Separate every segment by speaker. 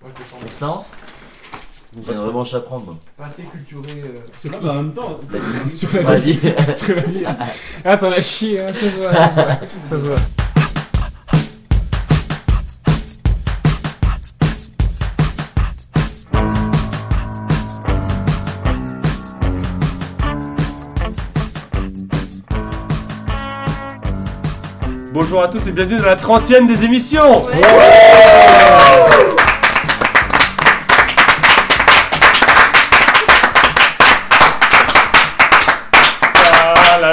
Speaker 1: Moi, je descends.
Speaker 2: On se lance J'ai une revanche à prendre, moi.
Speaker 1: Pas assez culturé. euh,
Speaker 3: Sur bah, en même temps,
Speaker 2: La vie.
Speaker 3: sur
Speaker 2: Sur la
Speaker 3: la
Speaker 2: vie.
Speaker 3: Sur la vie. Ah, t'en as chié, hein, ça se voit. Ça se voit. Ça se voit.
Speaker 4: Bonjour à tous et bienvenue dans la 30 des émissions Ah là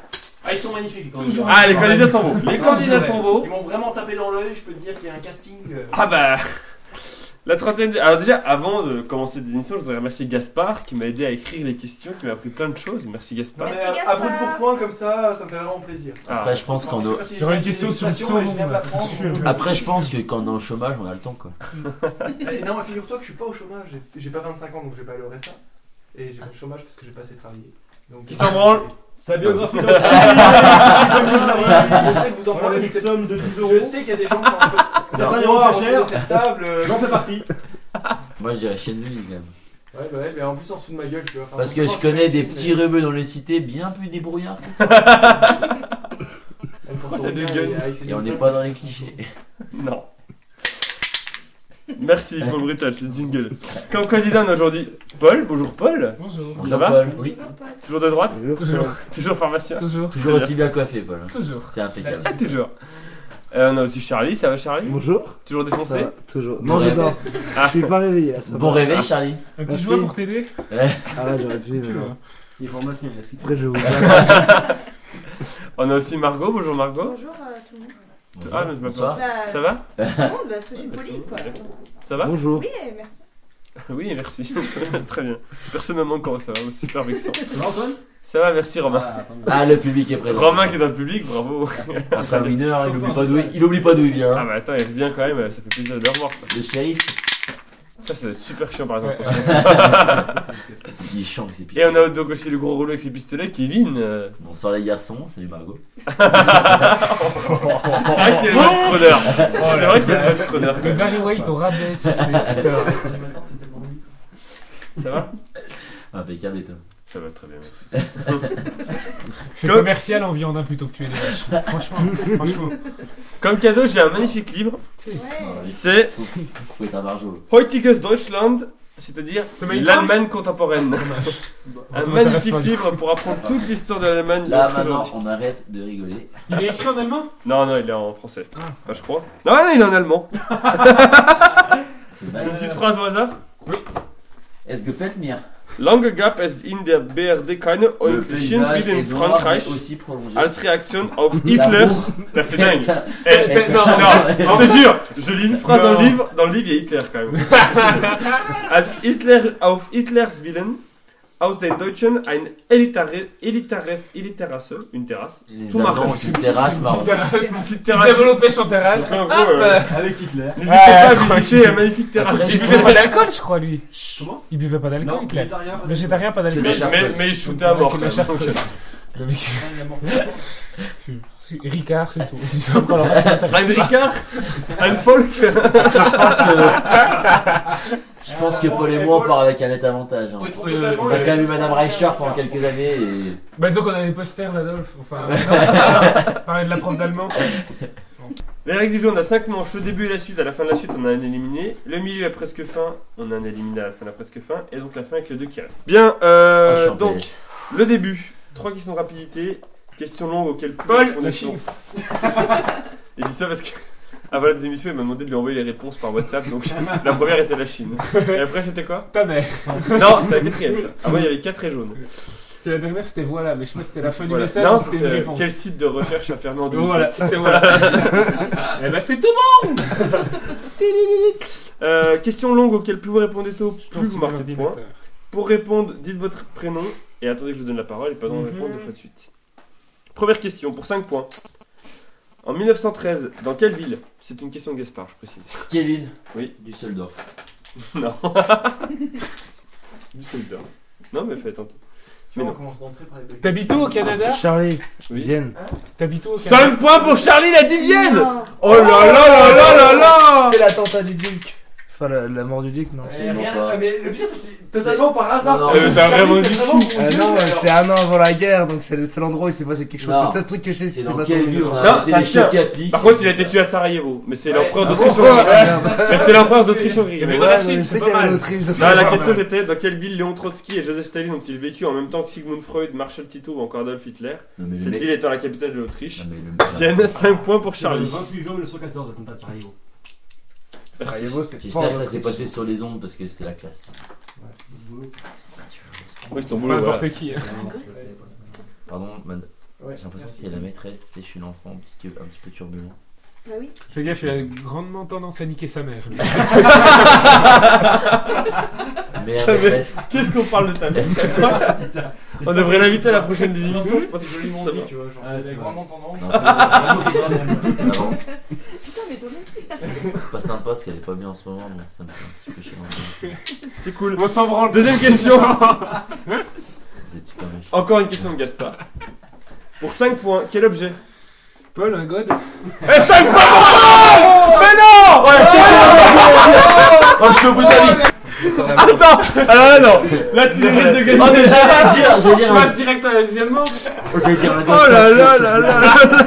Speaker 1: Ah, ils sont magnifiques. Quand
Speaker 3: Toujours.
Speaker 4: Ah les candidats sont beaux Les candidats sont beaux
Speaker 1: Ils m'ont vraiment tapé dans l'œil. Je peux te dire qu'il y a un casting. euh,
Speaker 4: Ah bah la trentaine. de- Alors déjà, avant de commencer des émissions, je voudrais remercier Gaspard qui m'a aidé à écrire les questions, qui m'a appris plein de choses. Merci Gaspard.
Speaker 1: mais
Speaker 5: Merci,
Speaker 1: à- à
Speaker 5: Gaspard.
Speaker 1: bout pour point comme ça, ça me fait vraiment plaisir.
Speaker 4: Ah.
Speaker 2: Après, je pense qu'on doit.
Speaker 3: Il y aura une question sur le
Speaker 1: son.
Speaker 3: saumon, là, c'est sûr.
Speaker 2: Après, je pense que quand on est au chômage, on a le temps quoi.
Speaker 1: Ah, Non, mais figure-toi que je suis pas au chômage. J'ai- J'ai pas 25 ans donc j'ai pas le RSA. Et j'ai pas le chômage parce que j'ai pas assez travaillé. Donc, euh,
Speaker 4: Qui s'en branle
Speaker 6: Sa
Speaker 2: biographie
Speaker 6: biographie
Speaker 1: Je sais que vous en
Speaker 6: Voilà
Speaker 1: parlez,
Speaker 6: une
Speaker 1: mais c'est-
Speaker 6: somme de 12 euros.
Speaker 1: je sais qu'il y a des gens qui en
Speaker 6: Certains
Speaker 1: veulent
Speaker 6: les vendent
Speaker 1: boire
Speaker 6: pas
Speaker 1: autour
Speaker 6: cher.
Speaker 1: de cette table. euh,
Speaker 6: J'en fais partie.
Speaker 2: Moi, je dirais chaîne lui quand même.
Speaker 1: Ouais, bah ouais, mais en plus en dessous de ma gueule, tu vois.
Speaker 4: Ah,
Speaker 1: Enfin,
Speaker 2: Parce que
Speaker 1: forcément,
Speaker 2: je connais
Speaker 1: suis
Speaker 2: des
Speaker 1: pas
Speaker 2: petits rebeux dans les cités bien plus débrouillards.
Speaker 1: mais-
Speaker 4: Pourquoi t'as deux gueules
Speaker 1: Avec ses
Speaker 2: Et on
Speaker 1: deux
Speaker 2: n'est pas dans les clichés.
Speaker 4: Non. Merci Paul Brutal, c'est une jingle. Comme candidat on a aujourd'hui, Paul. Bonjour Paul.
Speaker 3: Bonjour.
Speaker 2: Bonjour,
Speaker 4: va
Speaker 2: Paul.
Speaker 3: Oui.
Speaker 4: Toujours de droite
Speaker 3: Toujours.
Speaker 4: Toujours pharmacien
Speaker 3: Toujours.
Speaker 2: Toujours aussi bien coiffé, Paul. hein.
Speaker 3: Toujours.
Speaker 2: C'est impeccable.
Speaker 4: Ah, toujours. Euh, on a aussi Charlie, ça va Charlie
Speaker 7: Bonjour.
Speaker 4: Toujours défoncé
Speaker 7: Ça va, toujours.
Speaker 2: Bon
Speaker 7: Non, j'ai
Speaker 2: réveil.
Speaker 7: pas. Je suis pas réveillé à ça.
Speaker 2: Bon réveil, Charlie.
Speaker 3: Un petit
Speaker 7: Merci.
Speaker 3: jouet pour t'aider
Speaker 7: Ah ouais, j'aurais pu.
Speaker 1: Euh,
Speaker 3: Tu
Speaker 7: mais
Speaker 3: vois.
Speaker 7: non.
Speaker 6: Il est pharmacien, il a ce qu'il
Speaker 7: Après, je vous parle.
Speaker 4: On a aussi Margot. Bonjour Margot.
Speaker 5: Bonjour euh, tout le monde.
Speaker 4: Ah, mais je m'appelle-
Speaker 2: Bonsoir.
Speaker 5: Bah,
Speaker 4: Ça va
Speaker 5: Non, bah, parce que je suis polie, quoi.
Speaker 4: Ça va
Speaker 7: Bonjour.
Speaker 5: Oui, merci.
Speaker 4: Oui, merci. Très bien. Personne ne manque encore, ça va, super vexant.
Speaker 6: Ça va, Antoine
Speaker 4: Ça va, merci Romain.
Speaker 6: Ah, attends.
Speaker 2: Ah, le public est présent.
Speaker 4: Romain qui est dans le public, bravo.
Speaker 2: Ah, c'est un winner, il oublie pas d'où il, il oublie pas d'où il vient.
Speaker 4: Ah bah attends, il revient quand même, ça fait plaisir de le revoir. quoi.
Speaker 2: Le shérif,
Speaker 4: Ça, ça doit être super chiant par exemple.
Speaker 2: il chante ses
Speaker 4: Et
Speaker 2: pistolets.
Speaker 4: on a donc aussi le gros rouleau avec ses pistolets, Kevin. euh,
Speaker 2: Bonsoir les garçons, salut Margot.
Speaker 3: Ah,
Speaker 4: C'est vrai qu'il y a le mode preneur. C'est vrai qu'il y a le mode preneur.
Speaker 3: Le Barry White au rabais, tu sais. Putain.
Speaker 1: Le matin, c'est tellement nul.
Speaker 4: Ça va
Speaker 2: Impeccable et toi.
Speaker 4: Ça va très bien, merci.
Speaker 3: Fais
Speaker 4: Comme-
Speaker 3: commercial en viande, hein, plutôt que tuer des vaches. Franchement, franchement.
Speaker 4: Comme cadeau, j'ai un magnifique livre.
Speaker 5: Ouais.
Speaker 4: C'est
Speaker 2: Faut, faut être un barjot.
Speaker 4: Heutiges Deutschland, c'est-à-dire
Speaker 3: C'est Mein Kampf
Speaker 4: l'Allemagne contemporaine. Un
Speaker 3: Ça m'intéresse
Speaker 4: magnifique
Speaker 3: pas.
Speaker 4: livre pour apprendre toute l'histoire de l'Allemagne.
Speaker 2: Là
Speaker 4: Donc,
Speaker 2: maintenant, on
Speaker 4: aujourd'hui.
Speaker 2: arrête de rigoler.
Speaker 3: Il est écrit en allemand
Speaker 4: Non, non, il est en français.
Speaker 3: Ah.
Speaker 4: Enfin, je crois. Non, non, il est en allemand.
Speaker 3: Ah,
Speaker 2: C'est
Speaker 4: Une
Speaker 2: mal.
Speaker 4: petite phrase au hasard.
Speaker 2: Est-ce que faites mire
Speaker 4: Lange gab es in der BRD keine
Speaker 2: Le
Speaker 4: Europäischen
Speaker 2: paysage
Speaker 4: wie
Speaker 2: est
Speaker 4: in
Speaker 2: noir, mais
Speaker 4: Frankreich
Speaker 2: aussi prolongé.
Speaker 4: als Reaktion auf Hitler. Putain, C'est dingue. Eh,
Speaker 3: T'as-
Speaker 4: non,
Speaker 2: non.
Speaker 4: je te jure, je lis une phrase dans
Speaker 3: Non.
Speaker 4: le livre. Dans le livre, il y a Hitler quand même. Als Hitler auf Hitlers Willen aus den Deutschen ein elitare, elitare, eliterasse, une terrasse.
Speaker 2: Les
Speaker 4: Tout marche.
Speaker 2: Allemands ont une terrasse marron.
Speaker 3: Petite terrasse.
Speaker 4: Une petite
Speaker 3: Petit
Speaker 4: terrasse. Ah,
Speaker 3: diavolo pêche en terrasse.
Speaker 4: C'est un
Speaker 3: Hop
Speaker 4: gros, euh,
Speaker 6: Avec Hitler.
Speaker 4: N'hésitez pas à visiter la magnifique terrasse.
Speaker 2: Après,
Speaker 3: Il
Speaker 4: Il buvait
Speaker 3: buvait
Speaker 4: pas
Speaker 3: pas
Speaker 4: d'alcool.
Speaker 3: d'alcool, je crois, lui.
Speaker 6: Comment
Speaker 3: Il buvait pas d'alcool, Hitler. Végétarien, pas d'alcool.
Speaker 2: Mais-
Speaker 3: Il
Speaker 4: Mais, mais il shootait à mort.
Speaker 3: Ok,
Speaker 4: quand
Speaker 3: la
Speaker 4: même.
Speaker 3: chartreuse. Le mec. Ricard, c'est tout. C'est encore leur reste
Speaker 4: Ein
Speaker 3: intéressant.
Speaker 4: Ricard, un folk.
Speaker 2: Je pense que. Je pense que Paul et moi on part avec un net avantage. hein.
Speaker 4: Ah,
Speaker 1: On est trop
Speaker 3: Euh,
Speaker 1: totalement
Speaker 2: On a
Speaker 1: les-
Speaker 2: quand même eu Madame Reicher pendant quelques années et.
Speaker 3: Bah, disons qu'on a des posters d'Adolphe. Enfin, parler de la prof d'allemand.
Speaker 4: Les règles du jeu, on a 5 manches, le début et la suite, à la fin de la suite on a un éliminé, le milieu à presque fin, on a un éliminé à la fin de la presque fin, et donc la fin avec les deux qui restent. Bien,
Speaker 2: Ah, je
Speaker 4: euh,
Speaker 2: suis en
Speaker 4: donc
Speaker 2: PLS.
Speaker 4: le début, 3 questions de rapidité, questions longues auxquelles plus
Speaker 3: Paul,
Speaker 4: répondre
Speaker 3: la
Speaker 4: est
Speaker 3: Chine.
Speaker 4: long. Il dit ça parce que avant la émission il m'a demandé de lui envoyer les réponses par WhatsApp, donc la première était la Chine. Et après c'était quoi
Speaker 3: Ta mère.
Speaker 4: Non, c'était la quatrième ça. Avant il y avait 4 et jaune.
Speaker 3: Et La dernière, c'était voilà, mais je sais pas si c'était la fin du
Speaker 4: Voilà.
Speaker 3: message
Speaker 4: Non,
Speaker 3: ou c'était une
Speaker 4: c'était, euh,
Speaker 3: réponse.
Speaker 4: Quel site de recherche a fermé en 2007
Speaker 3: Voilà, c'est voilà. Eh ben, c'est tout bon
Speaker 4: Euh, question longue auquel plus vous répondez tôt, plus
Speaker 3: Non, c'est
Speaker 4: vous marquez de points.
Speaker 3: l'ordinateur.
Speaker 4: Pour répondre, dites votre prénom et attendez que je vous donne la parole et pas de
Speaker 3: Mhm.
Speaker 4: répondre deux fois de suite. Première question pour 5 points. En 1913, dans quelle ville C'est une question de Gaspard, je précise.
Speaker 2: Kevin.
Speaker 4: Oui.
Speaker 2: Düsseldorf.
Speaker 4: Non. Düsseldorf. Non, mais fallait tenter.
Speaker 8: Tu vois, on commence d'entrer par les belles-
Speaker 3: T'habites où au Canada
Speaker 9: Charlie,
Speaker 4: Oui.
Speaker 9: Vienne.
Speaker 3: T'habites où au Canada
Speaker 4: 5 points pour Charlie, la divienne
Speaker 5: Non.
Speaker 4: Oh là là là là là là
Speaker 9: C'est l'attentat du duc. Enfin, la, la mort du duc, non.
Speaker 8: Eh,
Speaker 2: Absolument
Speaker 8: rien-
Speaker 2: pas.
Speaker 8: ah, mais le pire, c'est que totalement par hasard.
Speaker 2: Non, non. Euh,
Speaker 4: t'as
Speaker 8: Charlie,
Speaker 4: vraiment
Speaker 8: t'es
Speaker 4: dit
Speaker 8: vraiment
Speaker 4: qui
Speaker 7: Ah
Speaker 8: mon
Speaker 9: Euh,
Speaker 8: Dieu,
Speaker 9: non,
Speaker 8: alors.
Speaker 9: c'est un an avant la guerre, donc c'est le seul endroit où il s'est passé quelque chose.
Speaker 2: Non.
Speaker 9: C'est le seul truc que je sais qui
Speaker 2: C'est
Speaker 9: s'est
Speaker 2: dans
Speaker 9: passé.
Speaker 2: quelle ville on a
Speaker 4: Tiens,
Speaker 2: arrêté
Speaker 4: ça
Speaker 2: les
Speaker 4: tient.
Speaker 2: chocs à pic
Speaker 4: Par contre, il a été tué à Sarajevo, mais c'est
Speaker 8: Ouais.
Speaker 4: l'empereur
Speaker 8: Ah
Speaker 4: d'Autriche-Hongrie.
Speaker 9: Merde.
Speaker 4: Mais c'est l'empereur d'Autriche-Hongrie.
Speaker 3: Il y avait
Speaker 4: mais
Speaker 3: une
Speaker 4: voilà.
Speaker 3: racine,
Speaker 9: Je
Speaker 3: c'est
Speaker 9: sais
Speaker 3: pas
Speaker 9: qu'il y avait
Speaker 3: mal.
Speaker 9: l'Autriche. je sais
Speaker 4: Non, la
Speaker 9: pas.
Speaker 4: question c'était dans quelle ville Léon Trotsky et Joseph Staline ont-ils vécu en même temps que Sigmund Freud, Marshall Tito ou encore Adolf Hitler
Speaker 2: Non, mais le
Speaker 4: Cette
Speaker 2: mec.
Speaker 4: ville étant la capitale de l'Autriche.
Speaker 2: Non, mais le mec-
Speaker 4: Vienne, 5 points pour
Speaker 1: C'est
Speaker 4: Charlie.
Speaker 1: Le 28 juin 1914, l'attentat de Sarajevo.
Speaker 9: Sarajevo, c'est fort.
Speaker 2: J'espère que ça s'est
Speaker 9: l'Autriche.
Speaker 2: passé sur les ondes parce que c'est la classe.
Speaker 4: Oui, c'est ton
Speaker 3: Pas
Speaker 4: boulot. voilà.
Speaker 3: n'importe qui. hein.
Speaker 2: Pardon, madame.
Speaker 8: Ouais,
Speaker 2: J'ai l'impression que
Speaker 8: merci.
Speaker 2: c'est la maîtresse, tu sais, je suis l'enfant un petit, un petit peu turbulent.
Speaker 5: Bah oui.
Speaker 3: Fais gaffe, il a grandement tendance à niquer sa mère. lui.
Speaker 2: Mais la maîtresse,
Speaker 4: Qu'est-ce qu'on parle de ta mère On devrait l'inviter à la prochaine des émissions, je pense que
Speaker 8: Joli
Speaker 4: ça
Speaker 8: mon
Speaker 4: va.
Speaker 8: Dieu, tu vois, genre,
Speaker 1: Ah,
Speaker 8: c'est
Speaker 1: c'est
Speaker 8: vraiment tendance.
Speaker 2: non, avant,
Speaker 5: Putain, mais dommage.
Speaker 2: c'est pas sympa parce qu'elle est pas bien en ce moment, donc ça me fait un petit peu chier.
Speaker 4: C'est cool. On s'en branle. Deuxième question.
Speaker 2: Vous êtes super riche.
Speaker 4: Encore une question de Gaspard. Pour 5 points, quel objet
Speaker 3: Paul, un god
Speaker 4: Eh, 5 points pour Paul Mais non
Speaker 2: Oh, je suis au bout de la vie
Speaker 4: Attends Alors là, non Là, tu mérites de
Speaker 2: Oh, mais
Speaker 4: gagner.
Speaker 2: j'allais à dire, j'allais
Speaker 3: Je
Speaker 2: dire un...
Speaker 3: passe direct à la deuxième manche.
Speaker 2: Oh, j'allais dire un
Speaker 4: Oh là là là là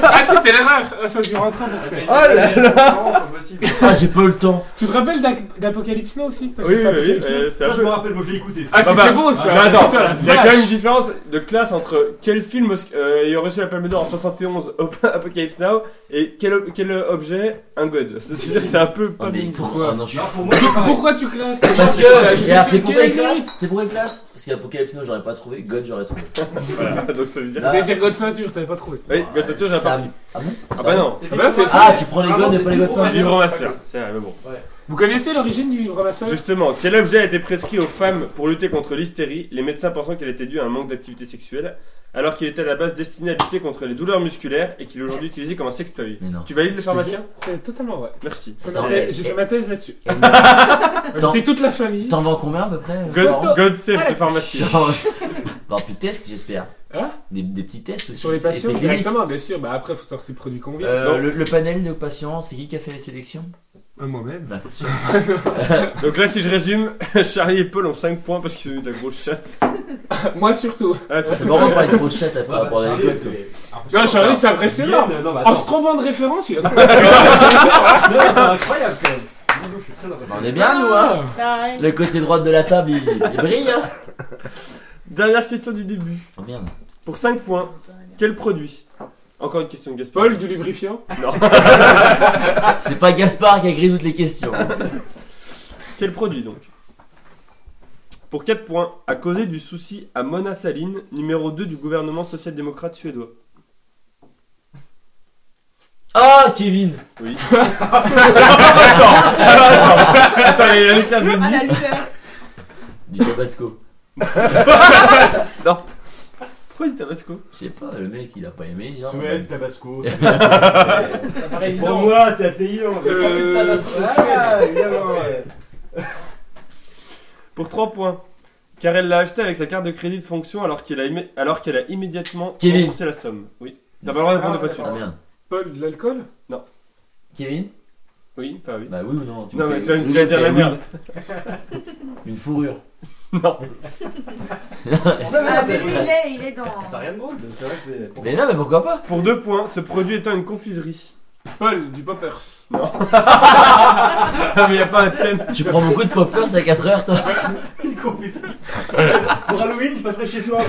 Speaker 3: Ah, c'était l'erreur. Ah, ça, j'ai rentré en boxe.
Speaker 4: Oh là
Speaker 8: Non, c'est pas possible.
Speaker 2: Ah, j'ai pas eu le temps
Speaker 3: Tu te rappelles d'Ac- d'Apocalypse Now aussi quand j'ai
Speaker 4: Oui,
Speaker 3: fait
Speaker 4: oui, oui,
Speaker 3: Apocalypse Now
Speaker 4: euh, c'est
Speaker 1: Ça,
Speaker 4: un
Speaker 1: je
Speaker 4: peu...
Speaker 1: me rappelle, moi je l'ai écouté. ça.
Speaker 3: Ah,
Speaker 4: Bah,
Speaker 3: c'était
Speaker 4: bah,
Speaker 3: beau ça.
Speaker 4: Mais attends,
Speaker 3: Putain, la
Speaker 4: il y a quand
Speaker 3: vache.
Speaker 4: même une différence de classe entre quel film euh, ayant reçu la Palme d'Or en 71 Op- Apocalypse Now et quel, ob- quel objet un god. C'est-à-dire que c'est un peu
Speaker 2: Oh,
Speaker 4: pas
Speaker 2: mais
Speaker 4: bon.
Speaker 2: pourquoi non, je suis...
Speaker 1: Non, pour moi, c'est pareil.
Speaker 3: Pourquoi tu classes
Speaker 2: Parce
Speaker 3: T'as
Speaker 2: que,
Speaker 3: juste
Speaker 2: regarde,
Speaker 3: fait
Speaker 2: c'est pour
Speaker 3: quel
Speaker 2: les
Speaker 3: mérite
Speaker 2: classes C'est pour les classes Parce qu'Apocalypse Now, j'aurais pas trouvé, God, j'aurais trouvé.
Speaker 4: Voilà, donc ça veut dire.
Speaker 2: Là,
Speaker 3: T'allais dire God Ceinture, t'avais pas trouvé.
Speaker 4: Oui, God Center, j'ai pas.
Speaker 2: Sam. Ah bon
Speaker 4: Ah bah non,
Speaker 8: C'est
Speaker 3: Ah bah, c'est-
Speaker 2: Ah, tu prends les
Speaker 8: Ah,
Speaker 2: God
Speaker 8: non,
Speaker 2: et
Speaker 8: c'est
Speaker 2: pas les
Speaker 8: tout
Speaker 2: God
Speaker 8: pour
Speaker 4: c'est
Speaker 8: ça.
Speaker 2: Center
Speaker 4: Vivre Master. C'est vrai, mais bon.
Speaker 3: Vous connaissez l'origine du livre masseur
Speaker 4: Justement, quel objet a été prescrit aux femmes pour lutter contre l'hystérie Les médecins pensant qu'elle était due à un manque d'activité sexuelle, alors qu'il était à la base destiné à lutter contre les douleurs musculaires et qu'il est aujourd'hui utilisé comme un sextoy.
Speaker 2: Mais non.
Speaker 4: Tu valides
Speaker 3: Je
Speaker 4: le
Speaker 3: te
Speaker 4: pharmacien
Speaker 3: C'est totalement vrai.
Speaker 4: Merci.
Speaker 3: J'ai fait
Speaker 2: Attends,
Speaker 3: ma thèse-
Speaker 2: mais-
Speaker 3: J'ai fait ma thèse là-dessus.
Speaker 8: Ah,
Speaker 2: T'en-
Speaker 3: J'étais toute la famille.
Speaker 2: T'en vends combien à peu près euh
Speaker 4: God,
Speaker 2: Florent
Speaker 4: God save the pharmacien.
Speaker 2: Genre, bah, puis test, j'espère.
Speaker 3: Hein
Speaker 2: des, des petits tests aussi.
Speaker 3: Sur les
Speaker 2: c'est-
Speaker 3: patients
Speaker 2: c'est clinique.
Speaker 3: directement, bien sûr. Bah après, faut savoir si le produit convient.
Speaker 2: Euh,
Speaker 4: Non.
Speaker 2: le, le panel de patients, c'est qui qui a fait les sélections
Speaker 3: Euh, Moi-même.
Speaker 2: Bah, sûr.
Speaker 4: Donc là, si je résume, Charlie et Paul ont 5 points parce qu'ils ont eu de la grosse chatte.
Speaker 3: Moi surtout.
Speaker 4: Ah,
Speaker 2: Ça,
Speaker 4: c'est
Speaker 2: c'est vraiment pas une grosse chatte à par rapport à
Speaker 1: Charlie,
Speaker 2: l'anecdote.
Speaker 4: bah,
Speaker 2: quoi.
Speaker 1: mais-
Speaker 3: Non, Charlie, c'est impressionnant.
Speaker 1: Vienne, Non, mais
Speaker 3: En se
Speaker 1: attends.
Speaker 3: trompant de référence, il a
Speaker 1: Non, C'est incroyable quand même. Moi, je suis très
Speaker 2: Bah,
Speaker 1: impressionné.
Speaker 2: on est bien, nous, hein
Speaker 3: Ah.
Speaker 5: Bah, ouais.
Speaker 2: Le côté droit de la table, il, il brille, hein
Speaker 4: Dernière question du début.
Speaker 2: Oh merde.
Speaker 4: Pour 5 points, quel produit Encore une question de
Speaker 3: Ah.
Speaker 4: Gaspard.
Speaker 3: Paul du lubrifiant.
Speaker 2: C'est pas Gaspard qui a gris toutes les questions.
Speaker 4: Quel produit donc Pour 4 points, à causer du souci à Mona Saline, numéro 2 du gouvernement social-démocrate suédois.
Speaker 2: Ah, Kevin
Speaker 4: Oui. attends, alors, attends, attends, il y a une classe de
Speaker 5: Ah
Speaker 4: nuit.
Speaker 5: la lueur.
Speaker 2: Du Tabasco.
Speaker 4: Pourquoi il dit Tabasco
Speaker 2: Je sais pas, le mec, il a pas aimé, genre. Ah,
Speaker 1: Suède, Tabasco.
Speaker 8: Ça paraît
Speaker 1: Pour
Speaker 8: évident.
Speaker 1: moi, c'est assez évident.
Speaker 3: Euh,
Speaker 1: Ah, évidemment. ouais.
Speaker 4: Pour 3 points, car elle l'a acheté avec sa carte de crédit de fonction alors qu'elle a, immé- alors qu'elle a immédiatement
Speaker 2: Kevin.
Speaker 4: remboursé la somme. Oui. T'as pas le droit de répondre deux fois de
Speaker 2: Ah
Speaker 4: suite.
Speaker 2: merde.
Speaker 3: Paul de l'alcool.
Speaker 2: Kevin
Speaker 4: Oui, enfin oui.
Speaker 2: Bah oui ou non tu
Speaker 4: Non
Speaker 2: me
Speaker 4: mais
Speaker 2: fais-
Speaker 4: tu vas me
Speaker 2: oui,
Speaker 4: tu vas dire
Speaker 2: mais
Speaker 4: la
Speaker 2: oui.
Speaker 4: merde.
Speaker 2: Une fourrure.
Speaker 4: Non.
Speaker 5: Ah, mais lui, il est, il est dans.
Speaker 1: C'est rien de drôle, c'est vrai que c'est.
Speaker 2: Mais non, mais pourquoi pas
Speaker 4: Pour 2 points, ce produit étant une confiserie.
Speaker 3: Paul du poppers.
Speaker 4: Ah mais y a pas un thème.
Speaker 2: Tu prends beaucoup de poppers à 4 heures, toi
Speaker 1: Il confie ça. Pour Halloween, il passerait chez toi.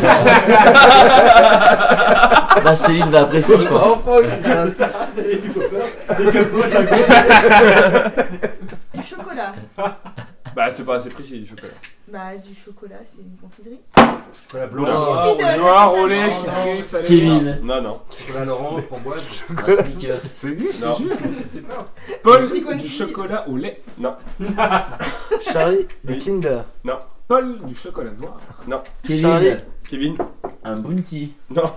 Speaker 2: Bah, Céline va apprécier, je pense.
Speaker 9: Enfant, il y a un sac.
Speaker 1: Et du copain, et que moi, je la connais.
Speaker 5: Du chocolat.
Speaker 4: Bah c'est pas assez précis du chocolat.
Speaker 5: Bah, du chocolat, c'est une confiserie.
Speaker 1: Chocolat blanc.
Speaker 4: Blanc.
Speaker 5: Fille de-
Speaker 3: Noir, au lait,
Speaker 5: Non,
Speaker 3: sucré, salé.
Speaker 2: Kevin.
Speaker 4: Non non.
Speaker 1: Chocolat orange, framboise.
Speaker 2: Un sneakers.
Speaker 3: Ça existe, je
Speaker 4: Non.
Speaker 3: te jure. Paul
Speaker 5: C'est quoi,
Speaker 3: du
Speaker 5: une fille
Speaker 3: chocolat au lait.
Speaker 9: Charlie,
Speaker 4: Oui.
Speaker 9: des Kinder.
Speaker 4: Non.
Speaker 3: Paul du chocolat noir.
Speaker 2: Kevin,
Speaker 4: Kevin
Speaker 2: un bounty.
Speaker 4: Non,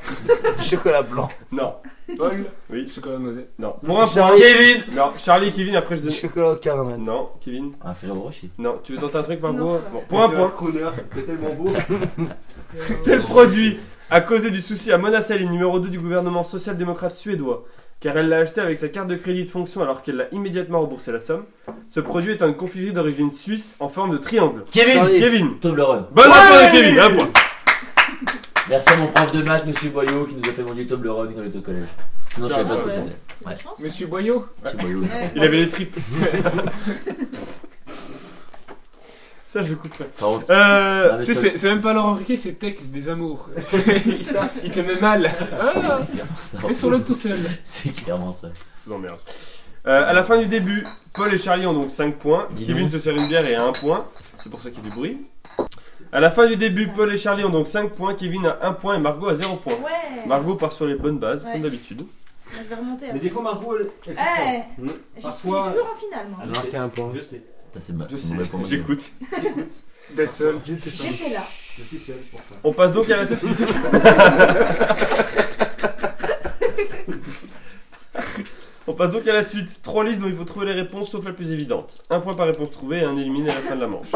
Speaker 9: Du chocolat blanc.
Speaker 4: non,
Speaker 3: Paul du
Speaker 4: oui,
Speaker 3: chocolat noisette.
Speaker 4: non. Pour un point.
Speaker 9: Charlie.
Speaker 2: Kevin
Speaker 4: Non, Charlie, Kevin, après je
Speaker 9: Du
Speaker 4: donne.
Speaker 9: chocolat au caramel.
Speaker 4: Non, Kevin,
Speaker 2: Un Ferrero Rocher.
Speaker 4: non. Tu veux tenter un truc par
Speaker 5: Non,
Speaker 4: gros
Speaker 5: ça va.
Speaker 4: Bon, pour un point.
Speaker 3: Crooner, c'est tellement beau.
Speaker 4: Quel produit a causé du souci à Mona Sahlin, numéro 2 du gouvernement social-démocrate suédois Car elle l'a acheté avec sa carte de crédit de fonction alors qu'elle l'a immédiatement remboursé la somme. Ce produit est une confiserie d'origine suisse en forme de triangle.
Speaker 2: Kevin
Speaker 9: Charlie.
Speaker 4: Kevin
Speaker 2: Toblerone.
Speaker 4: Bonne réponse de Kevin, un point.
Speaker 2: Merci à mon prof de maths, monsieur Boyot, qui nous a fait manger Toblerone quand on était au collège. Sinon, je savais pas ce que c'était. Ouais.
Speaker 5: chance.
Speaker 3: Monsieur Boyot.
Speaker 2: Monsieur Boyot.
Speaker 5: Ouais.
Speaker 4: Il avait les tripes. Ça, je le couperai.
Speaker 2: Par contre,
Speaker 4: Euh,
Speaker 2: non, mais
Speaker 3: Tu sais,
Speaker 2: Tob-
Speaker 3: c'est- c'est même pas Laurent Ruquier, c'est Tex des amours. il te met mal.
Speaker 2: c'est
Speaker 3: Ah,
Speaker 2: c'est clairement ça.
Speaker 3: Et sur le tout seul.
Speaker 2: C'est clairement ça.
Speaker 4: je vous emmerde. Euh, à la fin du début, Paul et Charlie ont donc 5 points.
Speaker 2: Dis
Speaker 4: Kevin
Speaker 2: donc.
Speaker 4: se sert une bière et a 1 point. C'est pour ça qu'il y a du bruit. À la fin du début, Paul et Charlie ont donc 5 points. Kevin a 1 point et Margot a 0 point.
Speaker 5: Ouais.
Speaker 4: Margot part sur les bonnes bases,
Speaker 5: Ouais.
Speaker 4: comme d'habitude.
Speaker 5: Je vais remonter. hein.
Speaker 3: des fois, Margot, elle.
Speaker 5: Eh,
Speaker 3: Hmm.
Speaker 5: je suis
Speaker 3: Parfois-
Speaker 5: toujours en finale. moi.
Speaker 3: Ah,
Speaker 9: Marqué un point.
Speaker 3: Je sais.
Speaker 2: Ça, C'est ma-
Speaker 4: Je
Speaker 2: c'est
Speaker 4: sais,
Speaker 2: mauvais bah, pour moi.
Speaker 4: j'écoute.
Speaker 3: Des seuls.
Speaker 5: J'étais là.
Speaker 3: Je suis seul pour ça.
Speaker 4: On passe donc à la suite. On passe donc à la suite. Trois listes dont il faut trouver les réponses sauf la plus évidente. Un point par réponse trouvée et un éliminé à la fin de la manche.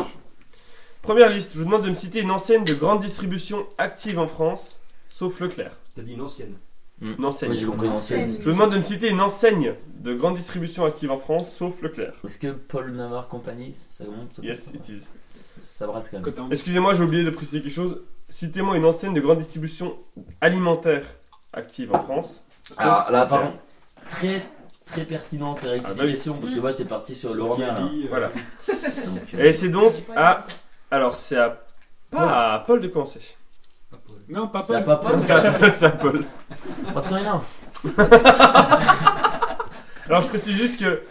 Speaker 4: Première liste, je vous demande de me citer une enseigne de grande distribution active en France, sauf Leclerc.
Speaker 3: T'as dit une ancienne.
Speaker 4: Une enseigne.
Speaker 2: Moi, j'ai
Speaker 4: Je
Speaker 2: compris
Speaker 5: Scène.
Speaker 2: l'ancienne.
Speaker 4: vous demande de me citer une enseigne de grande distribution active en France, sauf Leclerc.
Speaker 2: Est-ce que Paul Navarre Company, ça monte ça-
Speaker 4: Yes, it is.
Speaker 2: Ça brasse quand même.
Speaker 3: Cotin.
Speaker 4: Excusez-moi, j'ai oublié de préciser quelque chose. Citez-moi une enseigne de grande distribution alimentaire active en France.
Speaker 2: Alors Ah, là,
Speaker 4: Leclerc.
Speaker 2: pardon. Très, très pertinente
Speaker 4: Ah, bah
Speaker 2: rectification, parce que moi, j'étais parti sur Laurent Merlin.
Speaker 3: euh,
Speaker 4: Voilà.
Speaker 2: Donc, euh,
Speaker 4: Et c'est donc à. Alors, c'est à. Pas à Paul de commencer.
Speaker 3: Non, pas
Speaker 2: Ça
Speaker 3: Paul.
Speaker 2: va pas Ah, Paul
Speaker 4: C'est à c'est à Paul.
Speaker 2: Parce qu'on est là.
Speaker 4: Alors, je précise juste que,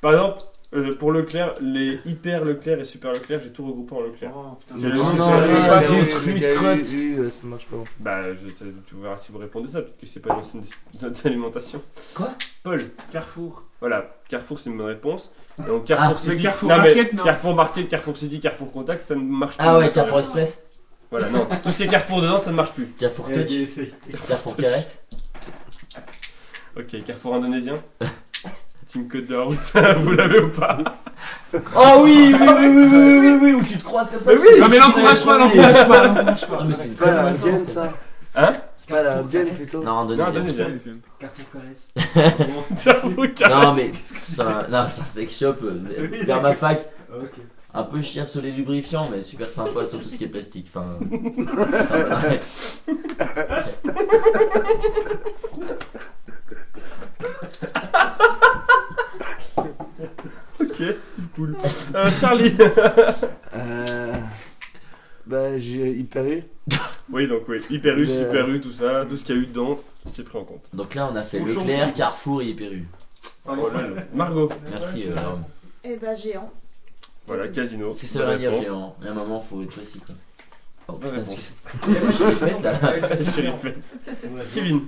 Speaker 4: par exemple, euh, pour Leclerc, les hyper Leclerc et super Leclerc, j'ai tout regroupé en Leclerc.
Speaker 3: Oh, putain.
Speaker 4: J'ai le
Speaker 2: Non,
Speaker 4: nom de
Speaker 2: non,
Speaker 4: ça, je
Speaker 2: non,
Speaker 4: l'ai pas.
Speaker 2: zut,
Speaker 9: eu,
Speaker 2: flûte,
Speaker 9: eu,
Speaker 2: crotte.
Speaker 9: eu, euh, ça marche pas.
Speaker 4: Bah, je, ça- tu verras si vous répondez ça, peut-être que c'est pas une enseigne de- de- d'alimentation.
Speaker 2: Quoi
Speaker 4: Paul.
Speaker 3: Carrefour.
Speaker 4: Voilà, Carrefour, c'est une bonne réponse. Et donc, Carrefour,
Speaker 2: Ah,
Speaker 3: c'est
Speaker 4: City-
Speaker 3: Carrefour
Speaker 4: mais
Speaker 3: Market, non
Speaker 4: Carrefour Market, Carrefour City, Carrefour Contact, ça ne marche plus.
Speaker 2: Ah ouais, Carrefour Express,
Speaker 4: Voilà, non. Tout ce qui est Carrefour dedans, ça ne marche plus.
Speaker 2: Carrefour Touch, Carrefour Caresse.
Speaker 4: Ok, Carrefour indonésien. Team Code de la route, vous l'avez ou pas
Speaker 2: Oh oui, oui, oui, oui, oui, oui, oui, où tu te croises comme ça.
Speaker 9: Mais
Speaker 2: tu
Speaker 9: oui.
Speaker 2: sais
Speaker 3: Non, mais
Speaker 2: qui
Speaker 3: l'encourage pas,
Speaker 2: t'avais
Speaker 3: l'encourage pas, l'encourage
Speaker 2: promis.
Speaker 3: pas.
Speaker 2: Non, mais c'est une
Speaker 9: C'est pas
Speaker 2: très
Speaker 9: la
Speaker 2: bonne
Speaker 9: indienne
Speaker 2: référence.
Speaker 9: ça
Speaker 4: Hein
Speaker 9: C'est pas la indienne plutôt
Speaker 2: Non,
Speaker 4: Non,
Speaker 2: Indonésie.
Speaker 4: indonésien.
Speaker 3: Carrefour Caresse.
Speaker 4: Carrefour Carrefour.
Speaker 2: Non, mais c'est un, non, c'est un sex shop euh, vers ma fac.
Speaker 3: Ok.
Speaker 2: Un peu chien sur les lubrifiants, mais super sympa sur tout ce qui est plastique. Enfin, c'est pas mal.
Speaker 4: Ok, c'est cool. Euh, Charlie
Speaker 9: Euh. Bah, j'ai hyper eu.
Speaker 4: Oui, donc oui, Hyper U,
Speaker 9: Mais-
Speaker 4: Super U, tout ça, tout ce qu'il y a eu dedans, c'est pris en compte.
Speaker 2: Donc là, on a fait
Speaker 4: Bonjour.
Speaker 2: Leclerc, Carrefour et Peru.
Speaker 4: Oh là là. Margot,
Speaker 2: Merci. Euh, Laurent.
Speaker 5: Eh ben, géant.
Speaker 4: voilà, Casino.
Speaker 2: Parce que ça
Speaker 4: bonne
Speaker 2: veut dire
Speaker 4: réponse.
Speaker 2: géant. Il y a un moment, faut être précis quoi. Oh
Speaker 4: Bonne
Speaker 2: putain,
Speaker 4: réponse.
Speaker 2: excuse-moi. J'ai des fêtes, là.
Speaker 4: Chérie fête. Kevin.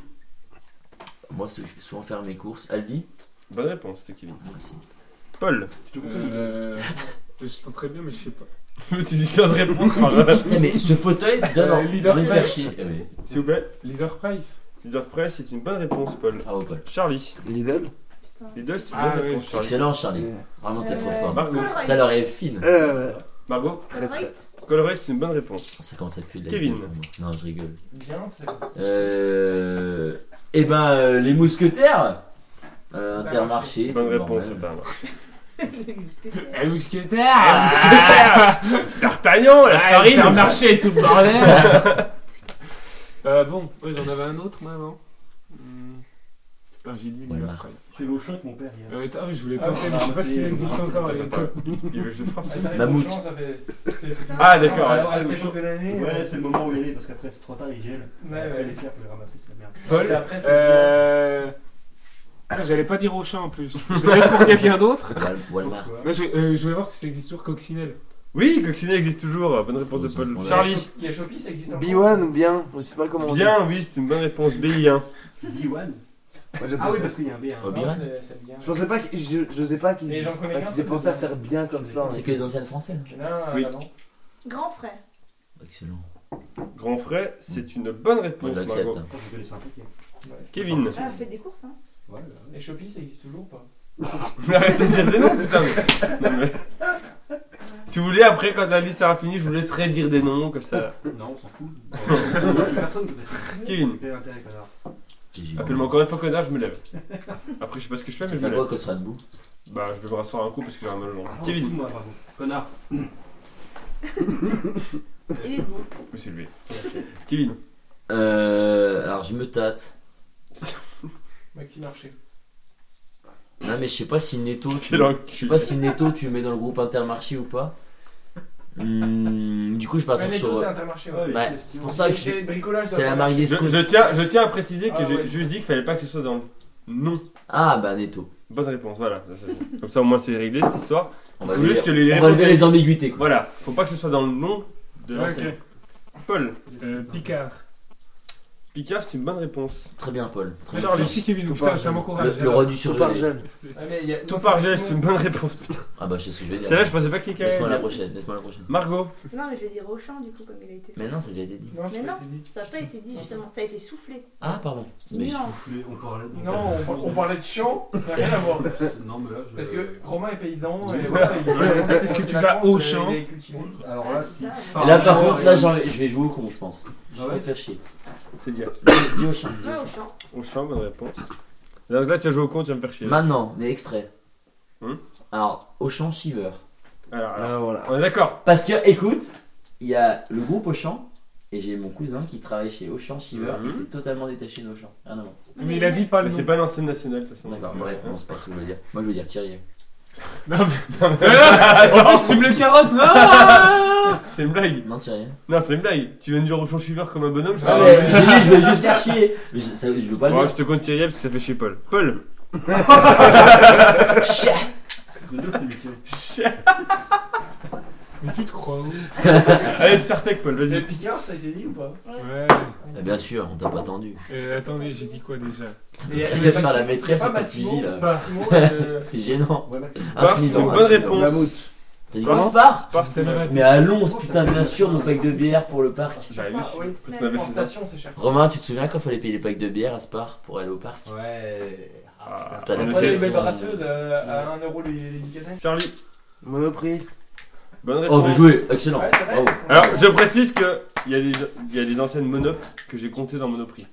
Speaker 2: Moi, c'est- je vais souvent faire mes courses. Aldi
Speaker 4: Bonne réponse, c'était Kevin.
Speaker 2: Merci.
Speaker 4: Paul.
Speaker 3: Euh. Je t'entends très bien, mais je sais pas.
Speaker 4: Euh, tu dis 15 réponses par là.
Speaker 2: Putain, Eh, mais ce fauteuil donne
Speaker 3: Euh,
Speaker 2: envie de
Speaker 3: leader
Speaker 2: faire
Speaker 3: price.
Speaker 2: chier. Ah oui.
Speaker 4: S'il vous plaît.
Speaker 3: Leader Price.
Speaker 4: Leader Press, c'est une bonne réponse, Paul.
Speaker 2: Bravo, Paul.
Speaker 4: Charlie.
Speaker 9: Lidl
Speaker 5: Putain.
Speaker 4: Les deux, c'est une
Speaker 3: Ah,
Speaker 4: bonne
Speaker 3: ouais.
Speaker 4: réponse, Charlie.
Speaker 2: Excellent, Charlie. Vraiment, t'es trop
Speaker 5: Euh,
Speaker 2: fort.
Speaker 4: Margot.
Speaker 5: Colruyt.
Speaker 2: T'as l'oreille fine.
Speaker 9: Euh.
Speaker 4: Margot.
Speaker 5: Colruyt.
Speaker 4: Coloré, c'est une bonne réponse.
Speaker 2: Oh, Ça commence à puer de la
Speaker 4: Kevin.
Speaker 2: gueule, pour moi. Non, je rigole.
Speaker 10: Bien, c'est.
Speaker 2: Euh. Eh ben, euh, les mousquetaires Euh, Intermarché.
Speaker 4: Bonne
Speaker 2: tout le
Speaker 4: réponse,
Speaker 2: bordel.
Speaker 4: c'est un.
Speaker 3: Eh, mousquetaire
Speaker 2: Ah,
Speaker 4: D'Artagnan, la
Speaker 3: Ah,
Speaker 4: farine.
Speaker 3: Intermarché et tout le bordel Euh, bon, ouais, j'en avais un autre, moi, avant. Hmm. Putain, j'ai dit
Speaker 2: Ouais,
Speaker 3: Leader
Speaker 2: Marthe.
Speaker 3: Price.
Speaker 1: J'ai eu au choc mon père hier.
Speaker 3: Euh, attends, oui, je voulais
Speaker 10: Ah,
Speaker 3: tenter, mais je sais pas
Speaker 1: Marthe,
Speaker 3: s'il existe
Speaker 4: Marthe,
Speaker 3: encore.
Speaker 4: attends,
Speaker 3: les
Speaker 4: attends.
Speaker 3: codes.
Speaker 4: Il veut que je le frappe.
Speaker 2: Mammouth.
Speaker 4: Ah, d'accord,
Speaker 10: Ah,
Speaker 4: ouais.
Speaker 10: alors, à cette époque de l'année.
Speaker 1: Ouais, c'est le moment où il y aller parce qu'après c'est trop tard, il gèle.
Speaker 10: Ouais,
Speaker 1: Après, les
Speaker 10: ouais.
Speaker 1: pierres, faut les ramasser, c'est la merde.
Speaker 10: Et après, c'est géant.
Speaker 3: Euh... putain, J'allais pas dire Auchan en plus. Je le laisse pour quelqu'un d'autre.
Speaker 2: Wal- Walmart.
Speaker 3: Moi, je, euh, je vais voir si ça existe toujours Coccinelle.
Speaker 4: Oui, Coccinelle existe toujours. Bonne réponse de
Speaker 2: Dans un
Speaker 4: Paul.
Speaker 2: scandale.
Speaker 4: Charlie.
Speaker 10: Il y a Shopee, ça existe encore.
Speaker 9: B1 ou bien Je sais pas comment on dit.
Speaker 4: Bien, oui, c'est une bonne réponse. hein. BI1.
Speaker 1: B1
Speaker 9: Moi, j'ai
Speaker 1: Ah oui,
Speaker 9: pensé-
Speaker 1: parce qu'il y a un B1.
Speaker 2: Oh,
Speaker 10: Non,
Speaker 2: bien.
Speaker 10: c'est- c'est bien.
Speaker 9: Je pensais pas que. Je, je sais pas qu'ils
Speaker 10: Mais j'en connais
Speaker 9: enfin,
Speaker 10: qu'un,
Speaker 9: qu'ils aient
Speaker 10: c'est
Speaker 9: pensé à
Speaker 10: bien.
Speaker 9: faire bien comme ça.
Speaker 2: C'est que les anciennes françaises. hein.
Speaker 10: Il y en a un
Speaker 4: Oui.
Speaker 10: avant.
Speaker 5: Grand frère.
Speaker 2: Excellent.
Speaker 4: Grand frais, c'est une bonne
Speaker 2: On
Speaker 4: réponse,
Speaker 2: l'accepte.
Speaker 4: Margot.
Speaker 2: hein.
Speaker 1: Quand je vais laisser un paquet.
Speaker 4: Kevin.
Speaker 5: Ah, faites des courses, hein.
Speaker 1: Voilà. ouais.
Speaker 11: Et Shopee, ça existe toujours ou pas
Speaker 4: Mais arrêtez de dire des noms, putain. mais- Non, mais- Si vous voulez, après, quand la liste sera finie, je vous laisserai dire des noms, comme ça.
Speaker 1: Non, on s'en fout. Euh, Personne ne
Speaker 4: Kevin.
Speaker 1: Quel intérêt, connard
Speaker 2: J'ai-
Speaker 4: Appelle-moi encore une fois connard, je me lève. Après, je sais pas ce que je fais, mais
Speaker 2: Tu
Speaker 4: je me
Speaker 2: fais quoi
Speaker 4: lève.
Speaker 2: quand tu seras debout
Speaker 4: Bah, je vais me rasseoir un coup parce que j'ai un mal au ventre.
Speaker 1: Ah,
Speaker 4: Kevin.
Speaker 1: Moi, bravo. Connard.
Speaker 5: Il est beau.
Speaker 4: Je me suis levé. Kevin.
Speaker 2: Euh. Alors, je me tâte.
Speaker 11: Maxime Archer.
Speaker 2: Non, mais je sais pas si Netto. Tu...
Speaker 4: Quel
Speaker 2: Je sais
Speaker 4: enculé.
Speaker 2: pas si Netto tu mets dans le groupe Intermarché ou pas. Hmm, du coup, je partirai
Speaker 11: Mais
Speaker 2: sur.
Speaker 11: tout, c'est Intermarché. ouais.
Speaker 1: les
Speaker 2: Ouais.
Speaker 1: questions.
Speaker 2: C'est pour ça que
Speaker 11: C'est
Speaker 2: j'ai-
Speaker 11: le bricolage
Speaker 2: c'est la marque des
Speaker 4: Je,
Speaker 2: scouts.
Speaker 4: je tiens, je tiens à préciser que
Speaker 11: Ah,
Speaker 4: j'ai
Speaker 11: ouais.
Speaker 4: juste dit qu'il fallait pas que ce soit dans le nom.
Speaker 2: Ah bah Netto.
Speaker 4: Bonne réponse, voilà. Ça, c'est- Comme ça, au moins, c'est réglé cette histoire.
Speaker 2: On va
Speaker 4: Faut
Speaker 2: lever,
Speaker 4: juste que les
Speaker 2: on va lever
Speaker 4: réponses-
Speaker 2: les ambiguïtés quoi.
Speaker 4: Voilà, faut pas que ce soit dans le nom de
Speaker 3: Ouais,
Speaker 4: l'enseigne.
Speaker 3: ok.
Speaker 4: Paul.
Speaker 3: Euh, Picard.
Speaker 4: Picard, c'est une bonne réponse.
Speaker 2: Très bien Paul. Très bien.
Speaker 4: Charlie.
Speaker 3: Merci Kevin.
Speaker 9: Tout
Speaker 3: Putain,
Speaker 9: part,
Speaker 3: ça m'encourage.
Speaker 2: Le, le roi du
Speaker 9: Tout par
Speaker 2: surgelé.
Speaker 9: gel.
Speaker 11: Ah, mais il y a-
Speaker 4: Ton pargel, c'est une bonne réponse.
Speaker 2: Ah bah je sais ce que je vais dire.
Speaker 4: Celle-là, je pensais pas que quelqu'un allait
Speaker 2: Laisse-moi la
Speaker 4: dire.
Speaker 2: prochaine. Laisse-moi la prochaine.
Speaker 4: Margot.
Speaker 5: Non, mais je vais dire Auchan, du coup, comme il a été
Speaker 2: Mais non, ça a déjà été dit.
Speaker 11: Non, c'est
Speaker 5: Mais
Speaker 11: pas
Speaker 5: non.
Speaker 11: fini.
Speaker 5: Ça n'a pas été dit, justement. Ça a été soufflé.
Speaker 2: Ah pardon. Mais je-
Speaker 5: Nuance.
Speaker 1: Mais on parlait de-
Speaker 11: Non, on, on parlait de chiant, ça n'a rien à voir.
Speaker 1: Non, mais là, je.
Speaker 11: Parce que Romain est paysan et voilà. il-
Speaker 3: Est-ce que
Speaker 11: c'est
Speaker 3: tu
Speaker 11: la
Speaker 3: vas
Speaker 11: France,
Speaker 3: au
Speaker 11: euh,
Speaker 3: champ
Speaker 11: il est cultivé.
Speaker 1: Alors là, si.
Speaker 5: Ça,
Speaker 2: Et là
Speaker 1: Ah,
Speaker 2: par
Speaker 1: je-
Speaker 2: contre, là j'en- je vais jouer au con je pense. Je
Speaker 1: Ah
Speaker 2: vais
Speaker 1: ouais
Speaker 2: te faire chier.
Speaker 4: C'est-à-dire.
Speaker 2: Dis au champ. dis
Speaker 5: ouais,
Speaker 2: au champ.
Speaker 5: Auchan.
Speaker 4: Au champ, bonne réponse. Donc là, tu as joué au con, tu vas me faire chier.
Speaker 2: Maintenant, mais exprès.
Speaker 4: Hum
Speaker 2: Alors, Auchan Shiver.
Speaker 4: Alors, alors,
Speaker 9: Ah, voilà.
Speaker 4: on est d'accord.
Speaker 2: Parce que, écoute, il y a le groupe Auchan, et j'ai mon cousin qui travaille chez Auchan Shiver,
Speaker 4: Mhm.
Speaker 2: et c'est totalement détaché d'Auchan. Ah non,
Speaker 3: Mais il a dit pas le
Speaker 4: Mais c'est
Speaker 3: nom.
Speaker 4: pas une ancienne nationale, de toute façon.
Speaker 2: d'accord, bref, on sait pas ce que je veux dire. Moi, je veux dire Thierry.
Speaker 3: Non, mais. En plus, tu me le carotte, non
Speaker 4: C'est une blague.
Speaker 2: Non, Thierry.
Speaker 4: Non, c'est une blague. Tu viens de dire au champ Shiver comme un bonhomme, je
Speaker 2: Ah,
Speaker 4: te-
Speaker 2: mais j'ai dit, je veux juste faire chier. Mais je, ça- je veux pas
Speaker 4: Bon,
Speaker 2: le
Speaker 4: je
Speaker 2: dire.
Speaker 4: te compte Thierry parce que ça fait chez Paul. Paul
Speaker 1: De deux, cette émission.
Speaker 3: Mais tu te crois où
Speaker 4: Allez, Psartec, Paul,
Speaker 11: Le
Speaker 4: vas-y.
Speaker 11: Picard, ça a été dit ou pas
Speaker 3: Ouais.
Speaker 2: Ah, bien sûr, on t'a pas attendu.
Speaker 3: Euh, attendez, j'ai dit quoi déjà
Speaker 11: Et-
Speaker 2: Tu
Speaker 11: et
Speaker 2: laisses
Speaker 11: pas-
Speaker 2: faire la
Speaker 11: y a
Speaker 2: maîtresse,
Speaker 11: pas
Speaker 2: c'est pas Ah, fini
Speaker 11: Massimo,
Speaker 2: là.
Speaker 11: c'est pas Massimo, euh,
Speaker 2: C'est gênant.
Speaker 1: Ouais, Max.
Speaker 4: Spar, c'est
Speaker 2: Infiniment,
Speaker 4: une bonne
Speaker 2: infiniment.
Speaker 4: réponse.
Speaker 9: Mammouth.
Speaker 2: T'as dit
Speaker 4: Comment
Speaker 2: quoi, Spar
Speaker 4: Spar,
Speaker 10: Euh,
Speaker 3: C'était
Speaker 4: c'est
Speaker 3: la
Speaker 4: mal.
Speaker 3: réponse.
Speaker 2: Mais allons, putain, bien sûr, nos packs de bière pour le parc.
Speaker 4: J'avais
Speaker 11: Ah, oui.
Speaker 4: Quand on avait
Speaker 11: en
Speaker 4: ses ans.
Speaker 11: station, c'est cher.
Speaker 2: Romain, tu te souviens quand fallait payer les packs de bière à Spar pour aller au parc
Speaker 11: Ouais.
Speaker 4: Ah,
Speaker 2: T'as
Speaker 4: on
Speaker 2: la
Speaker 11: On
Speaker 4: était-
Speaker 11: prenait les
Speaker 2: question.
Speaker 11: belles brasseuses euh, à 1€ euro les les Nickelodeon.
Speaker 4: Charlie,
Speaker 9: Monoprix.
Speaker 4: bonne réponse.
Speaker 2: Oh, bien joué, excellent.
Speaker 11: Ouais, c'est vrai.
Speaker 2: Bravo.
Speaker 4: Alors, je précise que il y, a des- il y a des anciennes monop que j'ai comptées dans Monoprix.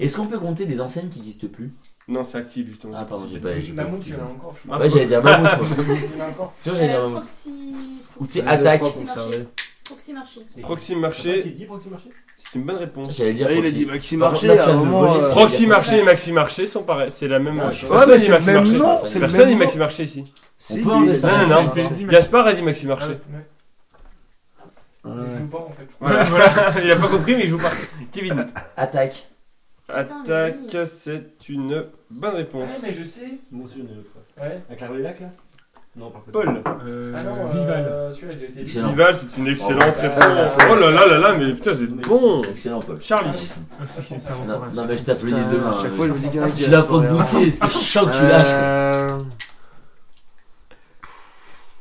Speaker 2: Est-ce qu'on peut compter des enseignes qui n'existent plus
Speaker 4: Non, c'est actif justement.
Speaker 2: Ah, pardon, j'ai pas. j'ai pas-
Speaker 11: Mammouth, il y en a encore,
Speaker 1: Ah.
Speaker 11: je crois.
Speaker 2: Ouais, j'allais dire Mammouth. moi.
Speaker 11: Il y en a encore.
Speaker 2: Tu vois, j'allais dire
Speaker 5: Euh,
Speaker 2: Mammouth.
Speaker 5: Proxy.
Speaker 2: Ou tu sais,
Speaker 9: On a deux,
Speaker 2: attaque.
Speaker 9: trois pour conserver.
Speaker 5: Proxy marché.
Speaker 4: Proxy
Speaker 1: Marché. Qui
Speaker 4: Marché,
Speaker 1: dit Proxy Marché
Speaker 4: c'est une bonne réponse.
Speaker 2: J'allais dire.
Speaker 9: Ah, il a
Speaker 2: Proxy.
Speaker 9: dit Maxi
Speaker 2: Par
Speaker 9: Marché
Speaker 2: contre, là,
Speaker 9: à
Speaker 2: tu
Speaker 9: un
Speaker 2: viens de
Speaker 9: moment.
Speaker 2: voler ce
Speaker 9: euh,
Speaker 2: truc.
Speaker 4: Proxy Marché et Maxi Marché sont pareils, c'est la même.
Speaker 2: Non,
Speaker 4: euh,
Speaker 2: je suis
Speaker 9: Ouais,
Speaker 4: personne
Speaker 9: mais
Speaker 4: dit
Speaker 9: c'est le
Speaker 4: Maxi
Speaker 9: même
Speaker 4: Marché.
Speaker 9: nom. c'est le
Speaker 4: Personne dit
Speaker 9: même nom.
Speaker 4: Maxi Marché ici.
Speaker 9: Si,
Speaker 2: On
Speaker 9: lui,
Speaker 2: peut enlever
Speaker 9: il est
Speaker 2: ça,
Speaker 9: dans
Speaker 4: non,
Speaker 9: le
Speaker 4: non.
Speaker 9: Maxi Marché.
Speaker 4: Gaspard a dit Maxi Marché.
Speaker 11: Ouais.
Speaker 9: Ouais.
Speaker 11: Je joue pas, en fait.
Speaker 4: Voilà, voilà. il a pas compris mais il joue pas. Kevin,
Speaker 2: Attaque.
Speaker 4: attaque, c'est une bonne
Speaker 11: Ouais,
Speaker 4: réponse.
Speaker 11: mais je sais.
Speaker 1: Moi aussi, j'en ai l'autre.
Speaker 11: Ouais.
Speaker 1: Avec la rue lac là Non, par contre.
Speaker 4: Paul,
Speaker 3: Euh,
Speaker 11: Ah non, euh,
Speaker 3: Vival.
Speaker 11: Celui-là, il a été dit.
Speaker 2: Excellent.
Speaker 4: Vival, c'est une excellente
Speaker 11: Ah,
Speaker 4: réponse.
Speaker 11: ouais.
Speaker 4: Oh là là là là, mais putain, c'est bon.
Speaker 2: Excellent, Paul.
Speaker 4: Charlie,
Speaker 3: Ah, si, ça
Speaker 2: Non,
Speaker 3: m'encourage.
Speaker 2: non, mais je t'applaudis Ah,
Speaker 9: Putain,
Speaker 2: demain.
Speaker 9: À chaque fois, je me dis qu'il y en a
Speaker 2: Je
Speaker 9: qui
Speaker 2: suis
Speaker 9: restent
Speaker 2: là pour te
Speaker 9: rien.
Speaker 2: booster, parce que je sens que tu lâches.
Speaker 9: Euh,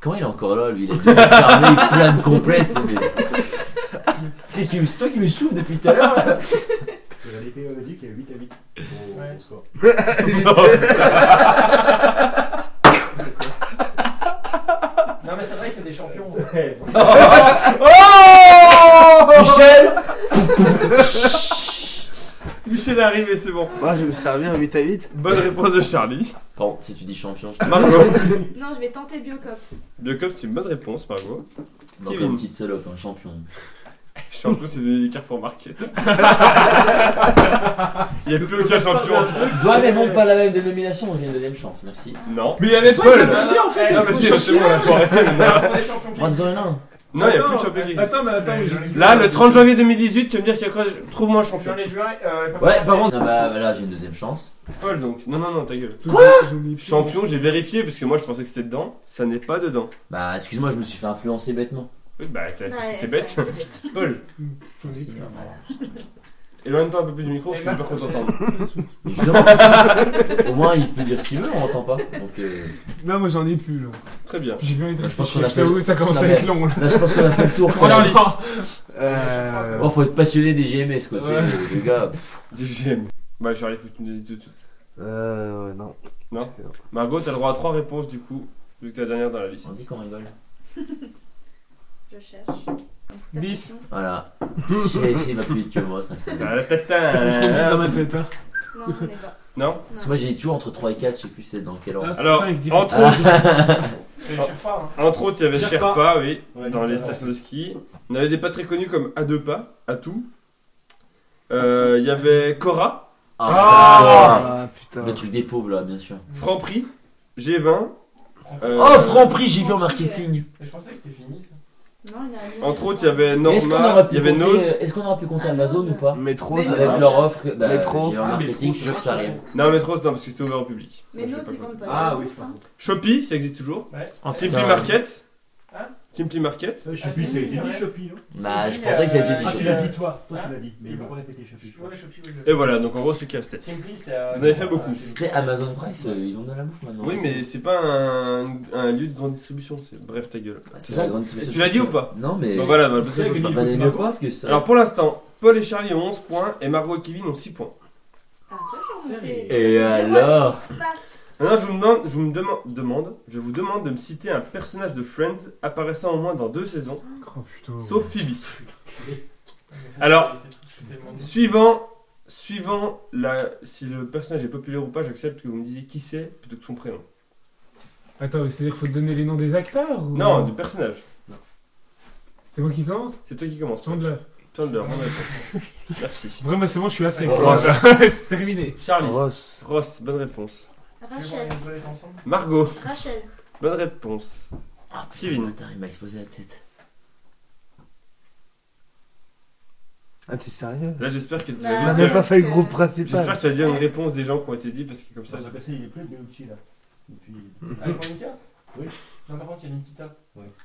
Speaker 2: Comment il est encore là, lui Il a dû fermer plein de complètes. ça, mais- C'est qui- c'est toi qui lui souffle depuis tout à l'heure. là.
Speaker 1: Il y a l'épée magique, il y a 8 à 8 au
Speaker 11: Ouais.
Speaker 1: au score.
Speaker 11: Non, mais c'est vrai que c'est des champions.
Speaker 2: Michel
Speaker 4: Michel arrive et c'est bon.
Speaker 9: Moi, je vais me servir un 8 à 8.
Speaker 4: Bonne réponse de Charlie.
Speaker 2: Pardon, si tu dis champion, je te.
Speaker 4: Margot,
Speaker 5: Non, je vais tenter Biocop.
Speaker 4: Biocop, c'est une bonne réponse, Margot.
Speaker 2: Non, comme une petite salope, un champion.
Speaker 4: Je suis en plus, c'est devenu des Carrefour Market. Il n'y a plus aucun champion en France.
Speaker 2: Ouais, mais bon, pas la même dénomination, j'ai une deuxième chance, merci.
Speaker 4: Non.
Speaker 3: Mais il y avait
Speaker 4: C'est
Speaker 3: pas
Speaker 4: Paul.
Speaker 3: de en fait
Speaker 4: Non, Ah, mais si, c'est bon, là, faut arrêter maintenant.
Speaker 11: C'est des champions.
Speaker 2: What's going on
Speaker 4: Non, il n'y a plus de champion qui existe.
Speaker 3: Attends, mais attends, mais je dis.
Speaker 4: Là, le 30 janvier 2018, tu vas me dire qu'il y a quoi Trouve-moi un champion.
Speaker 11: J'en ai vu un. euh,
Speaker 2: Ouais, par contre, ah bah voilà, j'ai une deuxième chance.
Speaker 4: Paul, donc. Non, non, non, ta gueule.
Speaker 3: Quoi
Speaker 4: Champion, j'ai vérifié parce que moi je pensais que c'était dedans. Ça n'est pas dedans.
Speaker 2: Bah, excuse-moi, je me suis fait influencer bêtement.
Speaker 4: Oui, bah, t'as-
Speaker 5: Ouais,
Speaker 4: c'était bête.
Speaker 5: ouais,
Speaker 4: Paul,
Speaker 2: Merci.
Speaker 4: Éloigne-toi un peu plus du micro parce que j'ai peur qu'on t'entende.
Speaker 1: ben,
Speaker 2: Mais justement, au moins il peut dire ce qu'il veut, on l'entend pas. Donc, euh,
Speaker 10: Non, moi j'en ai plus là.
Speaker 4: Très bien.
Speaker 10: J'ai bien été
Speaker 2: Je
Speaker 10: réfléchir,
Speaker 2: pense qu'on a
Speaker 10: je t'avoue,
Speaker 2: fait-
Speaker 10: Ça commence
Speaker 2: Non,
Speaker 10: à
Speaker 2: mais-
Speaker 10: être long là.
Speaker 2: là je pense qu'on a fait le tour. quoi.
Speaker 4: Charlie
Speaker 11: Euh,
Speaker 2: Oh, faut être passionné des GMS quoi, tu sais,
Speaker 10: Ouais.
Speaker 2: les gars.
Speaker 4: DGM. Bah Charlie, faut que tu nous dises tout de suite.
Speaker 2: Oh.
Speaker 9: Euh, ouais, non.
Speaker 4: Non. Margot, t'as le droit à trois réponses du coup, vu que t'es la dernière dans la liste.
Speaker 2: On dit qu'on rigole.
Speaker 5: Je cherche.
Speaker 10: 10.
Speaker 2: Voilà. J'ai essayé ma plus vite que moi, ça.
Speaker 10: Je compte dans ma
Speaker 4: Ta-ta-ta.
Speaker 10: tête. Hein.
Speaker 5: Non, on n'est pas.
Speaker 4: Non
Speaker 2: Parce que moi j'ai toujours entre 3 et 4, je sais plus c'est dans quel ordre.
Speaker 4: Alors,
Speaker 10: Cinq, dix.
Speaker 4: entre autres,
Speaker 3: C'est
Speaker 2: Ah.
Speaker 3: pas, hein.
Speaker 4: entre autres, il y avait
Speaker 3: Sherpa.
Speaker 4: Sherpa, oui,
Speaker 1: Ah. Ouais,
Speaker 4: dans les
Speaker 1: ouais.
Speaker 4: stations de ski. On avait des pas très connus comme À deux pas, à tout. Euh, Il y avait Cora,
Speaker 2: Ah,
Speaker 9: Ah
Speaker 2: putain.
Speaker 9: putain.
Speaker 2: Le truc des pauvres là, bien sûr.
Speaker 4: Euh. Franprix, G20. euh,
Speaker 2: Oh, Franprix, j'ai vu en marketing.
Speaker 3: Mais je pensais que c'était fini, ça.
Speaker 5: Non, il y a un autre.
Speaker 4: Entre autres, il y avait
Speaker 2: Est-ce qu'on aura
Speaker 4: Norma, il
Speaker 2: pu
Speaker 4: y avait Nose.
Speaker 2: compter- euh, est-ce qu'on aura pu compter Amazon ou pas
Speaker 9: Métro,
Speaker 5: Mais
Speaker 9: ça
Speaker 5: non.
Speaker 2: Avec
Speaker 9: marche.
Speaker 2: leur offre, bah,
Speaker 9: Métro.
Speaker 2: j'ai en
Speaker 1: Ah,
Speaker 2: marketing,
Speaker 1: métro,
Speaker 2: je suis sûr que ça arrive.
Speaker 4: Non, mais trop, non, parce que c'était ouvert au public.
Speaker 5: Mais
Speaker 4: Moi,
Speaker 5: non,
Speaker 4: je sais
Speaker 5: c'est
Speaker 4: pas
Speaker 5: quand
Speaker 4: quoi.
Speaker 5: pas.
Speaker 1: Ah oui, c'est
Speaker 5: hein.
Speaker 1: pas
Speaker 4: Shopee, ça existe toujours.
Speaker 1: Ah,
Speaker 2: Oh,
Speaker 4: Simply
Speaker 2: putain.
Speaker 4: Market.
Speaker 3: Hein
Speaker 4: Simply Market.
Speaker 1: Je
Speaker 3: Ah,
Speaker 1: suis
Speaker 3: c'est
Speaker 1: c'est hein.
Speaker 3: lui, c'est
Speaker 1: dit
Speaker 3: vrai.
Speaker 1: Shopee, non
Speaker 2: Bah, je pensais que ça avait été
Speaker 1: Ah,
Speaker 2: dit.
Speaker 1: tu
Speaker 2: Shopee.
Speaker 1: l'as dit toi, toi
Speaker 3: Hein
Speaker 1: tu l'as dit, mais ils vont pas répéter Shopee. je crois.
Speaker 3: Ouais, je suis
Speaker 4: Et voilà, donc en gros, celui qui a c'était.
Speaker 3: Simply, c'est. euh,
Speaker 4: Vous en avez fait beaucoup.
Speaker 2: C'était Amazon Price, euh, ils ont de la bouffe maintenant.
Speaker 4: Oui, mais c'est pas un, un lieu de grande distribution. c'est- Bref, ta gueule.
Speaker 2: Ah, c'est la grande
Speaker 4: Tu l'as dit ou pas
Speaker 2: Non, mais.
Speaker 4: Bon, voilà, bah,
Speaker 1: C'est vrai que
Speaker 2: Bah,
Speaker 1: dit,
Speaker 2: bah,
Speaker 1: c'est
Speaker 2: n'aime
Speaker 1: Margot.
Speaker 2: pas parce que ça.
Speaker 4: Alors pour l'instant, Paul et Charlie ont 11 points et Margot et Kevin ont 6 points.
Speaker 5: Ah, toi, j'ai remonté.
Speaker 2: Et alors
Speaker 5: C'est quoi ce
Speaker 4: Maintenant, je vous demande, je vous me demande, demande- je vous demande de me citer un personnage de Friends apparaissant au moins dans deux saisons,
Speaker 10: Oh putain.
Speaker 4: sauf Phoebe. Alors- Suivant, suivant la, si le personnage est populaire ou pas, j'accepte que vous me disiez qui c'est plutôt que son prénom.
Speaker 10: Attends, mais c'est-à-dire qu'il faut donner les noms des acteurs ou...
Speaker 4: Non, du personnage.
Speaker 10: C'est moi qui commence
Speaker 4: C'est toi qui commence. toi.
Speaker 10: Chandler.
Speaker 4: Chandler. bonne réponse. Merci.
Speaker 10: Vraiment, c'est bon, je suis assez.
Speaker 2: Ouais.
Speaker 10: quoi. c'est terminé.
Speaker 4: Charlie.
Speaker 9: Ross.
Speaker 4: Ross, bonne réponse.
Speaker 5: Rachel.
Speaker 4: Margot,
Speaker 5: Rachel.
Speaker 4: bonne réponse.
Speaker 2: Ah, putain,
Speaker 4: Kevin.
Speaker 2: Attends, il m'a explosé la tête.
Speaker 9: Ah, t'es sérieux
Speaker 4: Là, j'espère que tu
Speaker 5: Bah,
Speaker 9: On
Speaker 4: vas
Speaker 9: a
Speaker 4: juste
Speaker 9: même
Speaker 4: dire-
Speaker 9: pas fait le groupe
Speaker 4: J'espère
Speaker 9: principal.
Speaker 4: que tu vas dire une réponse des gens qui ont été dit parce que comme
Speaker 1: Ça,
Speaker 4: ça, ça
Speaker 1: ça passé, il est plus de Meucci là. Depuis.
Speaker 3: Avec Monica
Speaker 1: Oui.
Speaker 3: Non, par contre, il y a Nikita.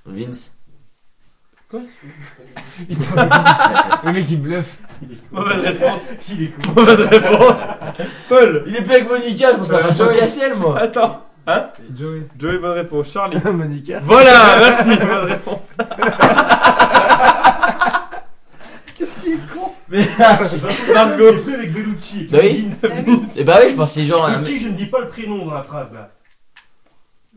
Speaker 2: Vince.
Speaker 10: Il t'a- le mec, il bluffe.
Speaker 4: Mauvaise réponse.
Speaker 1: Il est cool.
Speaker 4: Mauvaise réponse. Paul.
Speaker 2: Il est plus avec Monica, je pense à
Speaker 4: Bah,
Speaker 2: Vincent
Speaker 4: Joey.
Speaker 2: Cassel, moi.
Speaker 4: Attends.
Speaker 10: Joey.
Speaker 4: Joey, bonne réponse. Charlie.
Speaker 9: Monica.
Speaker 4: Voilà, merci. Bonne réponse.
Speaker 9: Qu'est-ce qu'il est con
Speaker 2: Mais. ah,
Speaker 4: Margot.
Speaker 1: Il est plus avec Bellucci.
Speaker 2: Bah oui. Et bah oui, je pensais genre. un mec-
Speaker 1: Bellucci, je ne dis pas le prénom dans la phrase là.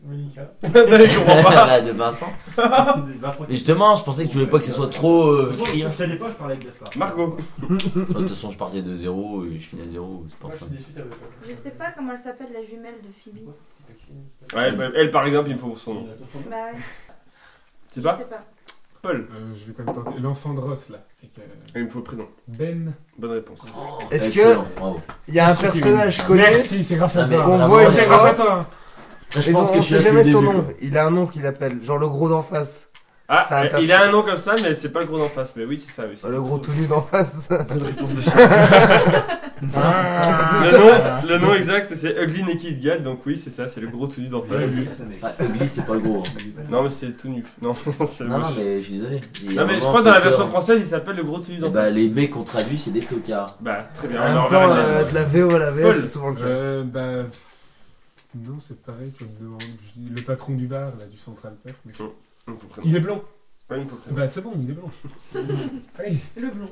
Speaker 3: Monica.
Speaker 4: Attendez, je comprends pas.
Speaker 2: Là, de Vincent.
Speaker 1: Vincent.
Speaker 2: Mais justement, je pensais que tu voulais pas que ce soit trop euh, criant.
Speaker 1: Je t'allais pas, je parlais avec Gaspard.
Speaker 4: Margot.
Speaker 2: Oh, De toute façon, je partais de 0 et je finis à 0. C'est pas
Speaker 3: Moi, je suis
Speaker 2: grave.
Speaker 3: déçu, t'avais pas.
Speaker 5: Je sais pas comment elle s'appelle, la jumelle de Phoebe.
Speaker 4: Ouais, bah, elle par exemple, il me faut son nom.
Speaker 5: Bah, ouais,
Speaker 4: C'est
Speaker 5: je
Speaker 4: pas
Speaker 5: sais pas.
Speaker 4: Paul.
Speaker 10: Euh, je vais quand même tenter. L'enfant de Ross, là. Avec, euh,
Speaker 4: Il me faut le prénom.
Speaker 10: Ben.
Speaker 4: Bonne réponse.
Speaker 9: Est-ce que
Speaker 2: Excellent, hein. bravo.
Speaker 9: il y a un
Speaker 10: Merci,
Speaker 9: personnage
Speaker 2: Kevin.
Speaker 9: connu
Speaker 10: Merci, c'est grâce à
Speaker 2: Ah, mais
Speaker 10: toi.
Speaker 9: on
Speaker 2: vraiment,
Speaker 9: voit une
Speaker 2: c'est
Speaker 10: C'est
Speaker 9: fois-
Speaker 10: grâce
Speaker 2: grave.
Speaker 10: à toi. hein.
Speaker 2: Là, je
Speaker 9: Mais on,
Speaker 2: pense que
Speaker 9: on
Speaker 2: je suis
Speaker 9: sait
Speaker 2: là
Speaker 9: jamais
Speaker 2: depuis le
Speaker 9: son
Speaker 2: début,
Speaker 9: nom.
Speaker 2: quoi.
Speaker 9: Il a un nom qu'il appelle, genre le gros d'en face.
Speaker 4: Ah,
Speaker 9: C'est un
Speaker 4: euh, il a un nom comme ça, mais c'est pas le gros d'en face. Mais oui, c'est ça. Oui, c'est
Speaker 9: Bah, Le
Speaker 4: tout.
Speaker 9: gros tout nu d'en face.
Speaker 4: Bonne réponse de Charlie.
Speaker 10: Ah.
Speaker 4: Le nom, le nom exact, c'est Ugly Naked Gat. Donc oui, c'est ça. C'est le gros tout nu d'en face.
Speaker 2: Ah, Ugly, c'est pas le gros. hein.
Speaker 4: Non, mais c'est tout nu. Non, c'est
Speaker 2: Non, non,
Speaker 4: moche.
Speaker 2: mais je suis désolé. Il y a
Speaker 4: Non
Speaker 2: un
Speaker 4: mais je
Speaker 2: moment,
Speaker 4: crois que dans la
Speaker 2: faut que-
Speaker 4: version française il s'appelle le gros tenu
Speaker 2: Eh
Speaker 4: d'enfant.
Speaker 2: bah,
Speaker 4: Bah,
Speaker 2: les mecs qu'on traduit, c'est des tocards.
Speaker 4: très bien.
Speaker 9: En
Speaker 4: on
Speaker 9: même
Speaker 4: va
Speaker 9: temps,
Speaker 4: regarder la
Speaker 9: euh, de la VO à la VF,
Speaker 4: Paul.
Speaker 9: c'est souvent le cas.
Speaker 10: Euh, bah. Non, c'est pareil que de- je dis le patron du bar, là, du Central Perk. mais-
Speaker 4: Il me faut le prénom.
Speaker 10: Il est blanc.
Speaker 4: Ouais, il me faut le prénom.
Speaker 10: Bah, c'est bon, il est blanc. Allez.
Speaker 5: Le blond.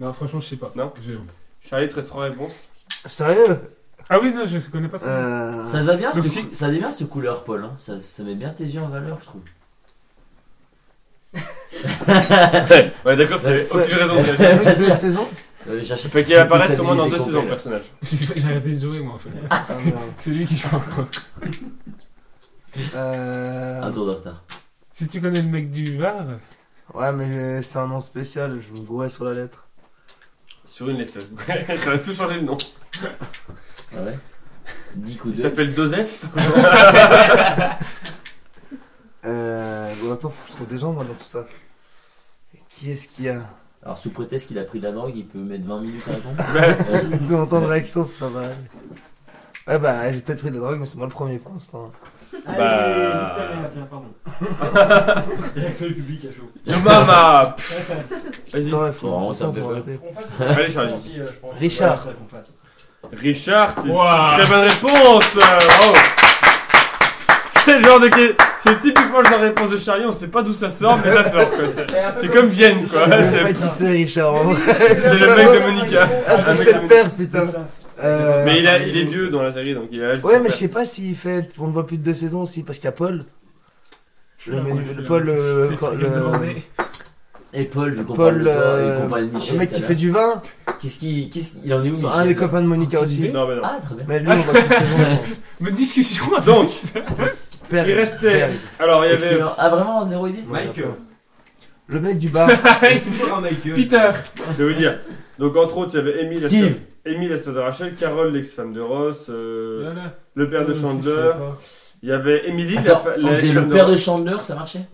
Speaker 10: Non, franchement, je sais pas.
Speaker 4: Non.
Speaker 10: Je-
Speaker 4: Charlie, 13 3 réponses.
Speaker 9: Sérieux
Speaker 10: Ah oui, non, je connais pas ça.
Speaker 9: Euh,
Speaker 2: Ça te va bien,
Speaker 10: Donc
Speaker 2: cette,
Speaker 10: si-
Speaker 2: cou- ça te va bien cette couleur, Paul. hein. Ça, ça met bien tes yeux en valeur, je trouve.
Speaker 4: Ouais, d'accord, t'avais
Speaker 9: Ouais.
Speaker 4: aucune raison de réagir.
Speaker 9: avec Deux saisons
Speaker 2: Euh, j'achète-
Speaker 4: Fait qu'il apparaisse au moins dans
Speaker 2: stabiliser
Speaker 4: deux saisons,
Speaker 2: complet,
Speaker 4: le personnage.
Speaker 10: J'ai j'ai arrêté de jouer, moi, en fait.
Speaker 9: Ah, merde.
Speaker 10: C'est lui qui joue encore.
Speaker 2: là.
Speaker 9: Euh,
Speaker 2: Un tour de retard.
Speaker 10: Si tu connais le mec du bar,
Speaker 9: Ouais, mais c'est un nom spécial, je me gourais sur la lettre.
Speaker 4: Sur une lettre. Ouais, Ça va tout changer le nom.
Speaker 2: Ah ouais 10 coups
Speaker 4: Il
Speaker 2: de.
Speaker 4: s'appelle Joseph.
Speaker 9: Euh, bon, attends, faut que je trouve des gens moi dans tout ça. Qui est-ce qu'il y a
Speaker 2: Alors, sous prétexte qu'il a pris de la drogue, il peut mettre 20 minutes à répondre. Euh,
Speaker 9: Ils ont autant de réactions, c'est pas pareil. Ouais, bah, j'ai peut-être pris de la drogue, mais c'est moi le premier pour l'instant.
Speaker 4: Bah.
Speaker 1: Allez, putain, merde, tiens, pardon. Réaction du public à chaud.
Speaker 4: Yo mama Vas-y.
Speaker 9: Non, il faut
Speaker 2: Bon,
Speaker 9: faut
Speaker 2: ça me fait
Speaker 9: pour
Speaker 2: peur.
Speaker 9: arrêter.
Speaker 11: Qu'on fasse
Speaker 4: Allez, Charlie.
Speaker 11: aussi, euh, je pense.
Speaker 9: Richard.
Speaker 1: Ouais, qu'on fasse ça.
Speaker 4: Richard, c'est
Speaker 3: Wow.
Speaker 4: une très bonne réponse euh, bravo. C'est le genre de... que- C'est typiquement le genre de réponse de Charlie, on sait pas d'où ça sort, mais ça sort quoi. C'est
Speaker 11: C'est un peu
Speaker 4: c'est comme Vienne quoi.
Speaker 9: Je sais
Speaker 4: C'est-
Speaker 9: pas qui c'est, Richard. en vrai.
Speaker 4: C'est le mec de Monica.
Speaker 9: Ah, je crois
Speaker 4: Un mec
Speaker 9: que c'était
Speaker 4: de
Speaker 9: le père,
Speaker 1: C'est
Speaker 9: putain.
Speaker 1: ça.
Speaker 9: Euh,
Speaker 4: Mais il, a- il est vieux dans la série donc il a l'âge de
Speaker 9: Ouais,
Speaker 4: son
Speaker 9: mais je
Speaker 4: père.
Speaker 9: sais pas s'il fait. On le voit plus de deux saisons aussi, parce qu'il y a Paul.
Speaker 3: Je
Speaker 9: Non, mais
Speaker 3: moi, je
Speaker 9: le
Speaker 3: suis
Speaker 9: Paul,
Speaker 3: là.
Speaker 9: euh,
Speaker 3: C'est le
Speaker 9: quand-
Speaker 3: truc à me
Speaker 9: le-
Speaker 3: demander.
Speaker 2: Et Paul, vu qu'on parle
Speaker 9: Paul,
Speaker 2: de toi
Speaker 9: euh,
Speaker 2: et qu'on parle de Michel.
Speaker 9: le mec qui
Speaker 2: tout à
Speaker 9: fait
Speaker 2: l'heure.
Speaker 9: du vin.
Speaker 2: Qu'est-ce qu'il qu'est-ce qu'il- il en est où, Michel
Speaker 9: Un des copains de Monica aussi.
Speaker 4: Non, mais non.
Speaker 2: Ah, très bien.
Speaker 9: Mais lui, on voit qu'une saison, je pense.
Speaker 3: Bonne discussion avec
Speaker 4: Donc,
Speaker 9: Père,
Speaker 4: Il restait-
Speaker 9: père.
Speaker 4: alors il y avait.
Speaker 2: Excellent. Ah, vraiment, zéro idée
Speaker 1: Mike. euh,
Speaker 9: Le mec du bar.
Speaker 4: Ah,
Speaker 1: Toujours un Mike. euh,
Speaker 3: Peter.
Speaker 4: Je vais vous dire. Donc entre autres, il y avait Amy, la sœur-
Speaker 2: Steve.
Speaker 4: Amy, la sœur de Rachel, Carole, l'ex-femme de Ross, euh,
Speaker 3: Voilà.
Speaker 4: le père
Speaker 3: Ça
Speaker 4: de
Speaker 3: aussi, je
Speaker 4: Chandler.
Speaker 3: sais pas.
Speaker 4: Il y avait Emily, la
Speaker 2: Attends,
Speaker 4: fa-
Speaker 2: on
Speaker 4: la
Speaker 2: disait
Speaker 4: ex-femme
Speaker 2: le père
Speaker 4: Ross.
Speaker 2: de Chandler, ça marchait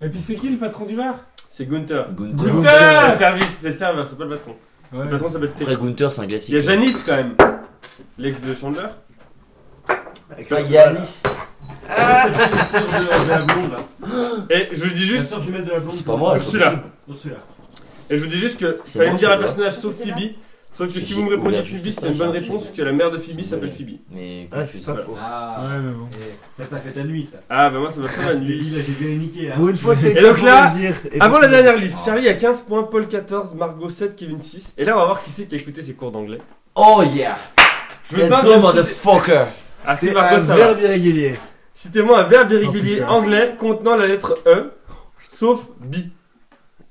Speaker 3: Et puis c'est qui le patron du bar
Speaker 4: C'est Gunther.
Speaker 2: Gunther.
Speaker 9: Gunther.
Speaker 4: C'est le service, c'est le serveur, c'est pas le patron.
Speaker 3: Ouais.
Speaker 4: Le patron s'appelle Terry.
Speaker 2: Après, Gunther, c'est un
Speaker 4: Il y a
Speaker 2: classique.
Speaker 4: Janice quand même, l'ex de Chandler.
Speaker 2: Ah, il y a Alice.
Speaker 1: La sœur de, de la blonde là.
Speaker 4: Et je vous dis
Speaker 1: La
Speaker 4: juste,
Speaker 1: sœur jumelle de la blonde.
Speaker 2: C'est pas moi,
Speaker 4: je suis là.
Speaker 1: Non, celui-là.
Speaker 4: Et je vous dis juste que
Speaker 2: C'est
Speaker 4: fallait
Speaker 2: moi,
Speaker 4: me dire
Speaker 2: c'est
Speaker 4: un
Speaker 2: toi.
Speaker 4: personnage sauf Phoebe. Sauf que si
Speaker 2: J'ai
Speaker 4: vous me répondez
Speaker 2: ouvert juste
Speaker 4: Phoebe, c'est
Speaker 2: ça,
Speaker 4: une bonne
Speaker 2: j'ai
Speaker 4: réponse
Speaker 2: envie.
Speaker 4: que la mère de Phoebe s'appelle Phoebe.
Speaker 2: Mais.
Speaker 9: Ah, c'est pas
Speaker 2: confus.
Speaker 9: faux.
Speaker 1: Ah.
Speaker 3: Ouais, mais bon.
Speaker 1: Eh, Ça t'a fait ta nuit ça.
Speaker 4: Ah bah moi ça m'a fait mal.
Speaker 1: Je t'ai dit, là, j'ai bien niqué là.
Speaker 9: Pour une fois, t'es
Speaker 4: Et donc là,
Speaker 9: le dire. Et
Speaker 4: Avant
Speaker 9: bon,
Speaker 4: la dernière liste, Charlie a 15 points, Paul 14, Margot 7, Kevin 6. Et là on va voir qui c'est qui a écouté ses cours d'anglais.
Speaker 2: Oh yeah
Speaker 4: Je veux
Speaker 2: Let's
Speaker 4: pas
Speaker 2: go,
Speaker 4: que c'était-
Speaker 2: motherfucker
Speaker 4: Ah si
Speaker 9: C'est un
Speaker 4: Margot ça va.
Speaker 9: verbe irrégulier.
Speaker 4: Citez-moi un verbe
Speaker 3: Oh,
Speaker 4: irrégulier
Speaker 3: putain.
Speaker 4: anglais contenant la lettre E, sauf B.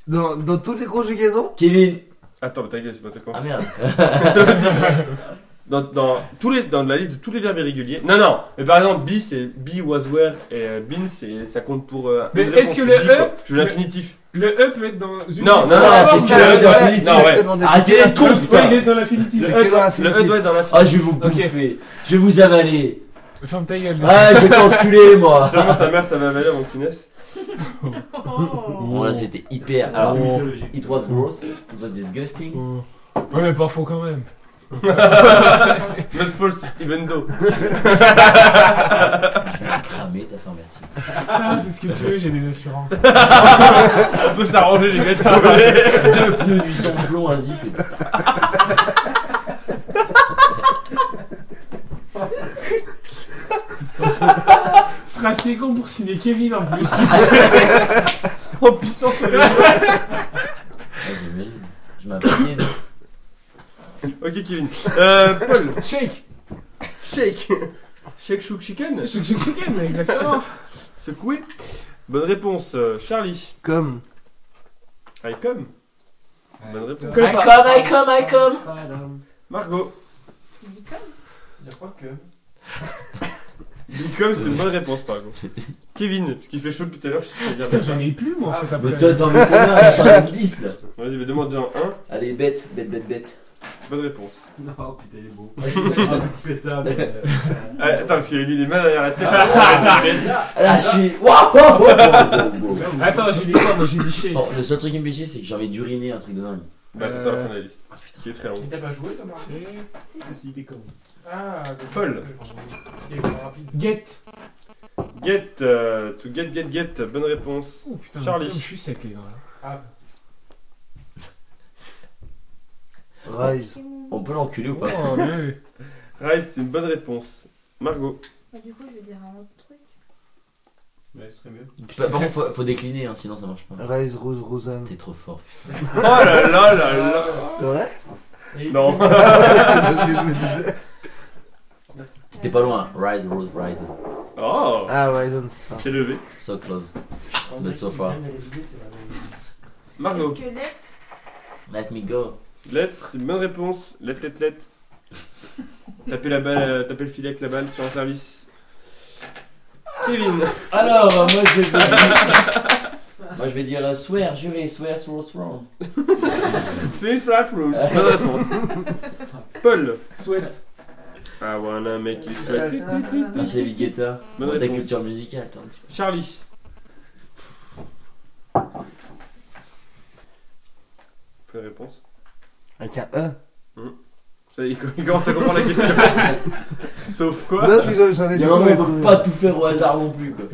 Speaker 9: Dans, dans toutes les conjugaisons,
Speaker 2: Kevin
Speaker 4: Attends, mais ta gueule, c'est pas ta
Speaker 2: Ah
Speaker 4: commencé.
Speaker 2: merde
Speaker 4: Dans, dans, tous les, dans la liste de tous les verbes irréguliers. Non, non, mais par exemple, B c'est B was where et euh, been c'est ça compte pour. euh,
Speaker 3: Mais
Speaker 4: une
Speaker 3: est-ce
Speaker 4: réponse,
Speaker 3: que le
Speaker 4: B, quoi.
Speaker 3: E-
Speaker 4: Je veux l'infinitif.
Speaker 3: Le E peut être dans une.
Speaker 4: Non, non,
Speaker 3: Ah,
Speaker 4: non,
Speaker 2: c'est
Speaker 3: ouais, ouais,
Speaker 2: ça,
Speaker 3: ouais,
Speaker 2: c'est ça.
Speaker 3: ouais,
Speaker 2: Arrêtez d'être con,
Speaker 3: ouais,
Speaker 2: putain.
Speaker 3: E, il est dans l'infinity.
Speaker 9: c'est
Speaker 3: Le
Speaker 9: que
Speaker 3: E.
Speaker 9: dans la
Speaker 4: Le E doit être dans la fin.
Speaker 2: Ah, je vais vous bouffer Je vais vous avaler
Speaker 4: E.
Speaker 3: doit- Ferme ta gueule.
Speaker 2: Ah, je vais t'enculer, moi
Speaker 4: Seulement ta mère t'avait avalé avant que tu naisses.
Speaker 2: Bon, là, c'était hyper...
Speaker 1: C'est
Speaker 2: Alors,
Speaker 1: mythologique.
Speaker 2: it was gross, it was disgusting.
Speaker 3: Oh. Ouais, mais pas faux quand même.
Speaker 4: Not false, even though.
Speaker 2: Je vais cramer ta fin, merci.
Speaker 3: Ah, fais ce que tu veux, j'ai des assurances.
Speaker 4: On peut s'arranger, les gars, si vous voulez.
Speaker 2: Deux pneus du sang plomb, un zip et tout.
Speaker 3: Ce sera assez con pour signer Kevin en plus.
Speaker 4: En puissance, on est là.
Speaker 2: Ah, j'imagine. Je m'appelle
Speaker 4: Ok, Kevin. Euh, Paul,
Speaker 3: Shake.
Speaker 4: shake. Shake, shook, chicken.
Speaker 3: Shake, shake, shake, exactement.
Speaker 4: Secoué. Bonne réponse, euh, Charlie.
Speaker 9: Comme.
Speaker 4: I come. Bonne réponse.
Speaker 2: I come, I come, I come
Speaker 1: Padam.
Speaker 4: Margot.
Speaker 11: Je crois que.
Speaker 4: Il come, c'est une bonne réponse, par contre. Kevin, parce qu'il fait chaud depuis tout à l'heure, je sais pas
Speaker 3: Putain,
Speaker 4: dire.
Speaker 3: j'en ai plus moi en fait
Speaker 2: Mais toi,
Speaker 3: après.
Speaker 2: t'en veux combien Je suis à 10, là
Speaker 4: Vas-y, mais demande déjà un.
Speaker 2: Allez, bête, bête, bête, bête.
Speaker 4: Bonne réponse.
Speaker 1: Non, putain, il est beau. Ah, Tu fais ça, mais. euh,
Speaker 4: Ah, attends, parce qu'il a mis les mains derrière la tête.
Speaker 2: Ah, Là, je suis... Waouh wow, wow, wow, wow, wow.
Speaker 3: Attends, j'ai dit quoi Moi j'ai dit shake.
Speaker 4: Oh.
Speaker 2: Bon, le seul truc qui me péchait, c'est que j'ai envie d'uriner un truc de dingue.
Speaker 4: Bah, t'attends la fin de la liste. Qui est très longue.
Speaker 11: T'as pas joué, Thomas
Speaker 1: Ceci, il est comme.
Speaker 11: Ah, donc-
Speaker 4: Paul.
Speaker 11: Il est rapide.
Speaker 3: Get.
Speaker 4: Get, euh, to get, get, get, bonne réponse.
Speaker 3: Oh putain,
Speaker 4: Charlie.
Speaker 3: comme je suis sec les gars. là.
Speaker 11: Ah,
Speaker 9: Rise.
Speaker 2: On peut l'enculer ou pas
Speaker 3: Oh, bien vu.
Speaker 4: Rice, c'est une bonne réponse. Margot.
Speaker 5: Bah, Du coup, je vais dire un autre truc.
Speaker 1: Ouais, ce serait mieux.
Speaker 2: Par contre, faut, faut décliner, hein, sinon ça marche pas.
Speaker 9: Rise, Rose, Rosanne.
Speaker 2: T'es trop fort.
Speaker 4: Oh là là là là
Speaker 9: C'est vrai Ah,
Speaker 4: Non.
Speaker 9: Parce que je me disais.
Speaker 2: T'étais pas loin. Rise, Rose, Rise.
Speaker 4: Oh
Speaker 9: Ah, Ryzen, c'est ça.
Speaker 4: C'est levé.
Speaker 2: So close.
Speaker 11: on
Speaker 2: But
Speaker 11: dirait
Speaker 2: so
Speaker 11: qu'il
Speaker 2: far.
Speaker 11: gagne à l'idée, c'est la même.
Speaker 5: Le
Speaker 4: Margot.
Speaker 5: squelette.
Speaker 2: Let me go.
Speaker 4: Lettre, c'est une bonne réponse. Let, let, let. Taper la balle, euh, taper le filet avec la balle sur un service. Kevin.
Speaker 2: Alors, euh, moi je vais dire. moi je vais dire euh, swear, jurer, swear, swear, swear.
Speaker 4: Swiss fly fruits. Bonne réponse. Paul.
Speaker 3: Sweat.
Speaker 4: I wanna make you sweat. Tut, tut, tut, tut.
Speaker 2: Merci David Guetta.
Speaker 4: Bonne
Speaker 2: Pour ta
Speaker 4: réponse.
Speaker 2: culture musicale, t'as un petit peu.
Speaker 4: Charlie. Bonne réponse. Hmm.
Speaker 9: Avec un E.
Speaker 4: Ça y est, Il commence à comprendre la question. Sauf quoi
Speaker 9: Non, si j'en- j'en ai
Speaker 2: Il y a un moment, on peut pas tout faire au hasard non plus, quoi.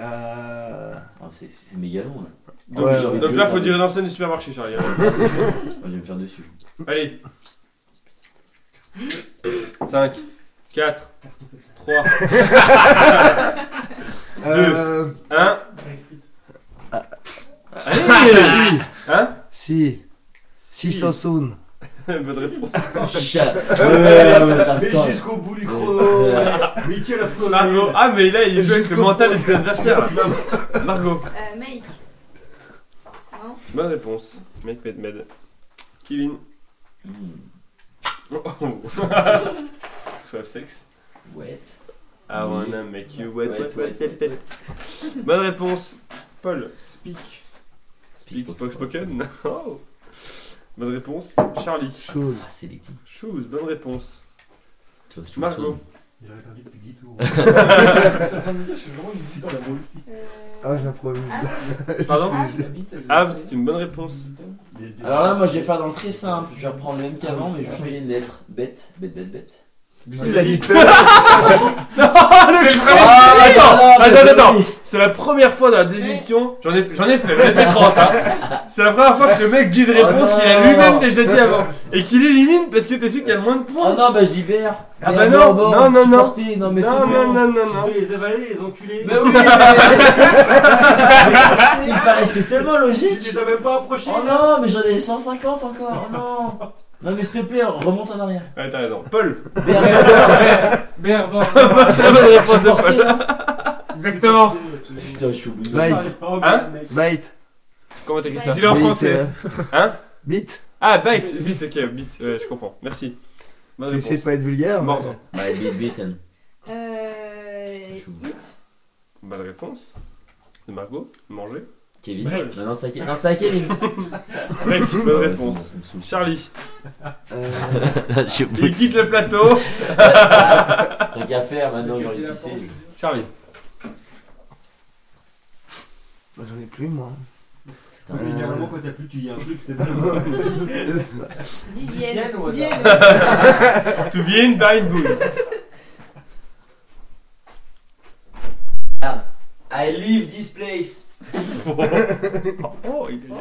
Speaker 9: Euh.
Speaker 2: Ah, c'est- c'est méga long, là.
Speaker 4: Donc,
Speaker 9: Ouais,
Speaker 4: je-
Speaker 2: ouais.
Speaker 4: donc là, faut dire une enseigne du supermarché, Charlie.
Speaker 2: Ah, Je vais me faire dessus.
Speaker 4: Allez. 5, 4, 3,
Speaker 9: euh,
Speaker 4: 1. Ah.
Speaker 9: Si
Speaker 4: Hein
Speaker 9: Si Si Sassoon
Speaker 4: Bonne réponse.
Speaker 2: Chat. Ouais, ouais, ouais, ça
Speaker 1: Mais
Speaker 2: se passe.
Speaker 1: jusqu'au bout du chrono.
Speaker 2: Ouais.
Speaker 1: Mickey la flotte.
Speaker 4: Margot. Ah, mais là, il joue avec le mental de ses adversaires. là. Margot.
Speaker 5: Euh, Make. Non
Speaker 4: Bonne réponse. Mec, med, med. Kevin.
Speaker 2: Hmm.
Speaker 4: Oh, oh. 12 sex.
Speaker 2: Wet.
Speaker 4: I
Speaker 2: Oui.
Speaker 4: wanna make you wet,
Speaker 2: Wet,
Speaker 4: wet, wet,
Speaker 2: wet,
Speaker 4: wet,
Speaker 2: wet,
Speaker 4: wet. Bonne réponse. Paul.
Speaker 2: Speak.
Speaker 4: Speak
Speaker 2: Spock,
Speaker 4: spoke spoken. Oh. Bonne réponse. Charlie.
Speaker 9: Choul.
Speaker 2: Ah, c'est les types.
Speaker 4: Shoes. Bonne réponse.
Speaker 2: Tu vois, c'est tout
Speaker 4: Margot.
Speaker 2: le temps.
Speaker 1: J'avais perdu depuis 10 tours. Je suis en train de me dire, je suis vraiment une vie dans la boule.
Speaker 5: Euh,
Speaker 9: Ah, j'improvise.
Speaker 4: Pardon
Speaker 1: Je l'habite, elle-
Speaker 4: Ah, c'est une bonne réponse.
Speaker 1: Les- les-
Speaker 2: Alors là, moi, je vais faire dans le très simple. Je vais reprendre le même qu'avant, mais je vais changer une lettre. Bête, bête, bête, bête.
Speaker 9: Il a dit
Speaker 4: C'est le vrai.
Speaker 2: Ah,
Speaker 4: attends,
Speaker 2: mais
Speaker 4: attends,
Speaker 2: oui.
Speaker 4: C'est la première fois dans la démission. J'en ai, j'en ai fait, j'en ai fait 30. Hein. C'est la première fois que le mec dit une
Speaker 2: Oh
Speaker 4: réponse qu'il a
Speaker 2: non.
Speaker 4: lui-même déjà dit avant. Et qu'il élimine parce que t'es sûr qu'il y a le moins de
Speaker 2: Oh
Speaker 4: points.
Speaker 2: non, bah je libère.
Speaker 4: Ah
Speaker 2: C'est
Speaker 4: bah
Speaker 2: un
Speaker 4: non,
Speaker 2: Bourbon,
Speaker 4: non, non, non.
Speaker 2: supporter. Non, mais c'est
Speaker 4: Ah non,
Speaker 2: bon.
Speaker 4: non, non, non,
Speaker 1: Je
Speaker 4: non.
Speaker 1: vais les avaler, les enculés.
Speaker 2: Mais oui, mais- Il me paraissait tellement
Speaker 1: Tu
Speaker 2: logique.
Speaker 1: les as même pas approchés.
Speaker 2: Oh non, mais j'en ai 150 encore. Oh non. Non, mais s'il te plaît, remonte en arrière.
Speaker 4: Ouais, t'as raison. Paul.
Speaker 3: Merde, bon,
Speaker 4: Très bonne réponse de Paul.
Speaker 2: Supporter, hein.
Speaker 3: exactement.
Speaker 2: Putain, je suis oublié.
Speaker 9: Bite
Speaker 1: Oh,
Speaker 4: Hein
Speaker 1: mec.
Speaker 9: Bite
Speaker 4: Comment t'écris ça
Speaker 5: Ouais.
Speaker 4: Dis-le en
Speaker 9: Bite,
Speaker 4: français.
Speaker 9: euh,
Speaker 4: Hein
Speaker 9: Bite
Speaker 4: Ah, bite. Bite, ok, bite. Ouais, je comprends. Merci. Bonne
Speaker 9: J'essaie
Speaker 4: réponse.
Speaker 9: de pas être vulgaire.
Speaker 4: Ah,
Speaker 9: mais-
Speaker 4: Mordre.
Speaker 2: Bah, il est beaten.
Speaker 5: Euh.
Speaker 2: C'est chaud.
Speaker 5: Hit.
Speaker 4: Bonne réponse. De Margot. Manger.
Speaker 2: Kevin.
Speaker 4: Break.
Speaker 2: Non, non, c'est à Kevin. Non, c'est à Kevin. Ouais,
Speaker 4: Mec, bonne
Speaker 2: c'est bon,
Speaker 4: réponse.
Speaker 2: ça me saoule.
Speaker 4: Charlie.
Speaker 9: Euh,
Speaker 4: Il quitte le plateau.
Speaker 2: Tant qu'à faire, maintenant, j'aurais
Speaker 1: la
Speaker 2: pissé.
Speaker 4: Charlie.
Speaker 9: bah, J'en ai plus, moi.
Speaker 1: Oui, mais Il y a un moment quand t'as plus, tu dis un truc, c'est bon.
Speaker 5: Dis
Speaker 11: Vienne ou
Speaker 5: Vienne.
Speaker 11: hasard
Speaker 5: Vienne.
Speaker 4: To be in dying good.
Speaker 2: I leave this place.
Speaker 4: Oh, il est bien.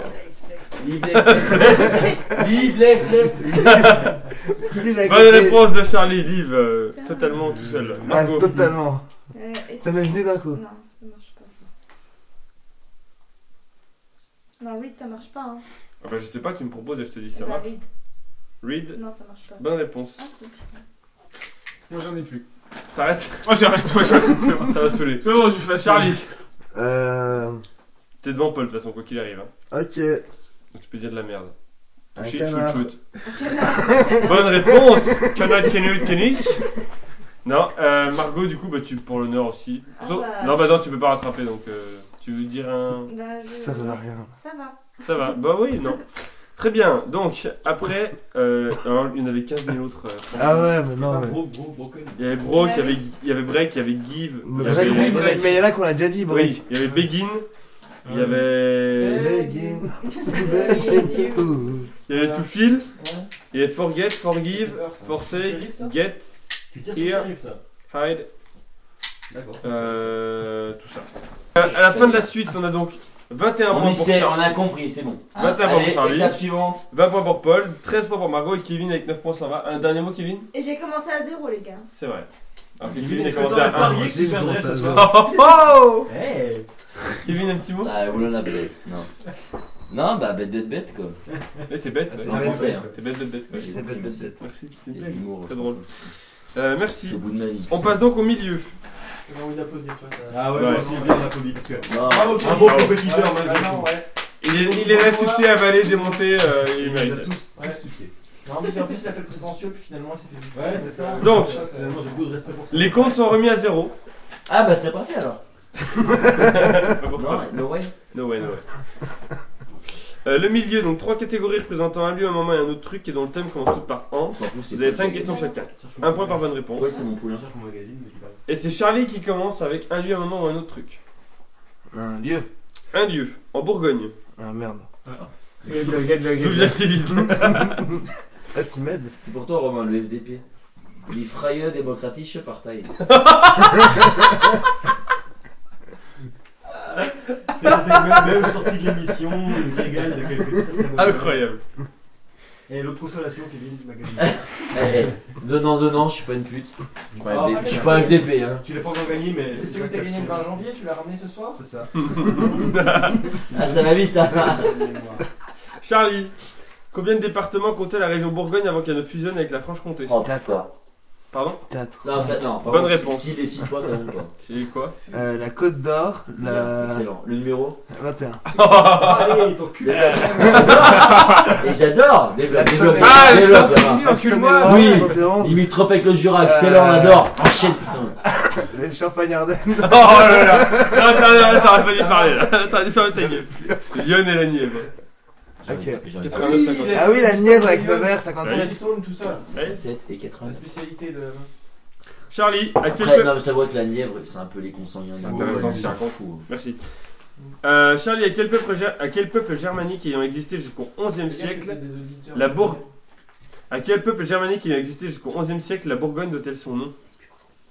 Speaker 2: Leave left, left. Leave left, left.
Speaker 9: Si j'avais
Speaker 4: Bonne
Speaker 9: compté-
Speaker 4: réponse de Charlie, Liv, euh, totalement tout seul.
Speaker 9: Ah,
Speaker 4: Margot.
Speaker 9: totalement.
Speaker 5: Euh, est-ce
Speaker 9: Ça m'est venu d'un coup.
Speaker 5: Non, ça marche pas ça. Non, read ça marche pas. Hein.
Speaker 4: Ah bah, je sais pas, tu me proposes et je te dis si
Speaker 5: Eh
Speaker 4: ça
Speaker 5: bah,
Speaker 4: marche.
Speaker 5: read.
Speaker 4: Read,
Speaker 5: Non, ça marche pas.
Speaker 4: bonne
Speaker 5: Ah,
Speaker 4: réponse.
Speaker 5: si.
Speaker 3: Moi j'en ai plus.
Speaker 4: T'arrêtes Oh,
Speaker 3: Moi j'arrête, moi j'arrête. C'est bon,
Speaker 4: Ça va saouler.
Speaker 3: c'est bon, je fais
Speaker 4: Charlie,
Speaker 9: Euh.
Speaker 4: t'es devant Paul de toute façon, quoi qu'il arrive. hein.
Speaker 9: Ok.
Speaker 4: Donc tu peux dire de la merde.
Speaker 9: Un
Speaker 4: Shoot,
Speaker 9: canard.
Speaker 4: shoot, shoot. bonne réponse Canard, canard, caniche. Non, euh, Margot, du coup, bah, tu pour l'honneur aussi.
Speaker 5: Ah
Speaker 4: So-
Speaker 5: bah.
Speaker 4: Non, bah non, tu peux pas rattraper donc euh, tu veux dire un.
Speaker 5: Bah, je...
Speaker 9: Ça veut rien.
Speaker 5: Ça va.
Speaker 4: Ça va, bah oui, non. Très bien, donc après, euh, alors, il y en avait 15 000 autres. euh,
Speaker 9: Ah ouais, mais non, mais.
Speaker 1: Gros, gros, gros con.
Speaker 4: Il y avait Brock, il y avait, il y avait Break, il y avait Give, il y
Speaker 9: Mais
Speaker 4: avait,
Speaker 3: Break.
Speaker 9: Break, on- mais- mais il y en a qu'on a déjà dit, Break. Ah
Speaker 4: oui, il y avait Begin, il y avait,
Speaker 9: Begin,
Speaker 5: Begin.
Speaker 9: begin. Ouh.
Speaker 4: il y avait To Feel, il y avait Forget, Forgive, Forsake, Get,
Speaker 1: Tu tires
Speaker 4: Here.
Speaker 1: sur le toi.
Speaker 4: Hide,
Speaker 1: D'accord.
Speaker 4: euh, tout ça. À, à la fin de la suite, on a donc 21
Speaker 2: On
Speaker 4: points
Speaker 2: y
Speaker 4: pour
Speaker 2: sait,
Speaker 4: Charlie,
Speaker 2: on a compris, c'est bon. Hein,
Speaker 4: Va t'avoir,
Speaker 2: Allez,
Speaker 4: Charlie.
Speaker 2: étape suivante.
Speaker 4: 20 points pour Paul, 13 points pour Margot et Kevin avec 9 points, ça va. Un dernier mot, Kevin
Speaker 5: Et j'ai commencé à zéro, les gars.
Speaker 4: C'est vrai. Alors
Speaker 2: Ah,
Speaker 4: que
Speaker 1: Kevin,
Speaker 4: Kevin a
Speaker 1: est-ce que
Speaker 4: commencé
Speaker 1: t'aurais
Speaker 4: à 1.
Speaker 1: parié que
Speaker 9: J'ai
Speaker 1: tu gagnerais
Speaker 9: commencé
Speaker 1: ce
Speaker 9: à
Speaker 1: soir
Speaker 4: Oh, oh, oh
Speaker 1: Hey
Speaker 4: Kevin, un petit mot
Speaker 2: Ah, oulala, la bête. Non. Non, bah, bête, bête, bête, quoi.
Speaker 4: Eh, T'es bête,
Speaker 2: C'est
Speaker 4: ouais.
Speaker 2: en français, hein.
Speaker 4: T'es bête, bête, bête. quoi.
Speaker 2: Oui, c'est bête, bête, bête.
Speaker 4: Merci,
Speaker 2: C'est
Speaker 4: c'était
Speaker 2: de
Speaker 4: une blague.
Speaker 2: l'humour.
Speaker 4: Très
Speaker 2: je
Speaker 4: drôle.
Speaker 2: pense, hein.
Speaker 4: Euh,
Speaker 2: Je suis au
Speaker 4: merci.
Speaker 2: bout de ma vie.
Speaker 4: On passe donc au milieu.
Speaker 11: J'ai envie d'applaudir, toi. Ça...
Speaker 1: Ah ouais,
Speaker 4: Ouais.
Speaker 1: moi aussi, bien la Kobe, parce que.
Speaker 2: Non,
Speaker 1: Bravo,
Speaker 4: Bravo.
Speaker 1: un beau
Speaker 4: Bravo.
Speaker 1: compétiteur, moi, je le
Speaker 11: non,
Speaker 1: trouve.
Speaker 11: ouais.
Speaker 4: Il, il les laisse sucer, avaler, démonter, euh, il
Speaker 1: les a
Speaker 4: mérite.
Speaker 1: tous tous sucés.
Speaker 11: Non, mais en plus, il a fait le prétentieux, puis finalement, il s'est fait vite.
Speaker 1: Ouais, c'est ça.
Speaker 4: Donc.
Speaker 11: Ça, ça-
Speaker 1: Finalement, j'ai beaucoup de respect pour ça.
Speaker 4: Les comptes sont remis à zéro.
Speaker 2: Ah, bah, c'est parti alors.
Speaker 4: Pas pour toi.
Speaker 2: Non, no way.
Speaker 4: No way, no way. Euh, le milieu, donc trois catégories représentant un lieu, un moment et un autre truc et dont le thème commence tout par an.
Speaker 2: On s'en fout, c'est
Speaker 4: Vous avez
Speaker 2: pas-
Speaker 4: 5 questions chacun.
Speaker 1: Cherche
Speaker 4: Un
Speaker 1: mon
Speaker 4: point par
Speaker 1: magazine.
Speaker 4: bonne réponse.
Speaker 2: Ouais, c'est mon poulain.
Speaker 1: Cherche mon magazine, mais j'ai pas-
Speaker 4: Et c'est Charlie qui commence avec un lieu, un moment ou un autre truc.
Speaker 9: Un lieu.
Speaker 4: Un lieu, en Bourgogne.
Speaker 9: Ah merde.
Speaker 3: Le gars de la
Speaker 4: D'où
Speaker 3: gueule.
Speaker 4: vient Kevin
Speaker 9: Ah, tu m'aides
Speaker 2: C'est pour toi, Romain, le FDP. Die Freie Demokratische Partei.
Speaker 1: C'est la même sortie de l'émission, légale de
Speaker 4: Ah,
Speaker 1: quelque
Speaker 4: Incroyable.
Speaker 1: Et l'autre consolation, Kevin, m'a gagné.
Speaker 2: Eh, eh, donnant, donnant, je suis pas une pute. Je suis pas
Speaker 4: Oh,
Speaker 11: Ah,
Speaker 2: FDP,
Speaker 11: mais
Speaker 2: je suis
Speaker 11: ça,
Speaker 2: pas
Speaker 11: c'est-
Speaker 2: FDP hein.
Speaker 1: Tu l'as pas encore gagné, mais.
Speaker 11: C'est celui que t'as gagné le 20 janvier, tu l'as ramené ce soir
Speaker 1: C'est ça.
Speaker 2: Ah, ça va vite,
Speaker 9: Bah,
Speaker 2: hein.
Speaker 4: Charlie, combien de départements comptait la région Bourgogne avant qu'elle ne fusionne avec la Franche-Comté
Speaker 2: Oh, putain.
Speaker 4: Pardon
Speaker 9: 4.
Speaker 2: Non, ça, non, par
Speaker 4: Bonne
Speaker 2: contre, si-
Speaker 4: réponse.
Speaker 2: Si les six fois, ça monte pas.
Speaker 4: C'est quoi
Speaker 9: Euh, la Côte d'Or, la
Speaker 2: Excellent. Le numéro
Speaker 9: 21.
Speaker 4: Ah,
Speaker 1: Allez, ton cul
Speaker 2: Et j'adore
Speaker 9: La
Speaker 2: Développe,
Speaker 9: Saône-
Speaker 2: développe,
Speaker 9: Ah,
Speaker 3: le
Speaker 2: développe, gamin.
Speaker 9: La Saône-et-Loire,
Speaker 2: Oui.
Speaker 9: 71,
Speaker 2: Limitrophe avec le Jura, excellent, on
Speaker 9: Euh.
Speaker 2: adore. Enchaîne, putain.
Speaker 9: le Champagne-Ardenne.
Speaker 4: Oh là là Non, t'as- là, T'aurais pas dû parler là T'aurais dû faire ta gueule. Lyon et la Nièvre.
Speaker 2: J'ai envie de-
Speaker 9: Ok.
Speaker 2: j'ai envie de-
Speaker 11: Ah oui, il a-
Speaker 9: Ah oui, la Nièvre avec
Speaker 11: Lyon,
Speaker 9: Nevers,
Speaker 11: la
Speaker 9: 57.
Speaker 11: Saône, tout ça.
Speaker 2: 57 et
Speaker 11: La
Speaker 2: 89.
Speaker 11: spécialité de.
Speaker 4: Charlie, à quel
Speaker 2: Après,
Speaker 4: peuple.
Speaker 2: non, je t'avoue que la Nièvre, c'est un peu les hein. consanguins.
Speaker 4: C'est intéressant, c'est un grand
Speaker 2: fou.
Speaker 4: Merci. Euh, Charlie, à quel, peuple, ger- à quel peuple germanique ayant existé jusqu'au XIe siècle,
Speaker 11: Des auditeurs.
Speaker 4: la Bourg- à quel peuple germanique ayant existé jusqu'au XIe siècle, la Bourgogne doit-elle son nom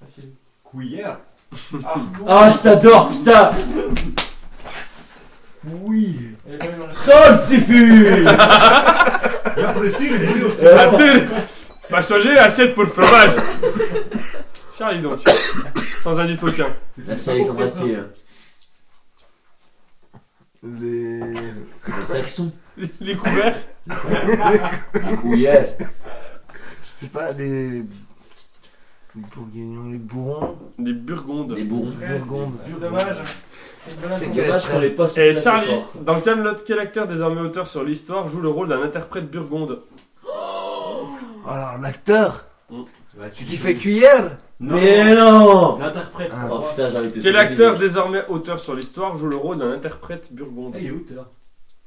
Speaker 11: Facile.
Speaker 1: Couillère
Speaker 11: Arnaud.
Speaker 2: Ah, je t'adore, putain
Speaker 1: Oui
Speaker 11: Et là, il en reste-
Speaker 2: Sol Sifu
Speaker 1: Bien précis, les bruits
Speaker 11: Ah,
Speaker 1: aussi
Speaker 4: La tête Pas changer, assiette pour le fromage Charlie donc, sans indice aucun.
Speaker 2: La sélection Bastille,
Speaker 9: Les...
Speaker 2: les Saxons,
Speaker 4: Les couverts
Speaker 2: les couillères.
Speaker 9: Je sais pas, les... Bourguignons, les Bourrons,
Speaker 4: Les Burgondes.
Speaker 2: les bourrons.
Speaker 9: Bourgondes.
Speaker 11: Dur dommage. C'est
Speaker 9: C'est
Speaker 11: une bonne action.
Speaker 9: que-
Speaker 2: Dommage qu'on les pas sous
Speaker 4: Et
Speaker 2: la
Speaker 4: Eh, Charlie,
Speaker 2: Sephora.
Speaker 4: dans Camelot, quel acteur désormais auteur sur l'histoire joue le rôle d'un interprète burgonde
Speaker 9: Alors, l'acteur
Speaker 1: Bah, tu
Speaker 9: qui fait cuillère
Speaker 2: Mais non
Speaker 1: L'interprète
Speaker 9: Ah.
Speaker 2: Oh putain, j'ai envie de te
Speaker 4: Quel
Speaker 2: soulever.
Speaker 4: acteur désormais auteur sur l'histoire joue le rôle d'un interprète burgonde
Speaker 1: Ah, il est auteur.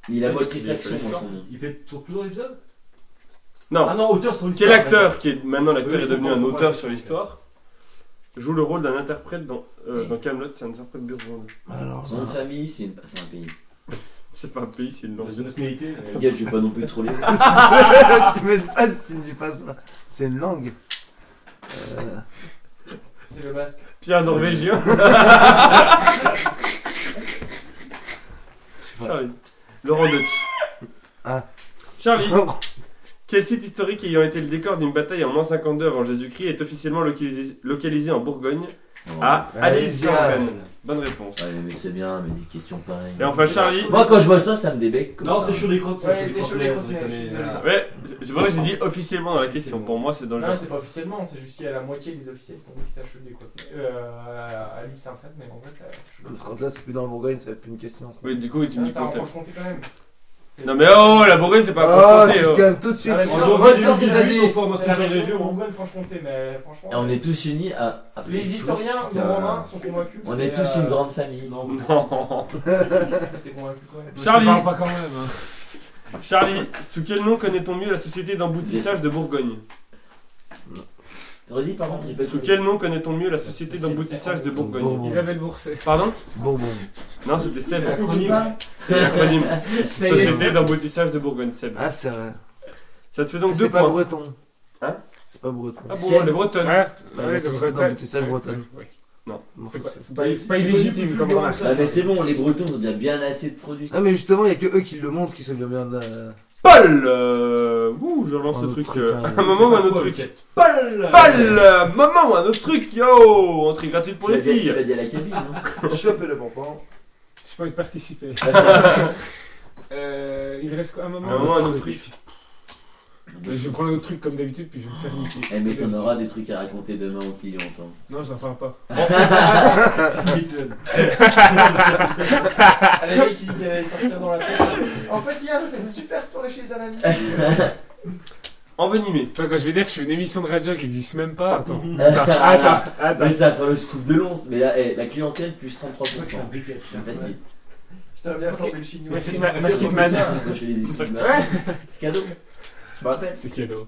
Speaker 2: Il a moitié
Speaker 1: Il est
Speaker 2: saxon
Speaker 1: sur
Speaker 2: dans
Speaker 1: l'histoire.
Speaker 2: son nom.
Speaker 1: Il fait toujours plus dans l'épisode
Speaker 4: Non,
Speaker 1: Ah non, auteur sur l'histoire.
Speaker 4: quel acteur, qui est maintenant l'acteur
Speaker 1: Oui,
Speaker 4: est devenu
Speaker 1: je
Speaker 4: un
Speaker 1: comprends,
Speaker 4: auteur
Speaker 1: ouais.
Speaker 4: sur l'histoire, joue le rôle d'un interprète dans, euh,
Speaker 2: Oui.
Speaker 4: dans Camelot, un interprète burgonde
Speaker 9: Alors,
Speaker 2: Son nom de famille, c'est une- c'est un pays.
Speaker 4: C'est pas un pays, c'est le nom.
Speaker 1: Dans une nationalité. euh,
Speaker 2: Les gars, je vais pas non plus troller.
Speaker 9: tu m'aides pas si tu ne dis pas ça. C'est une langue. Euh,
Speaker 11: C'est le basque.
Speaker 4: Pierre norvégien.
Speaker 9: pas.
Speaker 4: Charlie. Laurent Deutsch.
Speaker 9: Ah.
Speaker 4: Charlie, quel site historique ayant été le décor d'une bataille en moins 52 avant Jésus-Christ est officiellement localisé, localisé en Bourgogne à
Speaker 9: Alésia.
Speaker 4: Alésia-Lorraine Bonne réponse.
Speaker 2: Ouais, mais c'est bien, mais des questions pareilles.
Speaker 4: Et enfin Charlie.
Speaker 2: Moi, quand je vois ça, ça me débecque. comme
Speaker 1: Non,
Speaker 2: ça. hein.
Speaker 1: c'est chaud des crottes, ça.
Speaker 11: Ouais,
Speaker 1: chaud des
Speaker 11: c'est
Speaker 1: crottes,
Speaker 11: chaud des
Speaker 1: on
Speaker 11: crottes,
Speaker 1: les
Speaker 11: mais
Speaker 1: connaît,
Speaker 11: je suis
Speaker 1: euh,
Speaker 11: désolé.
Speaker 4: Ouais, c'est c'est pour ça que j'ai dit officiellement dans la question. Pour moi, c'est dans le
Speaker 11: Non,
Speaker 4: genre.
Speaker 11: c'est pas officiellement, c'est juste qu'il y a la moitié des officiels qui ont dit que ça chute des côtes. Euh, Alice Saint-Fred, mais en vrai, ça chute des
Speaker 9: Parce qu'en là, c'est plus dans la Bourgogne, ça va plus une question.
Speaker 4: Oui, du coup, tu me dis
Speaker 11: Ça en
Speaker 4: compter.
Speaker 11: Franche-Comté quand même. C'est-
Speaker 4: Non, mais oh, la Bourgogne, c'est pas
Speaker 9: Oh,
Speaker 4: pour
Speaker 9: tu
Speaker 4: compter.
Speaker 9: te
Speaker 4: oh.
Speaker 9: calmes tout de suite.
Speaker 11: Ah, mais
Speaker 9: tu
Speaker 11: en
Speaker 9: vas
Speaker 11: janvier
Speaker 9: redire ce qu'il t'a
Speaker 1: 2018,
Speaker 9: dit.
Speaker 1: on fait en mode
Speaker 11: C'est la
Speaker 1: contrôle
Speaker 11: région
Speaker 1: région.
Speaker 11: Bourgogne-Franche-Comté, mais franchement.
Speaker 2: Et on est tous unis à. à-
Speaker 11: Les
Speaker 2: tous,
Speaker 11: historiens
Speaker 2: putain.
Speaker 11: romains sont convaincus. que
Speaker 2: On est
Speaker 11: c'est,
Speaker 2: tous
Speaker 11: euh,
Speaker 2: une grande famille.
Speaker 1: Non,
Speaker 4: Non.
Speaker 11: T'es convaincu quand même.
Speaker 4: Charlie.
Speaker 3: Je te parle pas quand même. hein.
Speaker 4: Charlie, sous quel nom connaît-on mieux la société d'emboutissage de Bourgogne
Speaker 2: Redis, pardon, j'ai pas
Speaker 4: Sous
Speaker 2: écouté.
Speaker 4: quel nom connaît-on mieux la société d'emboutissage de Bourgogne
Speaker 9: Bon.
Speaker 3: Isabelle Bourset.
Speaker 4: Pardon
Speaker 9: Bon, bon.
Speaker 4: Non, c'était Seb.
Speaker 2: Ah, c'est
Speaker 1: Acronyme.
Speaker 2: du pain
Speaker 4: C'est l'acronyme.
Speaker 9: Ça y est.
Speaker 4: Société d'emboutissage de Bourgogne, Seb.
Speaker 9: Ah, c'est vrai.
Speaker 4: Ça te fait donc deux
Speaker 9: Ah, C'est pas
Speaker 4: points.
Speaker 9: breton.
Speaker 4: Hein
Speaker 9: C'est pas breton.
Speaker 4: Ah bon,
Speaker 2: Seb.
Speaker 4: les Bretonnes.
Speaker 3: Ouais,
Speaker 9: Bah, la société d'emboutissage bretonne. Bon.
Speaker 3: C'est pas, c'est pas- c'est pas illégitime comme remarque.
Speaker 2: Ah, mais c'est bon, les Bretons ont déjà bien assez de produits.
Speaker 9: Ah, mais justement, il y a que eux qui le montrent qui se souviennent bien de la.
Speaker 4: Paul euh, Ouh, je relance
Speaker 9: Un
Speaker 4: le
Speaker 9: autre
Speaker 4: truc.
Speaker 9: truc,
Speaker 4: euh,
Speaker 9: hein.
Speaker 4: un moment ou un autre
Speaker 1: Ouais,
Speaker 4: truc.
Speaker 1: Paul
Speaker 4: Paul euh, Maman, un autre truc, yo Entrée gratuite pour
Speaker 2: tu
Speaker 4: les
Speaker 2: l'as dit- Tu
Speaker 4: filles.
Speaker 2: l'as dit à la cabine, hein. non
Speaker 11: Choper le bonbon.
Speaker 3: J'ai pas envie de participer. Euh, il reste quoi un moment
Speaker 4: Un moment, un autre truc.
Speaker 3: Mais Je vais prendre un autre truc comme d'habitude, puis je vais me faire niquer.
Speaker 2: Eh, mais t'en auras des trucs à raconter demain aux clients, hein.
Speaker 3: Non, j'en parle pas.
Speaker 11: Allez, mec, qui qui allait sortir dans la tête. En fait, hier, j'ai fait une super soirée chez un ami.
Speaker 4: Envenimé.
Speaker 3: Toi, quand je vais dire que je fais une émission de radio qui n'existe même pas, attends. Attends, attends,
Speaker 2: Ah, Mais
Speaker 3: attends.
Speaker 2: ça, enfin, le scoop de l'once. Mais là, eh, la clientèle, plus 33%. C'est facile.
Speaker 11: Je t'avais bien
Speaker 3: Ok.
Speaker 11: formé le chignon.
Speaker 3: Merci, Ma- Marquis Man.
Speaker 2: Moi, je fais les études.
Speaker 3: Ouais.
Speaker 2: C'est cadeau. Je me rappelle.
Speaker 3: C'est cadeau.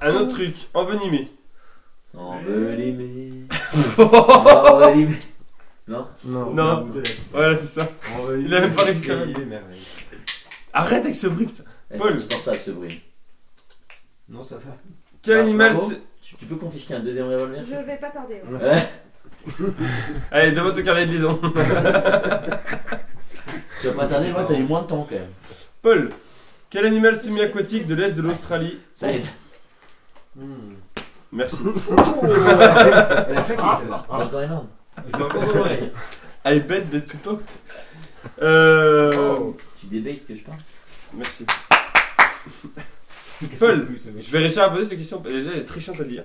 Speaker 4: Un
Speaker 3: Oh.
Speaker 4: autre truc. Envenimé.
Speaker 2: Envenimé. Envenimé. Non
Speaker 9: Non.
Speaker 4: Non. Voilà, c'est ça. Il a même pas réussi à
Speaker 1: Il est merveilleux.
Speaker 4: Arrête avec ce bruit, putain.
Speaker 2: Eh, C'est
Speaker 4: Paul.
Speaker 2: insupportable ce bruit. Non, ça va.
Speaker 4: Quel
Speaker 2: Bah,
Speaker 4: animal
Speaker 2: bravo.
Speaker 4: c'est-
Speaker 2: Tu, tu peux confisquer un deuxième revolver
Speaker 5: Je vais pas tarder. ouais.
Speaker 2: Ouais.
Speaker 4: Allez, demande au carré de liaison.
Speaker 2: Tu vas pas tarder, moi, t'as eu moins de temps quand même.
Speaker 4: Paul, quel animal semi-aquatique de l'est de l'Australie
Speaker 2: Ça aide. Hmm.
Speaker 4: Merci.
Speaker 1: Elle a claqué celle-là.
Speaker 2: Ah, encore énorme.
Speaker 4: I bet that you talked. Euh.
Speaker 2: Tu débates que je parle
Speaker 4: Merci.
Speaker 1: Qu'est-ce
Speaker 4: Paul.
Speaker 1: que c'est que ce mec
Speaker 4: Je vais réussir à poser cette question. Déjà, elle est très chiante à dire.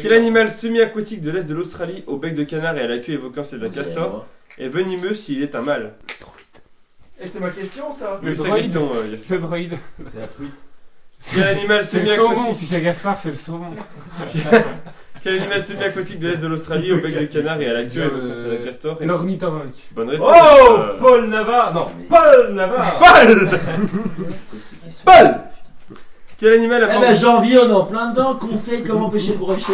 Speaker 4: Quel animal semi-aquatique de l'est de l'Australie, au bec de canard et à la queue évoquant celle de la castor, est venimeux s'il est un mâle
Speaker 11: Et c'est ma question ça
Speaker 3: Le
Speaker 4: Oui, c'est ta
Speaker 3: droïde.
Speaker 4: question, euh, Yasmin.
Speaker 3: Le droïde.
Speaker 1: C'est la truite.
Speaker 4: Quel animal
Speaker 3: C'est le saumon.
Speaker 4: semi-aquatique
Speaker 3: Si c'est Gaspard, c'est le saumon.
Speaker 4: Quel animal semi-aquatique de l'est de l'Australie, au bec de canard et à la queue
Speaker 3: Euh,
Speaker 4: évoquant celle de la castor est-
Speaker 3: L'ornithorynque.
Speaker 4: Bonne réponse.
Speaker 1: Oh
Speaker 4: Euh,
Speaker 1: Paul Navarre Non,
Speaker 2: Mais-
Speaker 1: Paul Navarre
Speaker 2: C'est
Speaker 4: Paul
Speaker 2: quoi cette question
Speaker 4: Paul Quel animal
Speaker 2: Eh
Speaker 4: a mangé-
Speaker 2: ben janvier, on est en plein dedans. Conseil comment pêcher le brochet.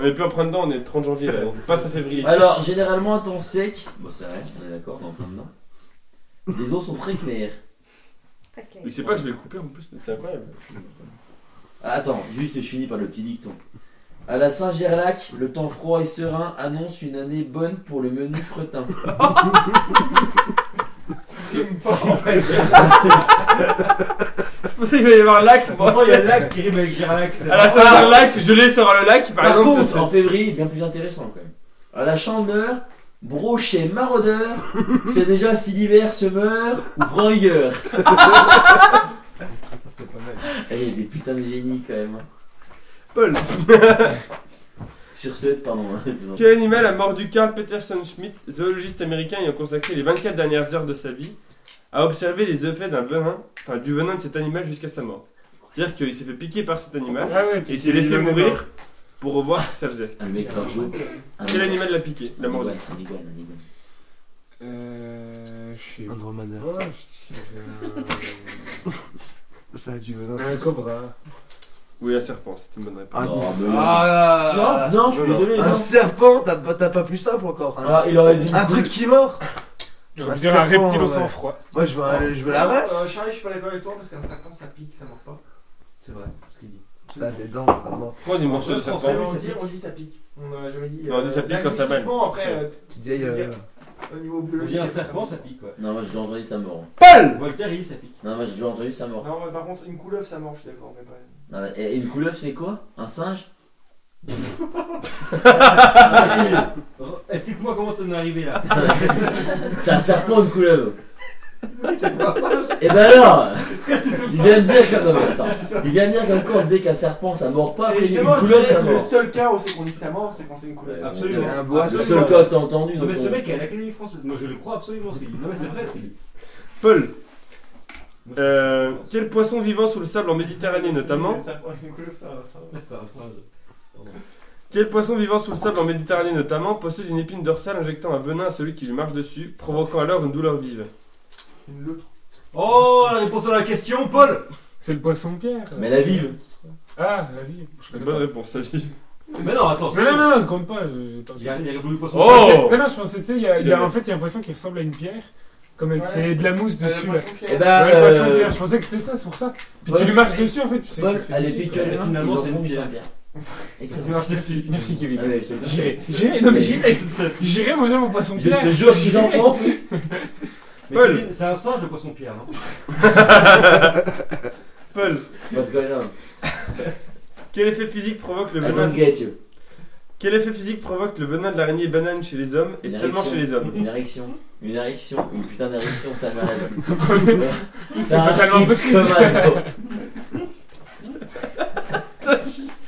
Speaker 4: On est plus en printemps, on est le 30 janvier là, on passe à février.
Speaker 2: Alors, généralement, un temps sec. Bon, c'est vrai, on est d'accord, on est en plein dedans. Les eaux sont très claires.
Speaker 5: Très clair.
Speaker 4: Mais c'est pas que je vais le couper en plus, c'est incroyable.
Speaker 2: Ah, Attends, juste je finis par le petit dicton. À la Saint-Gerlac, le temps froid et serein annonce une année bonne pour le menu fretin.
Speaker 4: Je pensais qu'il va y avoir lac,
Speaker 1: Oh, il y a Lac qui rime avec Girac.
Speaker 4: À la Saint-Gerlac, c'est gelé sur le lac, par,
Speaker 2: Par,
Speaker 4: exemple.
Speaker 2: contre,
Speaker 4: ça,
Speaker 2: en février, bien plus intéressant quand même. À la Chandeleur, brochet maraudeur, c'est déjà si l'hiver se meurt ou prend rigueur.
Speaker 1: C'est pas mal.
Speaker 2: Eh, il y a des putains de génies quand même. hein.
Speaker 4: c'est- Paul,
Speaker 2: Sur ce, pardon. hein, disons.
Speaker 4: quel animal a mordu Carl Peterson Schmidt, zoologiste américain ayant consacré les 24 dernières heures de sa vie à observer les effets d'un venin, enfin du venin de cet animal jusqu'à sa mort C'est-à-dire qu'il s'est fait piquer par cet animal
Speaker 3: Ah ouais,
Speaker 4: et
Speaker 3: puis
Speaker 4: il s'est laissé mourir pour voir ce que ça faisait.
Speaker 2: Un mec par jour. un
Speaker 4: Quel
Speaker 2: iguane,
Speaker 4: animal l'a piqué, l'a mordu
Speaker 2: un iguane, un iguane.
Speaker 3: Euh. Je sais
Speaker 9: Un
Speaker 3: pas.
Speaker 9: dromadaire.
Speaker 3: je
Speaker 9: Ça a du
Speaker 3: dirais
Speaker 9: venin.
Speaker 3: euh, un- Un cobra.
Speaker 4: Oui, un serpent, c'était une bonne réponse.
Speaker 9: Ah,
Speaker 2: Oh, mais-
Speaker 9: Ah,
Speaker 2: Non, non, je suis
Speaker 4: non.
Speaker 2: désolé.
Speaker 9: Un
Speaker 2: non.
Speaker 9: serpent, t'as pas, t'as pas plus simple encore. Un,
Speaker 2: Ah, il aurait dit.
Speaker 9: un truc qui mord.
Speaker 3: On
Speaker 9: Un
Speaker 3: dirait un
Speaker 9: serpent,
Speaker 3: reptile au
Speaker 9: ouais.
Speaker 3: sang froid.
Speaker 9: Moi, je veux, un- je veux
Speaker 2: Ah,
Speaker 9: la
Speaker 11: Euh,
Speaker 9: race.
Speaker 11: Charlie, je suis pas d'accord avec toi parce qu'un serpent ça pique, ça mord pas.
Speaker 1: C'est vrai, ce qu'il dit.
Speaker 9: Ça a des dents, ça mord.
Speaker 4: Prends des morceaux de
Speaker 11: on,
Speaker 4: serpent.
Speaker 11: on dit, on dit ça pique. On n'a jamais dit.
Speaker 4: Non, Bah, on dit ça pique quand ça
Speaker 11: linguistiquement, Après, euh,
Speaker 9: Tu dis, euh,
Speaker 11: au niveau
Speaker 1: On
Speaker 11: biologique.
Speaker 1: dit un
Speaker 11: ça-
Speaker 1: serpent, ça pique, ouais.
Speaker 2: Non, moi j'ai déjà entendu sa mort.
Speaker 4: Paul
Speaker 1: Voltaire, il dit ça pique.
Speaker 2: Non, moi j'ai déjà entendu sa
Speaker 4: Ah.
Speaker 2: mort.
Speaker 11: Non, mais par contre, une couleuvre ça mange, je suis d'accord, mais pas.
Speaker 2: Non, mais- et une couleuvre, c'est quoi Un singe
Speaker 1: Ah, Re- Explique-moi comment t'en es arrivé là.
Speaker 2: C'est un serpent, une couleuvre. Et ben alors Il vient de dire comme. non, mais attends. Il vient de dire comme quoi on disait qu'un serpent ça mord pas,
Speaker 11: Et
Speaker 2: après Ah une
Speaker 11: justement,
Speaker 2: couleuvre ça
Speaker 11: c'est le
Speaker 2: mord.
Speaker 11: seul cas où c'est qu'on dit que ça mord, c'est quand c'est une couleuvre.
Speaker 4: Ah,
Speaker 2: Ouais,
Speaker 1: Absolument.
Speaker 2: bon,
Speaker 9: Un bois,
Speaker 2: c'est Le
Speaker 1: absolument.
Speaker 2: seul cas que t'as entendu,
Speaker 1: Non,
Speaker 2: donc. euh,
Speaker 1: mais ce
Speaker 2: on-
Speaker 1: mec est à l'Académie française. Moi, je le crois absolument ce qu'il dit. Non, mais c'est vrai ce qu'il dit.
Speaker 4: Paul, euh, quel poisson vivant sous le sable en Méditerranée notamment
Speaker 11: Le serpent avec une couleuvre, ça- ça-
Speaker 1: C'est un singe. Pardon.
Speaker 4: Quel poisson vivant sous le sable en Méditerranée notamment possède une épine dorsale injectant un venin à celui qui lui marche dessus, provoquant alors une douleur vive
Speaker 11: Une loutre.
Speaker 1: Oh, la réponse à la question, Paul
Speaker 3: C'est le poisson de pierre.
Speaker 2: Mais la vive
Speaker 3: Ah, la vie. Je connais
Speaker 4: Bonne
Speaker 3: pas.
Speaker 4: réponse, la vie.
Speaker 1: Mais non, attends.
Speaker 3: Non,
Speaker 1: c'est-
Speaker 3: non, non, on compte pas. je- j'ai pas-
Speaker 1: Il y a il y a le poisson.
Speaker 4: Oh
Speaker 3: Je pensais- Non, non, je pensais, tu sais, il y a- il y a-
Speaker 4: Le-
Speaker 3: en fait, il y a un poisson qui ressemble à une pierre. Comme avec
Speaker 11: Ouais.
Speaker 3: c'est de la mousse
Speaker 11: Euh,
Speaker 3: dessus. là.
Speaker 11: poisson qui
Speaker 2: Eh
Speaker 11: a-
Speaker 2: ben.
Speaker 3: ouais, le poisson de
Speaker 2: euh,
Speaker 3: pierre, je pensais que c'était ça, c'est pour ça. Puis
Speaker 2: Paul-
Speaker 3: tu lui marches dessus, en fait, tu sais.
Speaker 2: Paul,
Speaker 3: tu te fais
Speaker 2: elle est
Speaker 3: piquer,
Speaker 2: piquée,
Speaker 3: quoi.
Speaker 1: Finalement,
Speaker 2: finalement
Speaker 1: c'est
Speaker 2: c'est
Speaker 1: une
Speaker 2: une
Speaker 1: bière.
Speaker 2: Saint-Pierre.
Speaker 1: Ça
Speaker 2: Excellent.
Speaker 1: marche
Speaker 3: Merci,
Speaker 1: dessus.
Speaker 3: merci Kevin.
Speaker 2: Allez, je te le dis.
Speaker 3: J'irai, j'irai, non mais j'irai, j'irai manger mon poisson de
Speaker 2: Je
Speaker 3: pierre.
Speaker 2: te jure, petits
Speaker 3: J'irai.
Speaker 2: enfants en plus
Speaker 1: Mais
Speaker 4: Paul.
Speaker 1: Kevin, C'est un singe, le poisson Pierre. hein. non
Speaker 4: Paul,
Speaker 2: What's going on
Speaker 4: quel effet physique provoque le
Speaker 2: I don't
Speaker 4: venin
Speaker 2: get you.
Speaker 4: Quel effet physique provoque le venin de l'araignée banane chez les hommes et
Speaker 2: Une
Speaker 4: seulement
Speaker 2: érection.
Speaker 4: chez les hommes
Speaker 2: Une érection, une érection, une putain d'érection, ça m'a
Speaker 3: C'est totalement possible.
Speaker 2: impossible.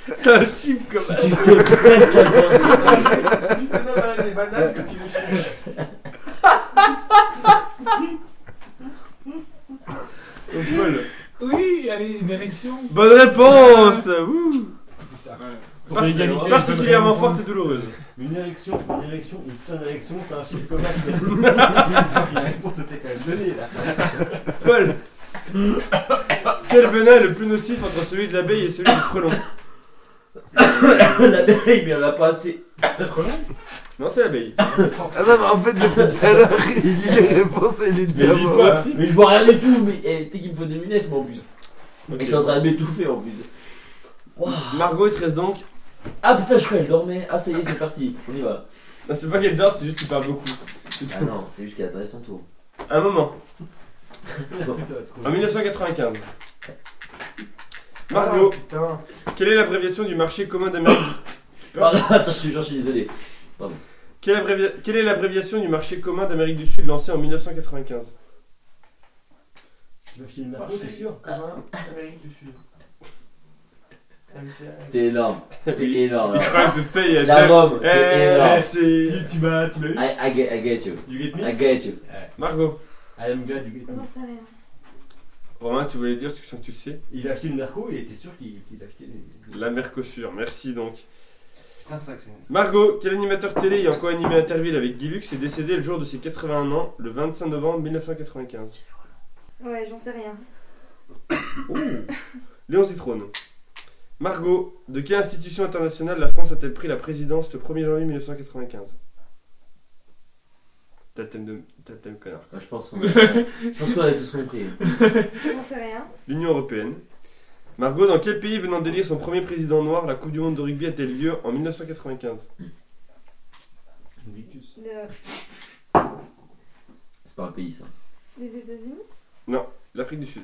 Speaker 4: Putain, chip comme
Speaker 2: Tu te pètes la gueule.
Speaker 11: Tu peux même arrêter les bananes quand il est chez lui.
Speaker 4: Oh, Paul.
Speaker 3: Oui, allez, une érection.
Speaker 4: Bonne réponse Ouh.
Speaker 3: C'est égalité, je
Speaker 4: Particulièrement
Speaker 3: te donne un
Speaker 4: forte et douloureuse.
Speaker 1: Une érection, une érection, une putain d'érection, t'as un chiffre comme ça. La réponse était quand même donnée là.
Speaker 4: Paul, quel venin est le plus nocif entre celui de l'abeille et celui du frelon
Speaker 2: L'abeille, mais on a pas assez.
Speaker 4: Non, c'est l'abeille.
Speaker 9: Ah non, mais en fait, depuis tout à l'heure, il lit les réponses et il les dit à
Speaker 4: lis
Speaker 9: voix
Speaker 4: quoi
Speaker 9: haute.
Speaker 2: Mais je vois rien du tout, mais eh, t'es qu'il me faut des lunettes, moi, en plus. Et je suis en
Speaker 4: Ok.
Speaker 2: train de m'étouffer, en plus. Waouh.
Speaker 4: Margot, il te reste donc.
Speaker 2: Ah putain, je croyais qu'elle dormait. Ah, ça y est, c'est parti. On y va.
Speaker 4: Non, c'est pas qu'elle dort, c'est juste qu'il parle beaucoup. C'est
Speaker 2: Ah
Speaker 4: tout.
Speaker 2: non, c'est juste qu'elle attendait son tour.
Speaker 4: Un moment.
Speaker 1: Ça va te causer.
Speaker 4: En 1995.
Speaker 9: Ah,
Speaker 11: Oh,
Speaker 4: Margot,
Speaker 9: putain.
Speaker 4: quelle est l'abréviation du marché commun d'Amérique
Speaker 2: Pardon, attends, je suis, Ah, j'en suis désolé.
Speaker 4: Quelle, abrévi- quelle est l'abréviation du marché commun d'Amérique du Sud lancé en 1995
Speaker 1: Je vais acheter une marque, c'est sûr.
Speaker 11: Commun, Amérique du Sud. MCA.
Speaker 2: T'es énorme. T'es
Speaker 4: Oui.
Speaker 2: énorme.
Speaker 4: It's trying to stay at
Speaker 2: La
Speaker 4: that-
Speaker 2: Rome,
Speaker 4: Eh,
Speaker 2: t'es énorme.
Speaker 4: c'est-
Speaker 1: Tu tu m'as tu m'as eu
Speaker 2: I, I, get, I get you.
Speaker 1: You get me
Speaker 2: I get you.
Speaker 4: Margot,
Speaker 1: I am glad you get me.
Speaker 5: Non, ça va.
Speaker 4: Romain, tu voulais dire, tu sens que tu le sais
Speaker 1: Il a acheté une Merco, il était sûr qu'il qu'il achetait des.
Speaker 4: La Mercosur, merci donc.
Speaker 11: Putain, c'est vrai que c'est.
Speaker 4: Margot, quel animateur télé ayant co-animé Interville avec Guy Lux est décédé le jour de ses 81 ans, le 25 novembre 1995
Speaker 5: Ouais, j'en sais rien.
Speaker 4: Léon Zitrone. Margot, de quelle institution internationale la France a-t-elle pris la présidence le 1er janvier 1995 T'as le thème de... t'as le thème, connard.
Speaker 2: Ouais, Ah, Je pense qu'on je pense qu'on a tous compris.
Speaker 5: J'en sais rien.
Speaker 4: L'Union Européenne. Margot, dans quel pays venant d'élire son premier président noir, la Coupe du Monde de rugby a-t-elle lieu en 1995
Speaker 1: Une Victus.
Speaker 5: De-
Speaker 2: C'est pas un pays, ça.
Speaker 5: Des États-Unis
Speaker 4: L'Afrique du Sud.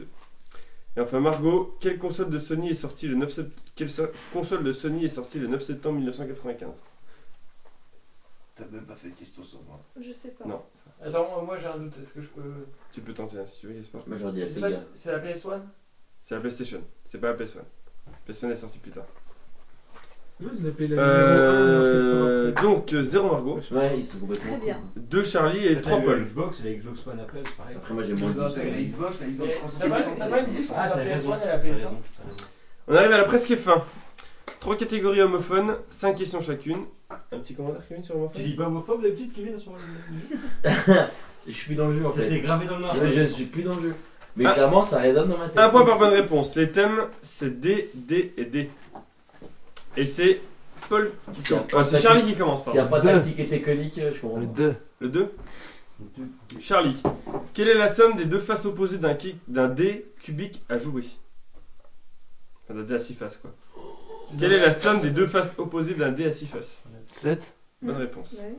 Speaker 4: Et enfin Margot, quelle console de Sony est sortie le 9 sept- quelle so- console de Sony est sortie le 9 septembre 1995
Speaker 11: T'as même pas fait de question sur moi.
Speaker 5: Je sais pas.
Speaker 4: Non.
Speaker 12: Attends, moi, moi j'ai un doute. Est-ce que je peux.
Speaker 4: Tu peux tenter hein, si tu veux, Gaspard.
Speaker 2: Moi, j'aurais dit à
Speaker 12: Je sais
Speaker 5: Bah,
Speaker 12: pas
Speaker 2: Sega.
Speaker 12: si C'est la PS1
Speaker 4: C'est la PlayStation. C'est pas la PS1. PS1 est sortie plus tard.
Speaker 3: C'est moi, je l'appelais la
Speaker 4: Euh,
Speaker 3: numéro 1.
Speaker 4: donc 0 Margot,
Speaker 2: Ouais, ils sont complètement.
Speaker 5: Très bien.
Speaker 4: 2 Charlie et
Speaker 1: T'as
Speaker 4: 3
Speaker 1: eu
Speaker 4: Paul.
Speaker 1: La Xbox, la Xbox One après, c'est pareil.
Speaker 2: Après, moi, j'ai moins euh, de
Speaker 11: Non, t'as la
Speaker 2: 10.
Speaker 11: Xbox, la
Speaker 12: Mais
Speaker 11: Xbox, je pense
Speaker 12: T'as pas t'as pas une différence
Speaker 1: Ah,
Speaker 12: entre
Speaker 1: t'as
Speaker 12: la
Speaker 1: raison.
Speaker 12: PS1 et la
Speaker 1: T'as
Speaker 12: PS1
Speaker 1: raison, t'as raison.
Speaker 4: On arrive à la presque fin. 3 catégories homophones, 5 questions chacune. Un petit commentaire Kevin sur
Speaker 1: Tu
Speaker 4: l'homophone
Speaker 1: dis pas homophobe d'habitude, Kevin, à ce moment-là
Speaker 2: Je suis plus dans le jeu, en
Speaker 1: C'était
Speaker 2: fait.
Speaker 1: gravé dans le marbre.
Speaker 2: Ouais, Je suis plus dans le jeu. Mais
Speaker 4: Ah.
Speaker 2: clairement, ça résonne dans ma tête.
Speaker 4: Un point par bonne réponse. Les thèmes c'est D, D et D. Et c'est Paul qui
Speaker 2: C'est un
Speaker 4: commence.
Speaker 2: point
Speaker 4: Ah, c'est
Speaker 2: chacune.
Speaker 4: Charlie qui commence.
Speaker 2: S'il n'y a
Speaker 4: pardon.
Speaker 2: pas de
Speaker 9: Deux.
Speaker 2: tactique et technique, euh, je comprends
Speaker 9: Le
Speaker 2: pas.
Speaker 9: 2.
Speaker 4: Le 2 Charlie, quelle est la somme des deux faces opposées d'un kick- d'un dé cubique à jouer Enfin, d'un dé à 6 faces, quoi. Quelle est la somme des deux faces opposées d'un dé à 6 faces
Speaker 9: 7.
Speaker 4: Bonne réponse.
Speaker 5: Ouais.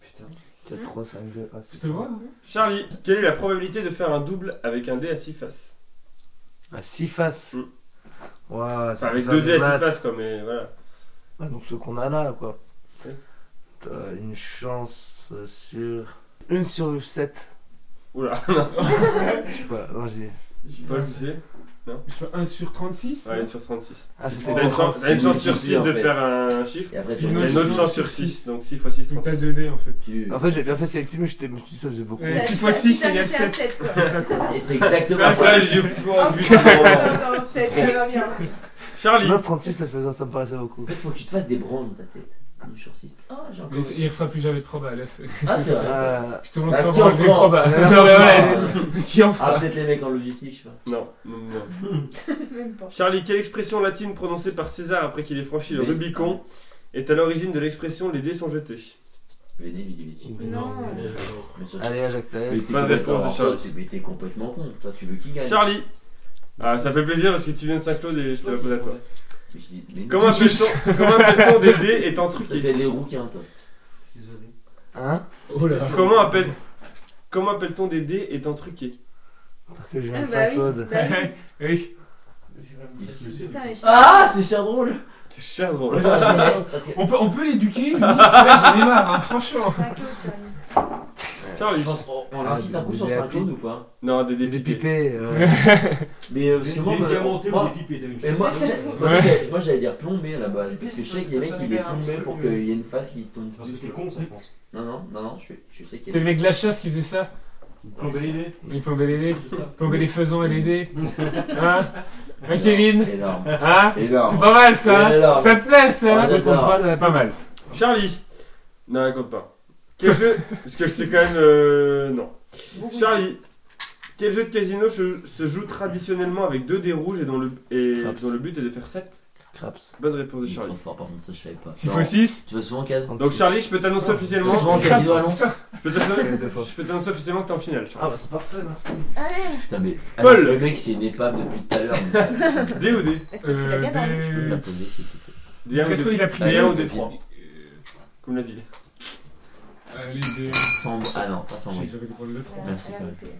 Speaker 1: Putain.
Speaker 9: 4, 3, 5, 2, 1, 6.
Speaker 3: Tu te vois hein
Speaker 4: Charlie, quelle est la probabilité de faire un double avec un dé à 6 faces
Speaker 9: À 6 faces.
Speaker 4: Mm.
Speaker 9: Waouh,
Speaker 4: Enfin, avec deux dés à 6 faces, quoi, mais voilà.
Speaker 9: Ah, donc ce qu'on a là, quoi.
Speaker 4: Ouais.
Speaker 9: T'as une chance euh, sur. Une sur 7.
Speaker 4: Oula,
Speaker 9: Je sais pas, non, j'ai.
Speaker 4: Paul, tu sais
Speaker 3: Je sais pas, 1 sur 36
Speaker 4: Ouais, une sur 36.
Speaker 9: Ah, c'était
Speaker 4: T'as une, chance- t'as une chance sur 6
Speaker 2: en
Speaker 4: de
Speaker 2: fait.
Speaker 4: faire un chiffre.
Speaker 2: Et après, tu
Speaker 3: Une
Speaker 4: T'as une autre
Speaker 3: chance
Speaker 4: chance sur
Speaker 3: sur six.
Speaker 4: 6, donc 6 x 6,
Speaker 3: Donc t'as
Speaker 4: 36.
Speaker 3: 2 dés en fait.
Speaker 2: tu-
Speaker 9: En fait, j'ai bien fait sélectif, mais je t'ai- je me suis dit, ça faisait beaucoup.
Speaker 3: Ouais.
Speaker 5: T'as-
Speaker 3: six
Speaker 5: t'as-
Speaker 3: fois six,
Speaker 5: t'as
Speaker 3: il y a
Speaker 5: arrêté
Speaker 3: sept.
Speaker 5: à sept, quoi.
Speaker 3: C'est ça quoi.
Speaker 2: Et c'est exactement
Speaker 4: Ah,
Speaker 2: ça.
Speaker 4: ça, j'ai
Speaker 5: Attends, attends, sept, ça va bien.
Speaker 4: Charlie,
Speaker 9: Non, 36, ça, faisait, ça me paraissait beaucoup.
Speaker 2: En fait, faut que tu te fasses des brands dans ta tête. 1 sur 6. Ah, j'ai encore.
Speaker 3: Mais il fera plus jamais de probas.
Speaker 2: Ah, c'est vrai. ça.
Speaker 9: Euh,
Speaker 3: Puis tout le monde
Speaker 2: Bah,
Speaker 3: s'en
Speaker 2: qui en
Speaker 3: branle des
Speaker 2: fera
Speaker 3: probas.
Speaker 9: Ah,
Speaker 3: Non, mais ouais,
Speaker 2: Ah,
Speaker 3: qui en fera
Speaker 2: Ah, peut-être les mecs en logistique, je sais pas.
Speaker 4: Non, non, non.
Speaker 5: Même pas.
Speaker 4: Charlie, quelle expression latine prononcée par César après qu'il ait franchi le
Speaker 2: Vé-
Speaker 4: Rubicon est à l'origine de l'expression les dés sont jetés
Speaker 2: Venez, lui, lui, lui.
Speaker 5: Non.
Speaker 2: Mais sur-
Speaker 9: allez, à Jacques
Speaker 2: Mais
Speaker 9: Thaès.
Speaker 2: t'es
Speaker 4: Bonne réponse de
Speaker 2: complètement-
Speaker 4: Charles.
Speaker 2: toi, t'es- mais t'es complètement con. Toi, tu veux qui gagne
Speaker 4: Charlie ah, ça fait plaisir parce que tu viens de Saint-Claude et je te la pose à toi.
Speaker 2: Mais je dis, mais non.
Speaker 4: Comment appelle-t-on comment appelle-t-on des dés étant
Speaker 2: Toi,
Speaker 4: truqués
Speaker 2: t'es des rouquins, toi.
Speaker 1: Désolé.
Speaker 9: Hein
Speaker 3: Oh là là.
Speaker 4: Comment appelle comment appelle-t-on des dés étant truqués
Speaker 9: Parce que je viens
Speaker 5: Ah,
Speaker 9: de
Speaker 5: bah oui.
Speaker 9: Saint-Claude.
Speaker 5: Bah oui.
Speaker 3: Oui.
Speaker 5: Putain, mais je-
Speaker 2: Ah, c'est cher drôle
Speaker 4: C'est cher drôle.
Speaker 2: Parce que-
Speaker 3: On peut, on peut l'éduquer, lui, parce que là, j'en ai marre, hein, franchement.
Speaker 5: Cinq autres, tu vois.
Speaker 4: Charlie
Speaker 2: Je pense qu'on on
Speaker 9: Ah,
Speaker 2: incite un coup
Speaker 9: des
Speaker 2: sur
Speaker 9: dés à
Speaker 2: 5
Speaker 9: pied.
Speaker 2: clones ou pas
Speaker 4: Non, des dés
Speaker 9: Des
Speaker 4: pipés.
Speaker 9: pipés. euh,
Speaker 2: Mais euh, parce
Speaker 1: Des
Speaker 2: que moi,
Speaker 1: des
Speaker 2: moi-
Speaker 1: diamantés ou
Speaker 2: moi-
Speaker 1: des pipés, t'as vu une
Speaker 2: mais
Speaker 1: chose
Speaker 2: moi,
Speaker 1: comme ça
Speaker 2: tu sais,
Speaker 1: Ouais.
Speaker 2: moi,
Speaker 3: Ouais.
Speaker 2: j'allais- moi, j'allais dire plombé à la base, parce que je sais qu'il y a des
Speaker 12: Ça
Speaker 2: mecs qui les
Speaker 12: sonne bien,
Speaker 2: plombaient pour
Speaker 3: peu.
Speaker 2: qu'il y ait une face qui tombe.
Speaker 1: Parce que t'es con, ça, je pense.
Speaker 2: Non, non, non, non, je, je sais qu'il y
Speaker 3: C'était
Speaker 2: a
Speaker 3: le mec de la chasse qui faisait ça.
Speaker 1: Plomber les dés.
Speaker 3: Il plombait les dés.
Speaker 1: C'est ça.
Speaker 3: Plombait les faisans et les dés. Hein Hein, Kevin
Speaker 2: Énorme,
Speaker 3: Hein C'est
Speaker 2: énorme.
Speaker 3: pas mal ça
Speaker 2: Mais
Speaker 3: hein
Speaker 2: alors
Speaker 3: Ça te plaît ça
Speaker 2: Ah,
Speaker 3: hein
Speaker 2: d'accord.
Speaker 3: C'est pas mal.
Speaker 4: Charlie Non, elle compte pas. Quel jeu Parce que je t'ai quand même. euh, Non. Charlie Quel jeu de casino se se joue traditionnellement avec deux dés rouges et dont le, et
Speaker 9: Traps.
Speaker 4: dont le but est de faire 7
Speaker 9: Craps.
Speaker 4: Bonne réponse de Charlie.
Speaker 2: Trop fort, par contre, ça, Oh, je savais pas.
Speaker 3: 6
Speaker 2: Non,
Speaker 3: x 6
Speaker 2: Tu vas souvent casse.
Speaker 4: Donc Charlie, je peux t'annoncer
Speaker 2: Tu
Speaker 4: officiellement.
Speaker 2: vas souvent casse
Speaker 4: Je
Speaker 2: Valence
Speaker 4: peux t'annoncer-
Speaker 9: deux fois.
Speaker 4: je peux t'annoncer officiellement que t'es en finale. Charlie.
Speaker 9: Ah bah c'est parfait, merci.
Speaker 5: Allez
Speaker 2: Putain, mais.
Speaker 4: Paul.
Speaker 2: Alors, Ah, Le mec, c'est une épave depuis tout à l'heure. mais
Speaker 4: D ou D
Speaker 5: Est-ce que c'est la gare d'Arleux
Speaker 2: Je peux
Speaker 3: Euh,
Speaker 2: la poser, s'il te plaît.
Speaker 4: D un ou
Speaker 3: Qu'est-ce
Speaker 4: D-
Speaker 3: qu'il a pris
Speaker 4: D un ou
Speaker 2: des-
Speaker 4: D trois Comme la ville.
Speaker 3: Allez, des.
Speaker 2: Sans- Ah non, pas sans
Speaker 3: J'ai
Speaker 2: bruit.
Speaker 3: j'avais des problèmes de trois.
Speaker 2: Merci,
Speaker 5: Ah,
Speaker 2: Paul.
Speaker 5: ok.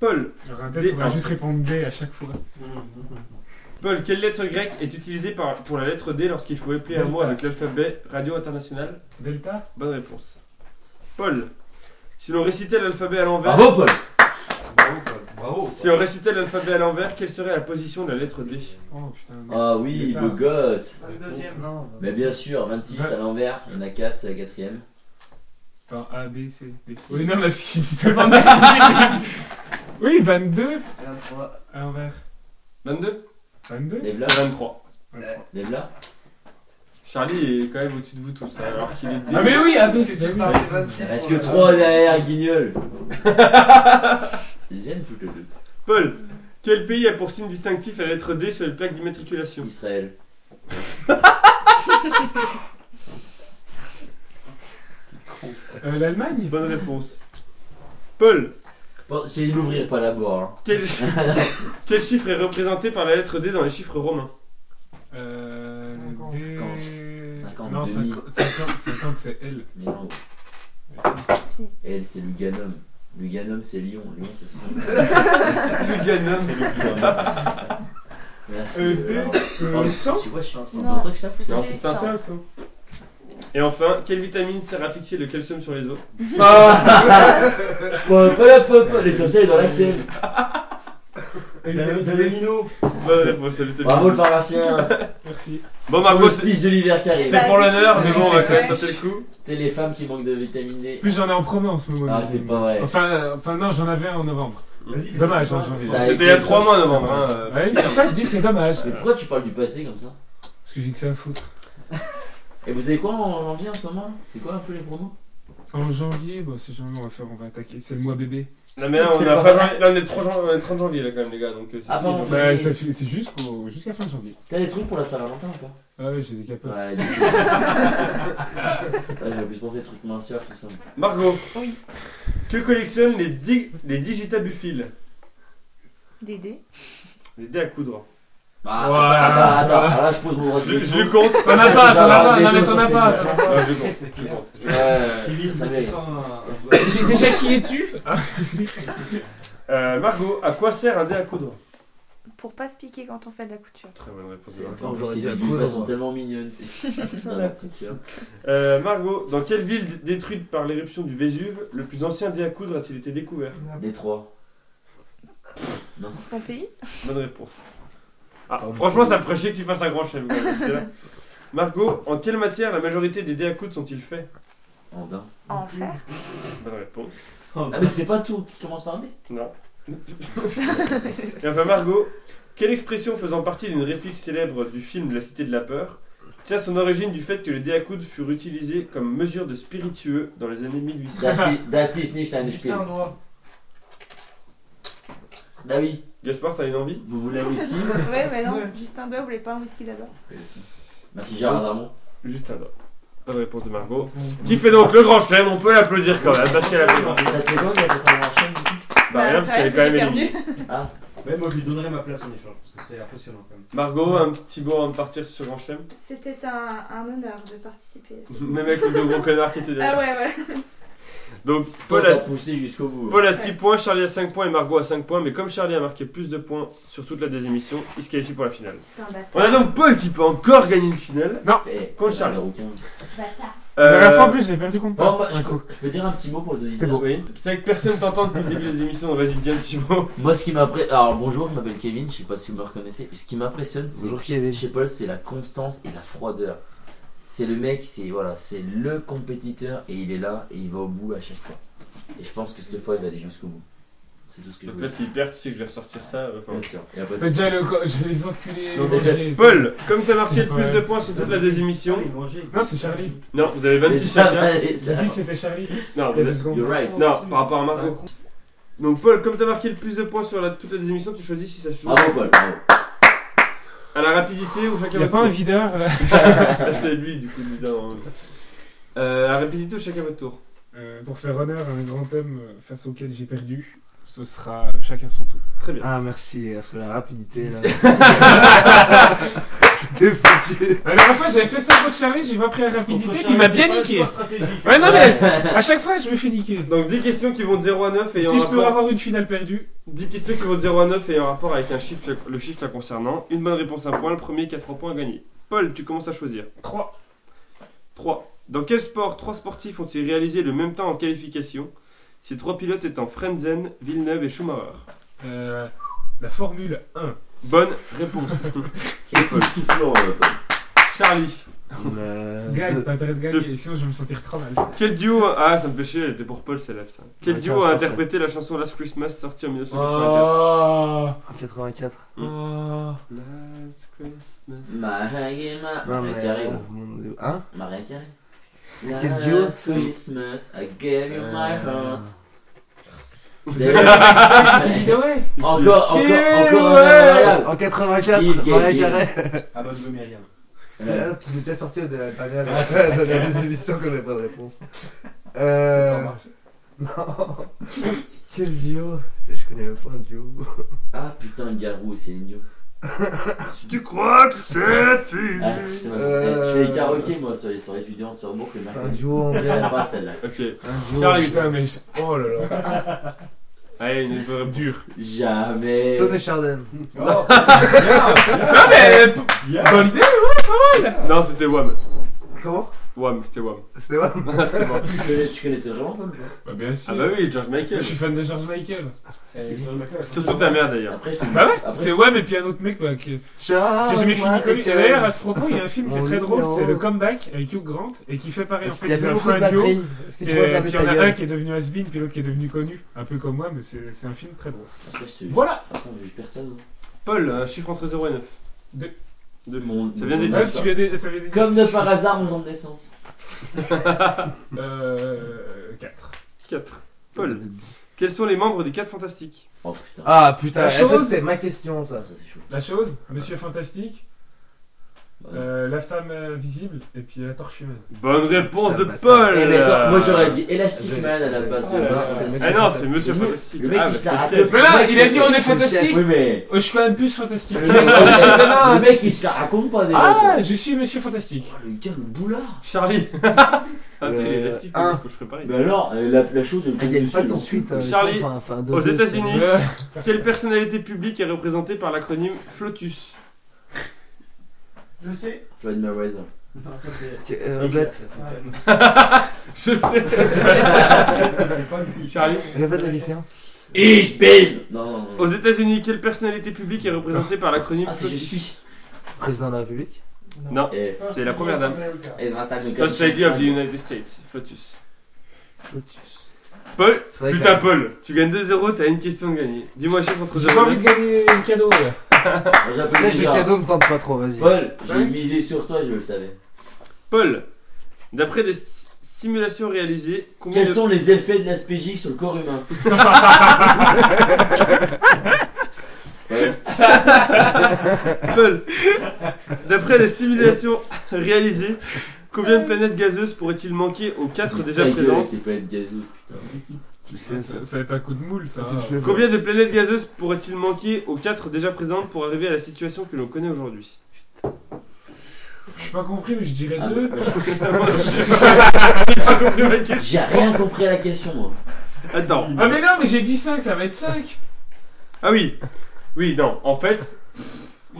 Speaker 4: Paul.
Speaker 10: Rintet
Speaker 4: Des-
Speaker 10: pourrait juste répondre D à chaque fois.
Speaker 4: Paul, quelle lettre grecque est utilisée par- pour la lettre D lorsqu'il faut épeler un mot avec l'alphabet radio international
Speaker 10: Delta
Speaker 4: Bonne réponse. Paul. Si l'on récitait l'alphabet à l'envers.
Speaker 2: Bravo, Paul
Speaker 1: Bravo, Paul. Bravo.
Speaker 4: Si on récitait l'alphabet à l'envers, quelle serait la position de la lettre D
Speaker 10: Oh putain. non.
Speaker 2: Ah oui,
Speaker 10: Départ.
Speaker 2: beau gosse
Speaker 12: Dans le deuxième.
Speaker 10: Non.
Speaker 2: Mais bien sûr, 26 à l'envers, il y en a 4, c'est la quatrième.
Speaker 10: Attends, A, B, C, D.
Speaker 3: Oui, non, mais parce qu'il dit tellement mal.
Speaker 10: Oui, 22
Speaker 9: 23.
Speaker 10: À l'envers.
Speaker 4: 22
Speaker 10: 22
Speaker 2: Lève là,
Speaker 4: C'est 23.
Speaker 9: Euh,
Speaker 2: lève là.
Speaker 4: Charlie est quand même au-dessus de vous tous, hein, alors qu'il est D.
Speaker 3: Ah, mais oui, ah, mais
Speaker 9: Est-ce que
Speaker 3: c'est
Speaker 9: tu parles de 26
Speaker 2: Est-ce
Speaker 9: pour
Speaker 2: que
Speaker 9: le-
Speaker 2: 3 derrière, guignol J'aime foutre le doute.
Speaker 4: Paul, quel pays a pour signe distinctif la lettre D sur les plaques d'immatriculation
Speaker 2: Israël.
Speaker 10: Euh, L'Allemagne
Speaker 4: Bonne réponse. Paul,
Speaker 2: Bon, j'ai dû l'ouvrir, pas la hein. boire.
Speaker 4: quel... quel chiffre est représenté par la lettre D dans les chiffres romains
Speaker 10: Euh.
Speaker 12: Cinquante.
Speaker 10: D...
Speaker 2: Cinquante.
Speaker 10: Non,
Speaker 2: Cinquante, demi.
Speaker 10: 50, 50, 50 c'est L. Euh,
Speaker 2: Mais non.
Speaker 3: Euh,
Speaker 5: Si.
Speaker 2: Elle, c'est Luganum. Luganum, c'est Lyon. Lyon, c'est France.
Speaker 4: Luganum.
Speaker 2: Merci.
Speaker 10: Euh,
Speaker 2: euh,
Speaker 10: D,
Speaker 2: alors. Oh,
Speaker 10: euh, 100
Speaker 2: Tu vois, je suis un sang.
Speaker 5: Non.
Speaker 2: Pourtant que je t'avoue.
Speaker 4: Non, c'est
Speaker 5: C'est
Speaker 4: ça,
Speaker 5: ça.
Speaker 10: C'est un 100.
Speaker 4: Et enfin, quelle vitamine sert à fixer le calcium sur les os
Speaker 2: Pop, pop, pop, pop, L'essentiel est dans l'actel.
Speaker 10: Et
Speaker 1: T'as
Speaker 10: le-
Speaker 1: t'as
Speaker 10: le-
Speaker 1: le Nino.
Speaker 4: Bonne réponse, la vitamine.
Speaker 2: Bravo le pharmacien.
Speaker 10: Merci.
Speaker 4: Bon,
Speaker 2: Sur
Speaker 4: Margot,
Speaker 2: le
Speaker 4: c'est
Speaker 2: speech de l'hiver carré.
Speaker 4: c'est pour l'honneur, mais bon, on va quand même
Speaker 5: Ouais.
Speaker 4: sauter le coup.
Speaker 2: C'est les femmes qui manquent de vitamine D.
Speaker 10: En plus, j'en ai en promo en ce moment.
Speaker 2: Ah,
Speaker 10: donc,
Speaker 2: c'est
Speaker 10: euh,
Speaker 2: pas vrai.
Speaker 10: Enfin, euh, enfin, non, j'en avais un en novembre.
Speaker 1: Vas-y,
Speaker 10: Dommage,
Speaker 1: fais-le.
Speaker 10: hein, janvier.
Speaker 2: Bah,
Speaker 4: C'était il y a 3 mois novembre. hein, euh,
Speaker 3: Ah
Speaker 10: Ouais, c'est pour ça que je dis c'est dommage.
Speaker 2: Mais pourquoi tu parles du passé comme ça
Speaker 10: Parce que j'ai que ça à foutre.
Speaker 2: Et vous avez quoi en janvier en ce moment C'est quoi un peu les promos
Speaker 10: En janvier, bon, c'est janvier, on va faire, on va attaquer. C'est le mois bébé.
Speaker 4: Non mais là on,
Speaker 2: C'est pas
Speaker 4: a pas
Speaker 2: vrai.
Speaker 4: janvier- là, on est 3 janvier, on est 30 janvier là quand même les gars donc euh, c'est
Speaker 2: Ah,
Speaker 4: fini,
Speaker 2: pardon.
Speaker 4: genre.
Speaker 10: Bah, ça fait- c'est jusqu'au- jusqu'à fin janvier.
Speaker 2: T'as des trucs pour la Saint-Valentin ou pas
Speaker 10: Ah ouais, j'ai des capotes.
Speaker 2: Ouais, du coup. Ouais, J'avais plus pensé des trucs minceurs, tout ça.
Speaker 4: Margot Que collectionnent les, di- les digitabuphiles
Speaker 5: Dédé.
Speaker 4: Les dés à coudre
Speaker 2: Ah,
Speaker 10: Ouais.
Speaker 2: attends, attends, attends, ah, là je pose mon droit de
Speaker 4: Je,
Speaker 2: veto.
Speaker 4: je le compte
Speaker 10: T'en as pas, t'en as pas, non mais t'en as pas.
Speaker 2: Ouais,
Speaker 10: t'en as pas.
Speaker 4: Ah, Je compte,
Speaker 1: C'est
Speaker 4: je
Speaker 1: clair.
Speaker 4: compte
Speaker 2: Ouais,
Speaker 1: Kevin,
Speaker 2: ça
Speaker 1: tu
Speaker 2: m'est.
Speaker 1: sens un-
Speaker 10: J'ai déjà qui es-tu
Speaker 4: Euh, Margot, à quoi sert un dé à coudre
Speaker 5: Pour pas se piquer quand on fait de la couture.
Speaker 4: Très bonne réponse hein.
Speaker 2: C'est
Speaker 9: Non, j'aurais dit
Speaker 2: c'est
Speaker 9: à
Speaker 2: d'une
Speaker 9: coudre,
Speaker 2: façon
Speaker 9: moi.
Speaker 2: tellement mignonne, c'est c'est ma petite hein. sœur.
Speaker 4: euh, Margot, dans quelle ville d- détruite par l'éruption du Vésuve le plus ancien dé à coudre a-t-il été découvert
Speaker 2: Détroit.
Speaker 5: Ton pays
Speaker 4: Bonne réponse ah, Franchement ça me ferait chier que tu fasses un grand chef quand même, c'est là. Margot, en quelle matière la majorité des dés à coudre sont-ils faits
Speaker 2: En dents.
Speaker 5: En fer
Speaker 4: Bonne réponse
Speaker 2: Ah, mais c'est pas tout qui commence par D.
Speaker 4: Non. Et enfin, Margot, quelle expression faisant partie d'une réplique célèbre du film La Cité de la Peur tient son origine du fait que les dés à coude furent utilisés comme mesure de spiritueux dans les années 1800
Speaker 2: Das ist nicht ein
Speaker 12: Juste
Speaker 2: Spiel.
Speaker 12: un doigt.
Speaker 2: Bah oui,
Speaker 4: Gaspard, t'as une envie
Speaker 2: vous voulez un whisky
Speaker 5: Ouais, mais non. Juste un doigt, vous voulez pas un whisky d'abord
Speaker 2: Merci Gérard Darmon.
Speaker 4: Juste un doigt. Pas de réponse de Margot.
Speaker 10: Euh,
Speaker 4: Qui fait donc le grand chelem On peut l'applaudir quand même, parce qu'elle a fait grand
Speaker 2: Et ça te fait quoi qu'elle fait ça dans la chaîne du coup
Speaker 4: Bah rien, parce
Speaker 5: ça
Speaker 4: qu'elle est
Speaker 5: j'ai
Speaker 4: quand même
Speaker 5: perdu.
Speaker 4: éliminée.
Speaker 1: Ouais, moi je lui donnerai ma place en échange parce que c'est impressionnant quand même.
Speaker 4: Margot, un petit mot avant de partir sur ce grand chelem
Speaker 5: C'était un, un honneur de participer. à ce-
Speaker 4: Même avec les deux gros connards qui étaient
Speaker 5: Ah
Speaker 4: derrière.
Speaker 5: ouais, ouais.
Speaker 4: Donc,
Speaker 2: Toi,
Speaker 4: Paul
Speaker 2: t'as
Speaker 4: a
Speaker 2: poussé jusqu'au bout.
Speaker 4: Paul a 6 points, Charlie a 5 points et Margot a 5 points. Mais comme Charlie a marqué plus de points sur toute la deuxième émission, il se qualifie pour la finale.
Speaker 5: C'est un bâtard.
Speaker 4: On a donc Paul qui peut encore gagner une finale.
Speaker 2: Fait,
Speaker 4: Contre
Speaker 2: on a
Speaker 4: Charlie.
Speaker 2: le rouquin.
Speaker 5: Bâtard.
Speaker 10: La dernière fois en
Speaker 4: Euh,
Speaker 10: plus, j'ai perdu contre
Speaker 2: Bon,
Speaker 10: toi.
Speaker 2: bah,
Speaker 10: Un
Speaker 2: je,
Speaker 10: coup.
Speaker 2: peux- je peux dire un petit mot pour les auditeurs.
Speaker 4: Oui. C'est vrai que personne t'entend depuis le début des émissions, donc vas-y, dis un petit mot.
Speaker 2: Moi, ce qui m'impressionne. Alors, bonjour, je m'appelle Kevin, je sais pas si vous me reconnaissez. Ce qui m'impressionne, c'est
Speaker 9: Bonjour,
Speaker 2: que chez Paul, c'est la constance et la froideur. C'est le mec, c'est voilà, c'est le compétiteur et il est là et il va au bout à chaque fois. Et je pense que cette fois, il va aller jusqu'au bout. C'est tout ce que je
Speaker 4: Donc
Speaker 2: veux
Speaker 4: là,
Speaker 2: dire.
Speaker 4: s'il perd, tu sais que je vais ressortir ça. euh, enfin.
Speaker 2: Bien sûr. Et après,
Speaker 10: Mais Bah, déjà, le co- je vais les enculer.
Speaker 4: Non,
Speaker 10: manger
Speaker 2: mais-
Speaker 10: et tout.
Speaker 4: Paul, comme t'as marqué
Speaker 10: C'est
Speaker 4: le
Speaker 10: pas
Speaker 4: plus
Speaker 10: vrai.
Speaker 4: de points sur toute la des émissions,
Speaker 10: Non, c'est Charlie.
Speaker 4: non, vous avez 26
Speaker 2: Ça va
Speaker 4: chacun.
Speaker 2: aller,
Speaker 10: J'ai
Speaker 2: ça
Speaker 10: dit que
Speaker 2: va.
Speaker 10: c'était Charlie.
Speaker 4: Non,
Speaker 10: Il y a
Speaker 4: vous
Speaker 10: deux
Speaker 4: avez-
Speaker 10: secondes.
Speaker 2: You're right.
Speaker 4: non, par rapport à Margot. Ah Donc Paul, comme t'as marqué le plus de points sur la- toute la des émissions, tu choisis si ça se joue
Speaker 2: Bravo, Paul. Bravo.
Speaker 4: À la rapidité ou chacun
Speaker 3: Y'a
Speaker 4: votre
Speaker 3: pas un
Speaker 4: tour
Speaker 3: videur là
Speaker 4: Ah, C'est lui, du coup, évidemment. Euh, à la rapidité ou chacun votre tour
Speaker 10: Euh, pour faire honneur à un grand thème euh, face auquel j'ai perdu, ce sera euh, chacun son tour.
Speaker 4: Très bien.
Speaker 9: Ah, merci, euh, sur la rapidité, là. J'étais foutu.
Speaker 3: Euh, La dernière fois j'avais fait ça pour Charlie, j'ai pas pris la rapidité, il m'a bien niqué.
Speaker 1: stratégique.
Speaker 3: Ouais, non mais à chaque fois je me fais niquer.
Speaker 4: Donc 10 questions qui vont de 0 à 9 et
Speaker 3: Si je peux avoir une finale perdue,
Speaker 4: 10 questions qui vont de 0 à 9 et en rapport avec un chiffre, le chiffre la concernant. Une bonne réponse, un point. Le premier qui a 3 points à gagner. Paul, tu commences à choisir.
Speaker 3: 3.
Speaker 4: 3. Dans quel sport trois sportifs ont-ils réalisé le même temps en qualification Ces trois pilotes étant Frenzen, Villeneuve et Schumacher.
Speaker 3: Euh, la Formule 1.
Speaker 4: Bonne réponse.
Speaker 2: Époustouflant, euh, Paul.
Speaker 4: Charlie.
Speaker 9: Euh,
Speaker 3: Gagne,
Speaker 9: deux.
Speaker 3: t'as intérêt de gagner, sinon je vais me sentir trop mal.
Speaker 4: Quel duo Ah, ça me fait chier, elle était pour Paul celle-là, putain. Quel
Speaker 9: Ouais,
Speaker 4: duo
Speaker 9: tiens,
Speaker 4: a
Speaker 9: c'est
Speaker 4: interprété la chanson Last Christmas sortie en 1984
Speaker 3: Oh,
Speaker 9: En 84.
Speaker 3: oh.
Speaker 4: Last Christmas.
Speaker 2: Maria Ma-
Speaker 9: Non, mais.
Speaker 2: Carré,
Speaker 9: euh,
Speaker 2: gros.
Speaker 9: mon Dieu. Hein
Speaker 2: Maria Carré.
Speaker 9: Quel
Speaker 2: Last
Speaker 9: duo, ça
Speaker 2: Christmas, I gave you my
Speaker 9: Euh.
Speaker 2: heart.
Speaker 3: Il est vrai.
Speaker 2: Encore, encore, encore,
Speaker 4: Eh
Speaker 2: un
Speaker 9: En 84,
Speaker 2: Yves Gaël,
Speaker 9: Maria
Speaker 2: Yves.
Speaker 9: Carré.
Speaker 1: Abonne-le, Myriam.
Speaker 2: Royal.
Speaker 9: Euh, Tu l'es déjà sorti de la dernière,
Speaker 3: Ah.
Speaker 9: de la dernière émission qu'on n'avait pas de réponse. Euh. Non. Quel duo Putain, Je connais même pas un duo.
Speaker 2: Ah putain, Garou, c'est idiot.
Speaker 4: Si tu crois que c'est fini.
Speaker 2: Ah, c'est ma-
Speaker 9: Euh.
Speaker 2: Je fais les karaokés moi sur les soirées étudiantes sur Bourg le
Speaker 9: Un
Speaker 2: mercredi.
Speaker 9: duo anglais.
Speaker 2: J'aime pas celle-là.
Speaker 4: Ok.
Speaker 9: Un duo.
Speaker 3: Charlie, putain, mais. je- Oh là là.
Speaker 4: Allez, une vraie dure.
Speaker 2: Jamais.
Speaker 9: Stone et Charden.
Speaker 1: Oh,
Speaker 3: Non, mais euh, p- hein.
Speaker 1: bien.
Speaker 3: dans l'idée,
Speaker 4: Non, c'était Wam.
Speaker 9: Comment
Speaker 4: Wam, c'était Wam.
Speaker 9: C'était moi
Speaker 4: c'était Wham.
Speaker 2: Tu connais- Tu connaissais vraiment Paul
Speaker 3: Bah, bien sûr.
Speaker 4: Ah bah oui, George Michael.
Speaker 3: Je suis fan de George Michael.
Speaker 4: Surtout ta mère d'ailleurs.
Speaker 2: Après, je te
Speaker 3: Bah ouais,
Speaker 2: Après-
Speaker 3: c'est ouais, mais puis un autre mec bah, qui
Speaker 9: Charles.
Speaker 3: j'ai jamais fini connu. Et D'ailleurs, à ce propos, il y a un film qui est
Speaker 9: Mon
Speaker 3: très drôle,
Speaker 9: numéro.
Speaker 3: c'est Le Comeback avec Hugh Grant et qui fait pareil. En fait,
Speaker 9: Il y
Speaker 3: c'est un
Speaker 9: avait beaucoup de
Speaker 3: fois un duo.
Speaker 9: batterie. Est-ce que
Speaker 3: Et euh,
Speaker 9: tu pourrais fermer
Speaker 3: puis il y en
Speaker 9: ta
Speaker 3: a un
Speaker 9: gueule
Speaker 3: qui est devenu has-been, puis l'autre qui est devenu connu, un peu comme moi, mais c'est c'est un film très drôle.
Speaker 2: après, je te
Speaker 3: Voilà
Speaker 2: Après, on juge personne.
Speaker 4: Paul, un chiffre entre 0 et 9.
Speaker 3: Deux.
Speaker 4: Deux.
Speaker 2: Mon-
Speaker 4: Ça
Speaker 2: mon-
Speaker 4: vient des
Speaker 3: Ouais,
Speaker 2: mon-
Speaker 4: deux.
Speaker 3: tu viens des- ça vient des-
Speaker 2: Comme de par hasard, mon genre de naissance.
Speaker 3: Euh. 4.
Speaker 4: 4. Paul, quels sont les membres des 4 fantastiques
Speaker 2: Oh putain.
Speaker 9: Ah putain,
Speaker 3: La
Speaker 9: eh, ça
Speaker 3: chose-
Speaker 9: c'était ma question ça.
Speaker 2: Ça, c'est chaud.
Speaker 3: La chose, Monsieur Fantastique, euh, la femme euh, visible, et puis la torche humaine.
Speaker 4: Bonne réponse de
Speaker 9: Putain, bâtard.
Speaker 4: Paul
Speaker 2: Eh, mais attends, moi j'aurais dit Elastic
Speaker 9: J'ai-
Speaker 2: Man à la
Speaker 9: j'ai-
Speaker 2: place
Speaker 9: Ah,
Speaker 2: de.
Speaker 9: là,
Speaker 2: Marc.
Speaker 9: c'est
Speaker 2: Le
Speaker 9: Monsieur
Speaker 4: Ah non, c'est Monsieur
Speaker 2: mec-
Speaker 4: Fantastique.
Speaker 2: Le mec
Speaker 4: Ah,
Speaker 2: il
Speaker 4: bah,
Speaker 2: se
Speaker 4: c'est
Speaker 2: la
Speaker 4: lequel
Speaker 2: raconte.
Speaker 3: Mais là, il a dit on est
Speaker 2: Oui,
Speaker 3: fantastique
Speaker 2: mais.
Speaker 3: Oh, Je suis quand même plus fantastique
Speaker 2: Le mec- le mec il se la raconte pas déjà.
Speaker 3: Ah,
Speaker 2: quoi.
Speaker 3: je suis Monsieur Fantastique
Speaker 2: Oh, le gars, le boulard.
Speaker 4: Charlie Ah, t'es
Speaker 9: Euh,
Speaker 4: élastique,
Speaker 9: un.
Speaker 4: donc je ferai pareil.
Speaker 2: Mais alors, euh, la, la chose, elle
Speaker 9: Il
Speaker 2: tombe
Speaker 9: y a une
Speaker 2: dessus,
Speaker 9: patte
Speaker 2: elle ensuite.
Speaker 9: ensuite. euh, ils sont-
Speaker 4: Charlie,
Speaker 9: enfin, enfin, deux,
Speaker 4: Aux
Speaker 9: deux,
Speaker 4: États-Unis,
Speaker 3: Euh,
Speaker 4: quelle personnalité publique est représentée par l'acronyme FLOTUS
Speaker 12: Je sais.
Speaker 2: Floyd Mayweather.
Speaker 9: c'est- Ok, euh, Répète,
Speaker 4: Je sais Charlie
Speaker 9: répète la question.
Speaker 2: Ich bin Non, non, non.
Speaker 4: Aux États-Unis, quelle personnalité publique est représentée par l'acronyme
Speaker 2: Ah, c'est je
Speaker 4: FLOTUS
Speaker 2: suis.
Speaker 9: Président de la République.
Speaker 4: Non,
Speaker 2: Eh,
Speaker 4: c'est la première dame.
Speaker 2: Ezra Stack, le
Speaker 4: First Lady of the United States, FLOTUS.
Speaker 9: Lotus.
Speaker 4: Paul
Speaker 9: C'est vrai que-
Speaker 4: Putain, Paul, tu gagnes 2-0, t'as une question de gagner. Dis-moi un chiffre entre
Speaker 3: J'ai
Speaker 4: 0
Speaker 3: pas
Speaker 4: et
Speaker 3: envie
Speaker 4: 9.
Speaker 3: de gagner un cadeau là.
Speaker 2: Moi,
Speaker 9: C'est vrai
Speaker 2: J'appelle
Speaker 9: que le
Speaker 2: déjà.
Speaker 9: cadeau me tente pas trop, vas-y.
Speaker 2: Paul, j'ai
Speaker 3: Cinq.
Speaker 2: misé sur toi, je le savais.
Speaker 4: Paul, d'après des st- simulations réalisées, combien
Speaker 2: Quels
Speaker 4: de...
Speaker 2: sont les effets de l'aspégique sur le corps humain Paul,
Speaker 4: Paul, d'après des simulations réalisées, combien de planètes gazeuses pourrait-il manquer aux 4 déjà
Speaker 2: Euh. ta gueule,
Speaker 4: présentes
Speaker 2: t'es pas une gazeuse, putain.
Speaker 9: Tu sais, ça.
Speaker 3: Ça, ça va être un coup de moule ça.
Speaker 9: Tu le sais, ça.
Speaker 4: Combien de planètes gazeuses pourrait-il manquer aux 4 déjà présentes pour arriver à la situation que l'on connaît aujourd'hui
Speaker 3: Je suis pas compris, mais je dirais
Speaker 2: Ah,
Speaker 3: deux.
Speaker 2: bah,
Speaker 4: J'ai pas compris ma question.
Speaker 2: J'ai rien compris à la question, moi.
Speaker 4: Attends.
Speaker 3: Ah, mais non, mais j'ai dit 5, ça va être 5.
Speaker 4: Ah oui. Oui, non. En fait,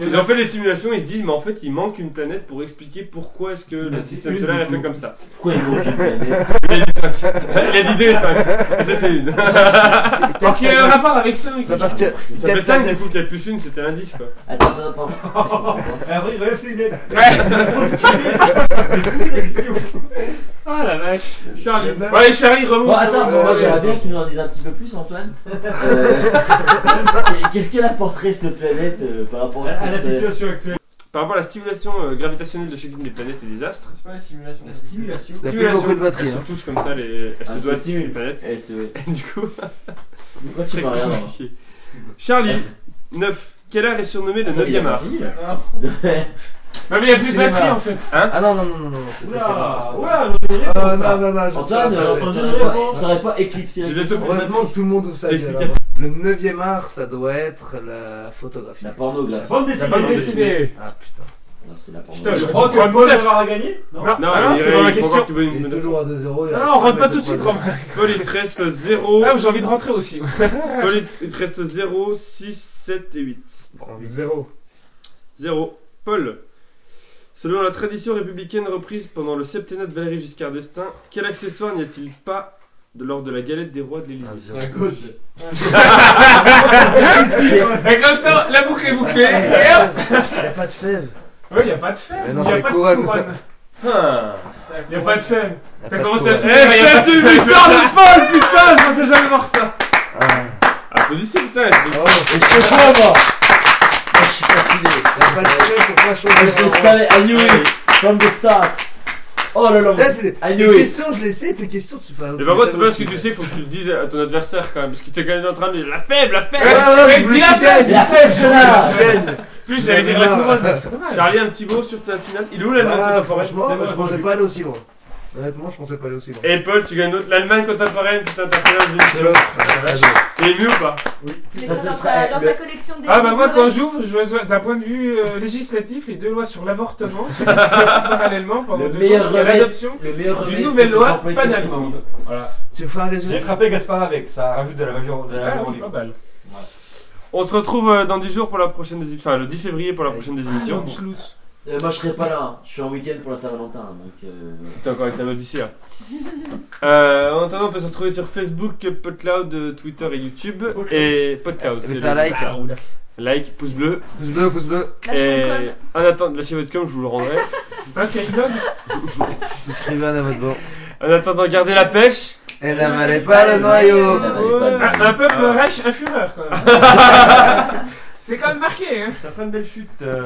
Speaker 4: ils ont fait les simulations, ils se disent, mais en fait, il manque une planète pour expliquer pourquoi est-ce que le système solaire est fait comme ça.
Speaker 2: Pourquoi il manque une planète
Speaker 4: Il a dit deux, cinq. C'était une.
Speaker 3: Alors qu'il y a
Speaker 9: bah,
Speaker 3: un rapport avec 5.
Speaker 9: Non, parce que
Speaker 4: Ça fait
Speaker 9: Captain
Speaker 4: 5 du
Speaker 9: Nets-
Speaker 4: coup, 4 plus 1, c'était un 10 quoi.
Speaker 2: Attends, attends, pardon.
Speaker 1: Avril, relève ses lunettes.
Speaker 3: Ah la vache.
Speaker 4: Charlie.
Speaker 9: Il y en a-
Speaker 3: Ouais, Charlie, remonte.
Speaker 2: Bon, attends,
Speaker 3: remonte.
Speaker 2: bon, moi j'aimerais bien que tu nous en dises un petit peu plus, Antoine. Euh, Qu'est-ce qu'elle apporterait cette planète euh, par rapport à
Speaker 1: À à la
Speaker 2: cette planète
Speaker 1: situation actuelle.
Speaker 4: Par rapport à la stimulation euh, gravitationnelle de chacune des planètes et des astres,
Speaker 12: C'est pas la simulation.
Speaker 1: La stimulation.
Speaker 9: T'as plus beaucoup de batterie.
Speaker 4: elles se
Speaker 9: hein.
Speaker 4: touchent comme ça, les... elles
Speaker 2: Ah,
Speaker 4: se
Speaker 2: ça
Speaker 4: doivent
Speaker 2: stimule.
Speaker 4: les planètes.
Speaker 2: Eh, c'est vrai.
Speaker 4: Et du coup,
Speaker 2: Pourquoi
Speaker 4: c'est
Speaker 2: tu parles rien
Speaker 4: compliqué. Charlie, 9. Quelle heure est surnommée le
Speaker 2: Attends, il a
Speaker 4: 9e
Speaker 2: pas
Speaker 4: art
Speaker 2: fini, là.
Speaker 3: Non, mais il y a plus de
Speaker 9: Cinéma.
Speaker 3: batterie en fait.
Speaker 9: Ah non, non, non, non, non, non, c'est ça. c'est
Speaker 1: Oula,
Speaker 9: pas-
Speaker 1: oula, j'ai une réponse,
Speaker 9: Ah
Speaker 1: là.
Speaker 9: non, non, non, je
Speaker 2: Antoine,
Speaker 9: sais
Speaker 2: euh,
Speaker 9: pas.
Speaker 2: t'aurais pas- t'aurais pas éclipsé la
Speaker 4: Je vais
Speaker 2: question.
Speaker 4: te-
Speaker 9: Heureusement que tout le monde ouvre sa
Speaker 4: C'est
Speaker 9: gueule.
Speaker 4: efficace.
Speaker 9: avant. Le 9ème art, ça doit être la photographie.
Speaker 2: La pornographie.
Speaker 1: Bande
Speaker 3: La
Speaker 1: dessinée.
Speaker 3: bande dessinée.
Speaker 9: Ah putain.
Speaker 2: Non, c'est la
Speaker 3: Putain,
Speaker 1: Je
Speaker 2: pornographie.
Speaker 1: crois que
Speaker 3: Trois de
Speaker 1: Paul
Speaker 3: neuf.
Speaker 1: avoir à gagner Non.
Speaker 3: Non,
Speaker 4: Non,
Speaker 3: ah non,
Speaker 4: il-
Speaker 3: c'est
Speaker 4: il
Speaker 3: dans la
Speaker 4: faut
Speaker 3: question.
Speaker 4: encore que tu donnes
Speaker 9: Il
Speaker 4: une
Speaker 9: est
Speaker 4: bonne
Speaker 9: toujours à 2-0.
Speaker 3: Non, on rentre pas tout de suite, Romain.
Speaker 4: réponse. Paul, il te reste 0.
Speaker 3: Ah, j'ai envie de rentrer aussi.
Speaker 4: Paul, il- il te reste 0, 6, 7 et 8.
Speaker 3: Zéro.
Speaker 4: 0. Paul. Selon la tradition républicaine reprise pendant le septennat de Valéry Giscard d'Estaing, quel accessoire n'y a-t-il pas de- lors de la galette des rois de l'Élysée
Speaker 11: C'est un code.
Speaker 3: Et comme ça, la boucle est bouclée. Et hop
Speaker 9: Il a pas de fève.
Speaker 3: Ouais, y a pas de
Speaker 9: Mais
Speaker 3: fève.
Speaker 9: non,
Speaker 3: y a
Speaker 9: c'est
Speaker 3: pas de
Speaker 9: couronne.
Speaker 3: couronne.
Speaker 4: Ah,
Speaker 3: Y a pas de fève.
Speaker 9: Il a
Speaker 3: T'as
Speaker 9: pas de
Speaker 3: commencé à
Speaker 4: Eh,
Speaker 9: couronne.
Speaker 3: se dire, y a pas de
Speaker 4: une victoire de Paul, putain, je pensais jamais voir ça
Speaker 9: Ah.
Speaker 4: Applaudissez, putain
Speaker 9: Oh,
Speaker 2: Et je peux pas, moi Moi, je suis fasciné.
Speaker 9: il a pas de fève, faut pas
Speaker 2: Ah, Je le
Speaker 9: choisir.
Speaker 2: savais, I knew
Speaker 4: Eh,
Speaker 2: it
Speaker 4: Ah,
Speaker 2: From the start Oh là là
Speaker 9: Là, c'est
Speaker 2: I
Speaker 9: tes
Speaker 2: knew it
Speaker 9: questions, je les sais, tes questions, tu fais.
Speaker 4: Mais
Speaker 9: tu
Speaker 4: par
Speaker 9: les
Speaker 4: contre,
Speaker 9: sais
Speaker 4: c'est pas parce que
Speaker 9: aussi.
Speaker 4: tu sais, faut que tu le dises à ton adversaire quand même, parce qu'il t'est quand même en train de dire la faible, la
Speaker 9: Ouais,
Speaker 4: faible
Speaker 9: ouais,
Speaker 3: Mais
Speaker 9: je voulais
Speaker 3: dis la
Speaker 9: qu'il gagne,
Speaker 3: fève,
Speaker 9: je
Speaker 3: dis
Speaker 2: La
Speaker 3: la
Speaker 2: fève, je
Speaker 3: fève.
Speaker 9: Ah.
Speaker 2: l'ai
Speaker 9: gagne.
Speaker 3: Plus, j'avais dit la couronne. C'est dommage.
Speaker 4: Charlie, un petit mot sur ta finale. Il est où l'Allemagne
Speaker 9: Bah,
Speaker 4: contemporaine
Speaker 9: franchement,
Speaker 4: C'est
Speaker 9: moi,
Speaker 4: vrai,
Speaker 9: je pensais pas aller aussi loin. Honnêtement, je pensais pas aller aussi loin.
Speaker 4: Et Eh, Paul, tu gagnes l'autre. L'Allemagne contemporaine, putain, t'as fait la
Speaker 9: C'est
Speaker 4: émission.
Speaker 9: l'offre.
Speaker 4: T'es mieux ou pas
Speaker 5: Mais
Speaker 2: Ça,
Speaker 5: dans
Speaker 2: ce
Speaker 5: ta-
Speaker 2: serait
Speaker 5: Dans
Speaker 2: le-
Speaker 5: ta collection des.
Speaker 3: Ah bah moi
Speaker 5: des-
Speaker 3: quand j'ouvre, je vois d'un point de vue euh, législatif, les deux lois sur l'avortement se discutent parallèlement pendant
Speaker 2: Le
Speaker 3: deux ans
Speaker 2: meilleur
Speaker 3: jusqu'à
Speaker 2: remède-
Speaker 3: l'adoption
Speaker 2: Le meilleur remède
Speaker 3: d'une nouvelle
Speaker 2: pour les
Speaker 3: loi
Speaker 2: employés de Tesla.
Speaker 3: panallemande. Voilà.
Speaker 9: Tu feras un
Speaker 1: J'ai
Speaker 9: résumé.
Speaker 1: frappé Gaspard avec, ça rajoute de la valeur de la
Speaker 3: Ah,
Speaker 1: valeur
Speaker 3: oui, pas
Speaker 1: libre.
Speaker 3: mal.
Speaker 4: On se retrouve euh, dans 10 jours pour la prochaine des Enfin, le 10 février pour la prochaine des émissions.
Speaker 1: Ah,
Speaker 3: Donc, Schluss.
Speaker 2: Euh, Moi, je serai pas là. Je suis en week-end pour la Saint-Valentin, donc... euh,
Speaker 4: T'es encore avec ta meuf d'ici là. Euh, en attendant, on peut se retrouver sur Facebook, Podcloud, euh, Twitter et YouTube. Et Podcloud,
Speaker 9: Mettez
Speaker 4: c'est
Speaker 9: un
Speaker 4: le-
Speaker 9: like.
Speaker 3: Ah, oula.
Speaker 4: Like, pouce bleu.
Speaker 9: Pouce bleu, pouce bleu.
Speaker 5: Lâche ton
Speaker 4: Et
Speaker 5: col.
Speaker 4: en attendant, lâchez votre com, je vous le rendrai.
Speaker 3: Ah, c'est une bonne.
Speaker 9: Souscrivez à votre bon.
Speaker 4: En attendant, gardez la pêche.
Speaker 9: Et n'avalez pas le noyau.
Speaker 2: n'avalez pas le
Speaker 3: Ah,
Speaker 2: noyau.
Speaker 3: Un peuple
Speaker 4: Ah.
Speaker 3: riche, un fumeur quoi. c'est quand même marqué hein.
Speaker 1: Ça ferait une belle chute. euh,